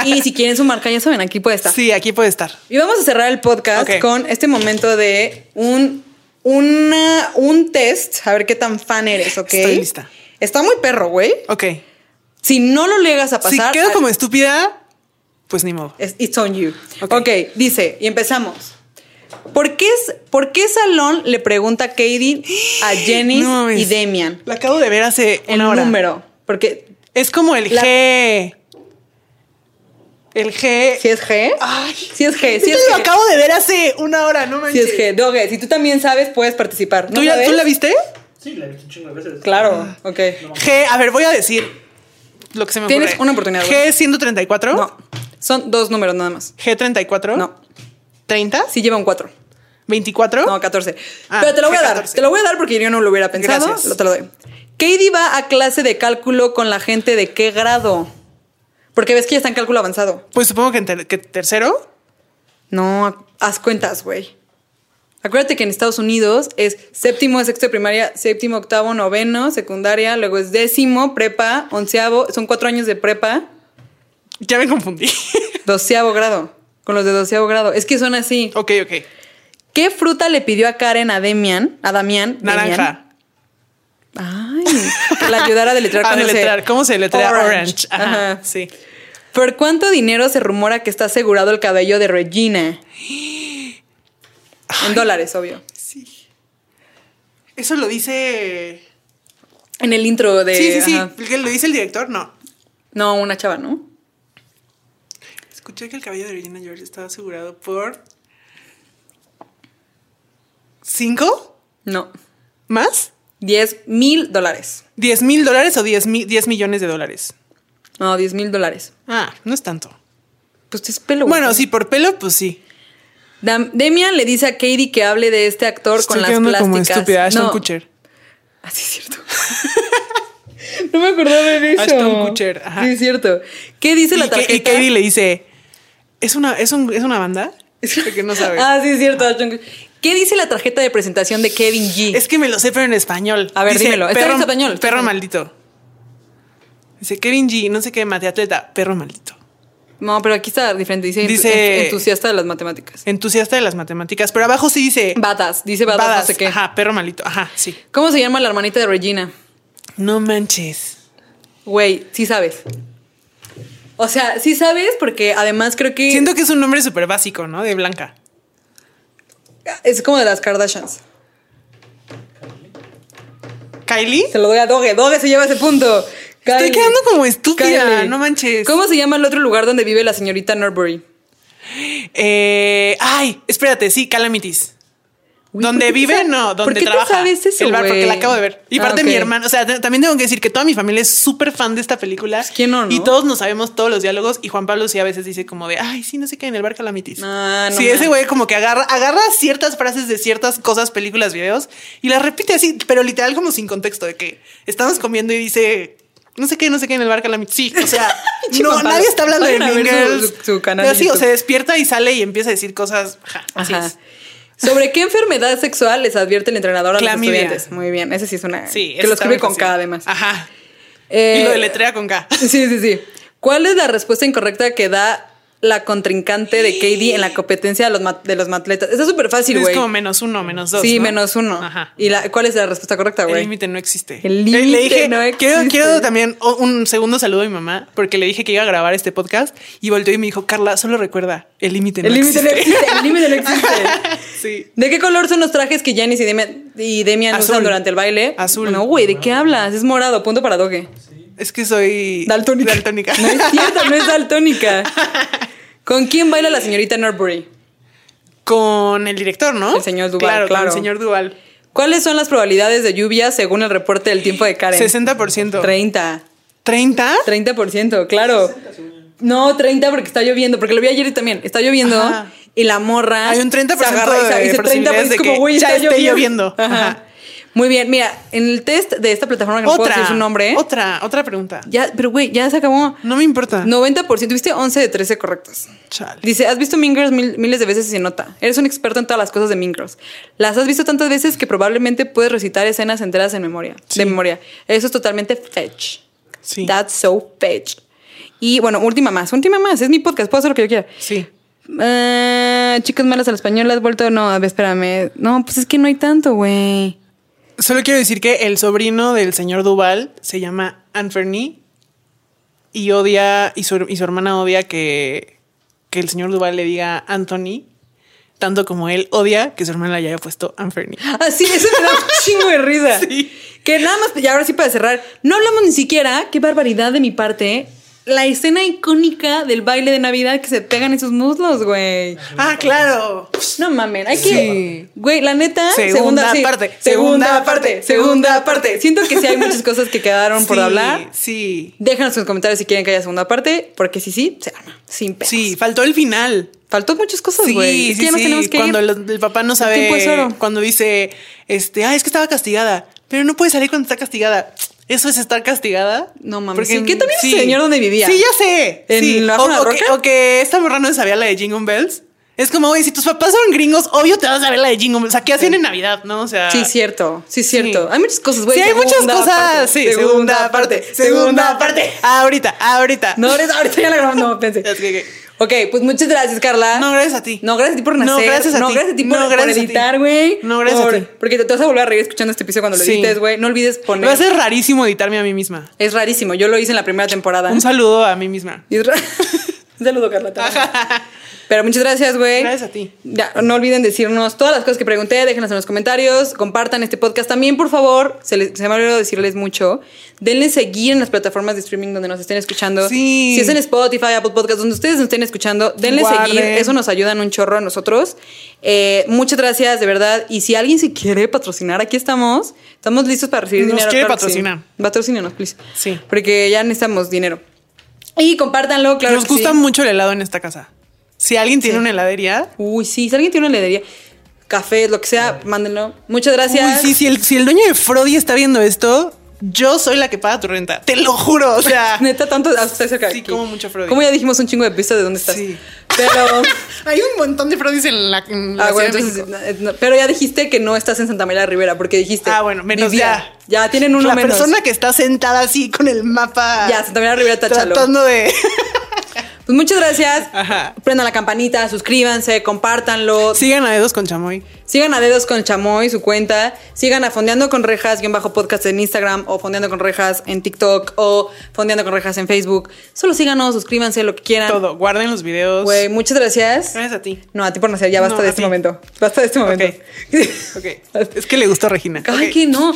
[SPEAKER 1] y si quieren su marca, ya saben, aquí puede estar.
[SPEAKER 2] Sí, aquí puede estar.
[SPEAKER 1] Y vamos a cerrar el podcast
[SPEAKER 2] Ok.
[SPEAKER 1] con este momento de un, una, un test, a ver qué tan fan eres, ¿ok?
[SPEAKER 2] Estoy lista.
[SPEAKER 1] Está muy perro, güey.
[SPEAKER 2] Ok.
[SPEAKER 1] Si no lo llegas a pasar...
[SPEAKER 2] si quedo
[SPEAKER 1] a-
[SPEAKER 2] como estúpida, pues ni modo.
[SPEAKER 1] es- It's on you.
[SPEAKER 2] Ok.
[SPEAKER 1] ok, dice, y empezamos. ¿Por qué, es- ¿Por qué Salón le pregunta a Katie,
[SPEAKER 2] (gasps)
[SPEAKER 1] a Jenny
[SPEAKER 2] No mames.
[SPEAKER 1] y Demian
[SPEAKER 2] La acabo de ver hace
[SPEAKER 1] el
[SPEAKER 2] una hora.
[SPEAKER 1] número? Porque
[SPEAKER 2] Es como el
[SPEAKER 1] La-
[SPEAKER 2] G. El G.
[SPEAKER 1] si es G,
[SPEAKER 2] Ay.
[SPEAKER 1] si es G, si
[SPEAKER 2] Este
[SPEAKER 1] es
[SPEAKER 2] lo
[SPEAKER 1] G.
[SPEAKER 2] acabo de ver hace una hora, no
[SPEAKER 1] Si
[SPEAKER 2] manches.
[SPEAKER 1] es que, Doge, si tú también sabes, puedes participar. ¿No
[SPEAKER 2] ¿Tú, ya- ¿Tú
[SPEAKER 1] sabes?
[SPEAKER 2] la viste? Ah.
[SPEAKER 6] Sí, la he visto un chingo de veces.
[SPEAKER 1] Claro, ok.
[SPEAKER 2] G, a ver, voy a decir lo que se me ocurre.
[SPEAKER 1] Tienes una oportunidad, güey.
[SPEAKER 2] G 134.
[SPEAKER 1] No, son dos números nada más.
[SPEAKER 2] G 34.
[SPEAKER 1] No,
[SPEAKER 2] 30.
[SPEAKER 1] sí lleva un 4.
[SPEAKER 2] 24.
[SPEAKER 1] No, 14.
[SPEAKER 2] Ah,
[SPEAKER 1] Pero te lo voy a
[SPEAKER 2] sí,
[SPEAKER 1] dar,
[SPEAKER 2] 14.
[SPEAKER 1] te lo voy a dar porque yo no lo hubiera pensado.
[SPEAKER 2] Gracias.
[SPEAKER 1] Lo te lo doy. Katie va a clase de cálculo con la gente de qué grado. Porque ves que ya está en cálculo avanzado.
[SPEAKER 2] Pues supongo que, en ter- que tercero.
[SPEAKER 1] No, haz cuentas, güey. Acuérdate que en Estados Unidos es séptimo, sexto de primaria, séptimo, octavo, noveno, secundaria, luego es décimo, prepa, onceavo, son cuatro años de prepa.
[SPEAKER 2] Ya me confundí. (laughs)
[SPEAKER 1] Doceavo grado. Con los de doceavo grado. Es que son así.
[SPEAKER 2] ok, ok.
[SPEAKER 1] ¿Qué fruta le pidió a Karen a Demian? A Damián. Demian?
[SPEAKER 2] Naranja.
[SPEAKER 1] Ay. Que la ayudara a
[SPEAKER 2] (laughs)
[SPEAKER 1] deletrear
[SPEAKER 2] Ah,
[SPEAKER 1] cuando se-
[SPEAKER 2] deletrear. ¿Cómo se deletrea? Orange. Ajá,
[SPEAKER 1] Ajá.
[SPEAKER 2] Sí.
[SPEAKER 1] ¿Por cuánto dinero se rumora que está asegurado el cabello de Regina? En dólares, obvio.
[SPEAKER 2] Eso lo dice.
[SPEAKER 1] En el intro de.
[SPEAKER 2] sí, sí, sí.
[SPEAKER 1] ajá.
[SPEAKER 2] ¿Lo dice el director? No.
[SPEAKER 1] No, una chava, ¿no?
[SPEAKER 2] Escuché que el cabello de Regina George estaba asegurado por. ¿Cinco?
[SPEAKER 1] No.
[SPEAKER 2] ¿Más?
[SPEAKER 1] Diez mil dólares.
[SPEAKER 2] ¿Diez mil dólares o diez, mi- diez millones de dólares?
[SPEAKER 1] No, diez mil dólares.
[SPEAKER 2] Ah, no es tanto.
[SPEAKER 1] Pues es pelo. güey.
[SPEAKER 2] Bueno, sí, por pelo, pues sí.
[SPEAKER 1] Dam- Demian le dice a Katie que hable de este actor con las
[SPEAKER 2] quedando
[SPEAKER 1] plásticas.
[SPEAKER 2] como estúpida. Ashton
[SPEAKER 1] No.
[SPEAKER 2] Kutcher.
[SPEAKER 1] Así es cierto. (laughs) no me acordaba de eso.
[SPEAKER 2] Ashton Kutcher, ajá.
[SPEAKER 1] Sí, es cierto. ¿Qué dice
[SPEAKER 2] Y,
[SPEAKER 1] la
[SPEAKER 2] que-
[SPEAKER 1] tarjeta?
[SPEAKER 2] y Katie le dice: ¿Es una, es un, ¿es una banda? Es que no sabe.
[SPEAKER 1] Ah, sí, es cierto. Ashton Kutcher. ¿Qué dice la tarjeta de presentación de Kevin G?
[SPEAKER 2] Es que me lo sé, pero en español.
[SPEAKER 1] A ver, dímelo. Está en español.
[SPEAKER 2] Perro maldito. Dice Kevin G, no sé qué, mate atleta, perro maldito.
[SPEAKER 1] No, pero aquí está diferente. Dice, entu-
[SPEAKER 2] Dice- Eh,
[SPEAKER 1] entusiasta de las matemáticas.
[SPEAKER 2] Entusiasta de las matemáticas, pero abajo sí dice.
[SPEAKER 1] Badas, dice badas, no
[SPEAKER 2] badass.
[SPEAKER 1] sé qué.
[SPEAKER 2] Ajá, perro maldito. Ajá, sí.
[SPEAKER 1] ¿Cómo se llama la hermanita de Regina?
[SPEAKER 2] No manches.
[SPEAKER 1] Güey, sí sabes. O sea, sí sabes porque además creo que
[SPEAKER 2] Siento que es un nombre súper básico, ¿no? De Blanca.
[SPEAKER 1] es como de las Kardashians.
[SPEAKER 2] Kylie.
[SPEAKER 1] Se lo doy a Doge. Doge se lleva ese punto.
[SPEAKER 2] Estoy
[SPEAKER 1] Kylie.
[SPEAKER 2] quedando como estúpida.
[SPEAKER 1] Kylie.
[SPEAKER 2] No manches.
[SPEAKER 1] ¿Cómo se llama el otro lugar donde vive la señorita Norbury?
[SPEAKER 2] Eh, ay, espérate, sí, Calamities.
[SPEAKER 1] Uy,
[SPEAKER 2] donde
[SPEAKER 1] ¿por qué te
[SPEAKER 2] vive,
[SPEAKER 1] sa-
[SPEAKER 2] no, donde
[SPEAKER 1] ¿por qué te
[SPEAKER 2] trabaja.
[SPEAKER 1] sabes eso,
[SPEAKER 2] el bar,
[SPEAKER 1] güey?
[SPEAKER 2] porque la acabo de ver. Y
[SPEAKER 1] Ah,
[SPEAKER 2] parte mi
[SPEAKER 1] ok.
[SPEAKER 2] hermano, o sea, t- también tengo que decir que toda mi familia es súper fan de esta película.
[SPEAKER 1] Pues, ¿quién no, no?
[SPEAKER 2] Y todos nos sabemos todos los diálogos. Y Juan Pablo sí a veces dice como de, ay, sí, no sé qué, en el bar Calamities.
[SPEAKER 1] Ah, no
[SPEAKER 2] sí,
[SPEAKER 1] manches.
[SPEAKER 2] ese güey como que agarra, agarra ciertas frases de ciertas cosas, películas, videos y las repite así, pero literal como sin contexto de que estamos comiendo y dice... No sé qué, no sé qué en el bar Calamities. Sí,
[SPEAKER 1] (laughs)
[SPEAKER 2] o sea,
[SPEAKER 1] Juan
[SPEAKER 2] no,
[SPEAKER 1] Pablo.
[SPEAKER 2] nadie está hablando de
[SPEAKER 1] Vayan a
[SPEAKER 2] Mean
[SPEAKER 1] ver su-
[SPEAKER 2] Girls.
[SPEAKER 1] su canal
[SPEAKER 2] Pero
[SPEAKER 1] de
[SPEAKER 2] sí, o
[SPEAKER 1] YouTube.
[SPEAKER 2] sea, despierta y sale y empieza a decir cosas. Ajá. así
[SPEAKER 1] Ajá.
[SPEAKER 2] es.
[SPEAKER 1] ¿Sobre qué enfermedad sexual les advierte el entrenador a
[SPEAKER 2] Clamidia.
[SPEAKER 1] los estudiantes? Muy bien, ese sí es una...
[SPEAKER 2] Sí,
[SPEAKER 1] que
[SPEAKER 2] eso
[SPEAKER 1] lo
[SPEAKER 2] está
[SPEAKER 1] escribe
[SPEAKER 2] muy
[SPEAKER 1] con
[SPEAKER 2] fácil.
[SPEAKER 1] K además.
[SPEAKER 2] Ajá.
[SPEAKER 1] Eh,
[SPEAKER 2] y lo deletrea con K.
[SPEAKER 1] Sí, sí, sí. ¿Cuál es la respuesta incorrecta que da la contrincante de Katie en la competencia de los, mat- de los matletas? Está súper fácil,
[SPEAKER 2] es
[SPEAKER 1] güey.
[SPEAKER 2] como menos uno, menos dos.
[SPEAKER 1] Sí,
[SPEAKER 2] ¿no?
[SPEAKER 1] menos uno.
[SPEAKER 2] Ajá.
[SPEAKER 1] ¿Y la, cuál es la respuesta correcta,
[SPEAKER 2] El
[SPEAKER 1] güey?
[SPEAKER 2] límite no existe.
[SPEAKER 1] El
[SPEAKER 2] Le- le
[SPEAKER 1] límite
[SPEAKER 2] dije-
[SPEAKER 1] no
[SPEAKER 2] Quiero,
[SPEAKER 1] existe.
[SPEAKER 2] quiero también o- un segundo saludo a mi mamá, porque le dije que iba a grabar este podcast y volteó y me dijo, Carla, solo recuerda, el límite no
[SPEAKER 1] El límite
[SPEAKER 2] existe.
[SPEAKER 1] no existe. El límite no existe.
[SPEAKER 2] sí.
[SPEAKER 1] ¿De qué color son los trajes que Janice y Demian, y Demian
[SPEAKER 2] Azul.
[SPEAKER 1] usan durante el baile?
[SPEAKER 2] Azul.
[SPEAKER 1] No, güey, ¿de qué hablas? Es morado, punto para Doge.
[SPEAKER 2] (laughs) Es que soy...
[SPEAKER 1] Daltónica.
[SPEAKER 2] Daltónica.
[SPEAKER 1] No es cierto, no es daltónica. ¿Con quién baila la señorita Norbury?
[SPEAKER 2] (laughs) Con el director, ¿no?
[SPEAKER 1] El señor Duval,
[SPEAKER 2] Claro,
[SPEAKER 1] claro.
[SPEAKER 2] Con el señor Duval.
[SPEAKER 1] ¿Cuáles son las probabilidades de lluvia según el reporte del tiempo de Karen?
[SPEAKER 2] 60%.
[SPEAKER 1] 30.
[SPEAKER 2] ¿30?
[SPEAKER 1] 30%, claro. No, 30 porque está lloviendo, porque lo vi ayer y también. Está lloviendo
[SPEAKER 2] Ajá.
[SPEAKER 1] y la morra.
[SPEAKER 2] Hay un 30%
[SPEAKER 1] se agarra y se-
[SPEAKER 2] de
[SPEAKER 1] dice 30,
[SPEAKER 2] posibilidades
[SPEAKER 1] es
[SPEAKER 2] de
[SPEAKER 1] como,
[SPEAKER 2] que
[SPEAKER 1] güey,
[SPEAKER 2] ya
[SPEAKER 1] está
[SPEAKER 2] esté lloviendo.
[SPEAKER 1] Ajá.
[SPEAKER 2] Ajá.
[SPEAKER 1] Muy bien, mira, en el test de esta plataforma que no puedo
[SPEAKER 2] Otra.
[SPEAKER 1] decir su nombre.
[SPEAKER 2] Otra, otra pregunta.
[SPEAKER 1] Ya, pero güey, ya se acabó.
[SPEAKER 2] No me importa.
[SPEAKER 1] 90%, tuviste 11 de 13 correctas.
[SPEAKER 2] Chale.
[SPEAKER 1] Dice, has visto Mean Girls mil- miles de veces y se nota. Eres un experto en todas las cosas de Mean Girls. Las has visto tantas veces que probablemente puedes recitar escenas enteras en memoria, de memoria. Eso es totalmente fetch.
[SPEAKER 2] Sí.
[SPEAKER 1] That's so fetch. Y bueno, última más, última más. Es mi podcast, puedo hacer lo que yo quiera.
[SPEAKER 2] Sí.
[SPEAKER 1] Ah, chicas malas a la española, has vuelto. No, a ver, espérame. No, pues es que no hay tanto, güey.
[SPEAKER 2] Solo quiero decir que el sobrino del señor Duval se llama Anthony y odia, y su, y su hermana odia que, que el señor Duval le diga Anthony, tanto como él odia que su hermana le haya puesto Anthony.
[SPEAKER 1] Así, Ah, eso me
[SPEAKER 2] (laughs)
[SPEAKER 1] da un chingo de risa.
[SPEAKER 2] Sí.
[SPEAKER 1] Que nada más, y ahora sí para cerrar, no hablamos ni siquiera, qué barbaridad de mi parte, la escena icónica del baile de Navidad que se pegan en sus muslos, güey.
[SPEAKER 2] Ah, claro.
[SPEAKER 1] No mamen, hay que.
[SPEAKER 2] Sí.
[SPEAKER 1] Güey, la neta.
[SPEAKER 2] Segunda
[SPEAKER 1] sí.
[SPEAKER 2] parte,
[SPEAKER 1] Segunda
[SPEAKER 2] segunda
[SPEAKER 1] parte.
[SPEAKER 2] parte,
[SPEAKER 1] Segunda
[SPEAKER 2] segunda
[SPEAKER 1] parte.
[SPEAKER 2] parte.
[SPEAKER 1] Siento que sí hay muchas cosas que quedaron por
[SPEAKER 2] Sí,
[SPEAKER 1] hablar.
[SPEAKER 2] Sí.
[SPEAKER 1] Déjanos en los comentarios si quieren que haya segunda parte, porque si sí, se arma. Sin pedos.
[SPEAKER 2] Sí, faltó el final.
[SPEAKER 1] Faltó muchas cosas,
[SPEAKER 2] Sí,
[SPEAKER 1] güey. es que
[SPEAKER 2] sí,
[SPEAKER 1] ya nos
[SPEAKER 2] sí.
[SPEAKER 1] tenemos que
[SPEAKER 2] cuando
[SPEAKER 1] ir.
[SPEAKER 2] los- el papá no sabe
[SPEAKER 1] tiempo es oro.
[SPEAKER 2] cuando dice este, ah, es que estaba castigada, pero no puede salir cuando está castigada. Eso es estar castigada.
[SPEAKER 1] No mames, sí, que también ese señor donde vivía.
[SPEAKER 2] Sí, ya sé.
[SPEAKER 1] ¿En
[SPEAKER 2] sí.
[SPEAKER 1] la
[SPEAKER 2] o,
[SPEAKER 1] Zona
[SPEAKER 2] o que,
[SPEAKER 1] Roca?
[SPEAKER 2] o que esta morra no sabía la de Jingle Bells. Es como, güey, si tus papás son gringos, obvio te vas a ver la de Jingle Bells. O sea, ¿qué hacían en Navidad, no? O sea.
[SPEAKER 1] Sí, cierto, sí, cierto. Hay muchas cosas, güey.
[SPEAKER 2] ah, Sí, hay muchas
[SPEAKER 1] Segunda
[SPEAKER 2] cosas.
[SPEAKER 1] parte,
[SPEAKER 2] sí, segunda, parte, segunda parte. Ahorita, ahorita.
[SPEAKER 1] No, ahorita ahorita ya la grabamos, no, pensé.
[SPEAKER 2] (laughs) Es que- que-
[SPEAKER 1] Ok, pues muchas gracias, Carla.
[SPEAKER 2] No, gracias a ti.
[SPEAKER 1] No, gracias a ti por nacer.
[SPEAKER 2] No, gracias a ti.
[SPEAKER 1] por,
[SPEAKER 2] No,
[SPEAKER 1] por
[SPEAKER 2] gracias a ti.
[SPEAKER 1] editar, güey.
[SPEAKER 2] No, gracias a
[SPEAKER 1] Por-
[SPEAKER 2] ti.
[SPEAKER 1] Porque te, te vas a volver a reír escuchando este episodio cuando lo
[SPEAKER 2] Sí.
[SPEAKER 1] edites, güey. No olvides poner.
[SPEAKER 2] Va a ser rarísimo editarme a mí misma.
[SPEAKER 1] Es rarísimo. Yo lo hice en la primera temporada.
[SPEAKER 2] Un saludo a mí misma. (laughs)
[SPEAKER 1] Y (laughs) es ra- (laughs) Un saludo, Carla. te amo. Pero muchas gracias, güey.
[SPEAKER 2] Gracias a ti.
[SPEAKER 1] Ya, no olviden decirnos todas las cosas que pregunté, déjenlas en los comentarios, compartan este podcast también, por favor. Se, les- se me ha olvidado decirles mucho. Denle seguir en las plataformas de streaming donde nos estén escuchando.
[SPEAKER 2] Sí.
[SPEAKER 1] Si es en Spotify, Apple Podcast, donde ustedes nos estén escuchando, denle
[SPEAKER 2] Guarden.
[SPEAKER 1] seguir. Eso nos ayuda en un chorro a nosotros. Eh, muchas gracias, de verdad. Y si alguien se quiere patrocinar, aquí estamos. Estamos listos para recibir
[SPEAKER 2] Nos
[SPEAKER 1] dinero.
[SPEAKER 2] quiere
[SPEAKER 1] claro que sí.
[SPEAKER 2] patrocinar.
[SPEAKER 1] Patrocínanos, please.
[SPEAKER 2] Sí.
[SPEAKER 1] Porque ya necesitamos dinero. Y compártanlo, claro
[SPEAKER 2] Nos
[SPEAKER 1] que
[SPEAKER 2] gusta
[SPEAKER 1] sí.
[SPEAKER 2] mucho el helado en esta casa. Si alguien tiene una heladería.
[SPEAKER 1] Uy, sí, si alguien tiene una heladería, café, lo que sea, mándenlo. Muchas
[SPEAKER 2] Uy,
[SPEAKER 1] gracias.
[SPEAKER 2] sí, si el, si el dueño de Frodi está viendo esto, yo soy la que paga tu renta. Te lo juro, o sea.
[SPEAKER 1] (laughs) Neta, tanto hasta cerca.
[SPEAKER 2] Sí,
[SPEAKER 1] aquí.
[SPEAKER 2] como mucho Freud.
[SPEAKER 1] Como ya dijimos un chingo de pistas de dónde estás.
[SPEAKER 2] Sí. (laughs)
[SPEAKER 1] Pero.
[SPEAKER 2] (laughs) Hay un montón de Freudis en la, en la
[SPEAKER 1] Ah, bueno,
[SPEAKER 2] Ciudad de
[SPEAKER 1] entonces,
[SPEAKER 2] México.
[SPEAKER 1] no, no, pero ya dijiste que no estás en Santa María la Rivera, porque dijiste.
[SPEAKER 2] Ah, bueno, menos
[SPEAKER 1] vivía. Ya tienen uno
[SPEAKER 2] la
[SPEAKER 1] menos.
[SPEAKER 2] persona que está sentada así con el mapa.
[SPEAKER 1] Ya, Santa María Rivera, táchalo.
[SPEAKER 2] Tratando (laughs) de.
[SPEAKER 1] Pues muchas gracias.
[SPEAKER 2] Ajá.
[SPEAKER 1] Prendan la campanita, suscríbanse, compártanlo.
[SPEAKER 2] Sigan a dedos con chamoy.
[SPEAKER 1] Sigan a Dedos con Chamoy, su cuenta. Sigan a Fondeando con Rejas, guión bajo podcast en Instagram, o Fondeando con Rejas en TikTok, o Fondeando con Rejas en Facebook. Solo síganos, suscríbanse, lo que quieran.
[SPEAKER 2] Todo. Guarden los videos.
[SPEAKER 1] Güey, muchas gracias.
[SPEAKER 2] Gracias a ti.
[SPEAKER 1] No, a ti por nacer, ya basta
[SPEAKER 2] No,
[SPEAKER 1] de
[SPEAKER 2] a
[SPEAKER 1] este
[SPEAKER 2] ti.
[SPEAKER 1] momento. Basta de este momento.
[SPEAKER 2] Ok. Es que le gustó a Regina.
[SPEAKER 1] (laughs) Ay,
[SPEAKER 2] Ok.
[SPEAKER 1] que
[SPEAKER 2] (laughs)
[SPEAKER 1] no.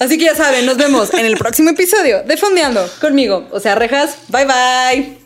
[SPEAKER 1] Así que ya saben, nos vemos en el próximo episodio de Fondeando conmigo. O sea, rejas, bye bye.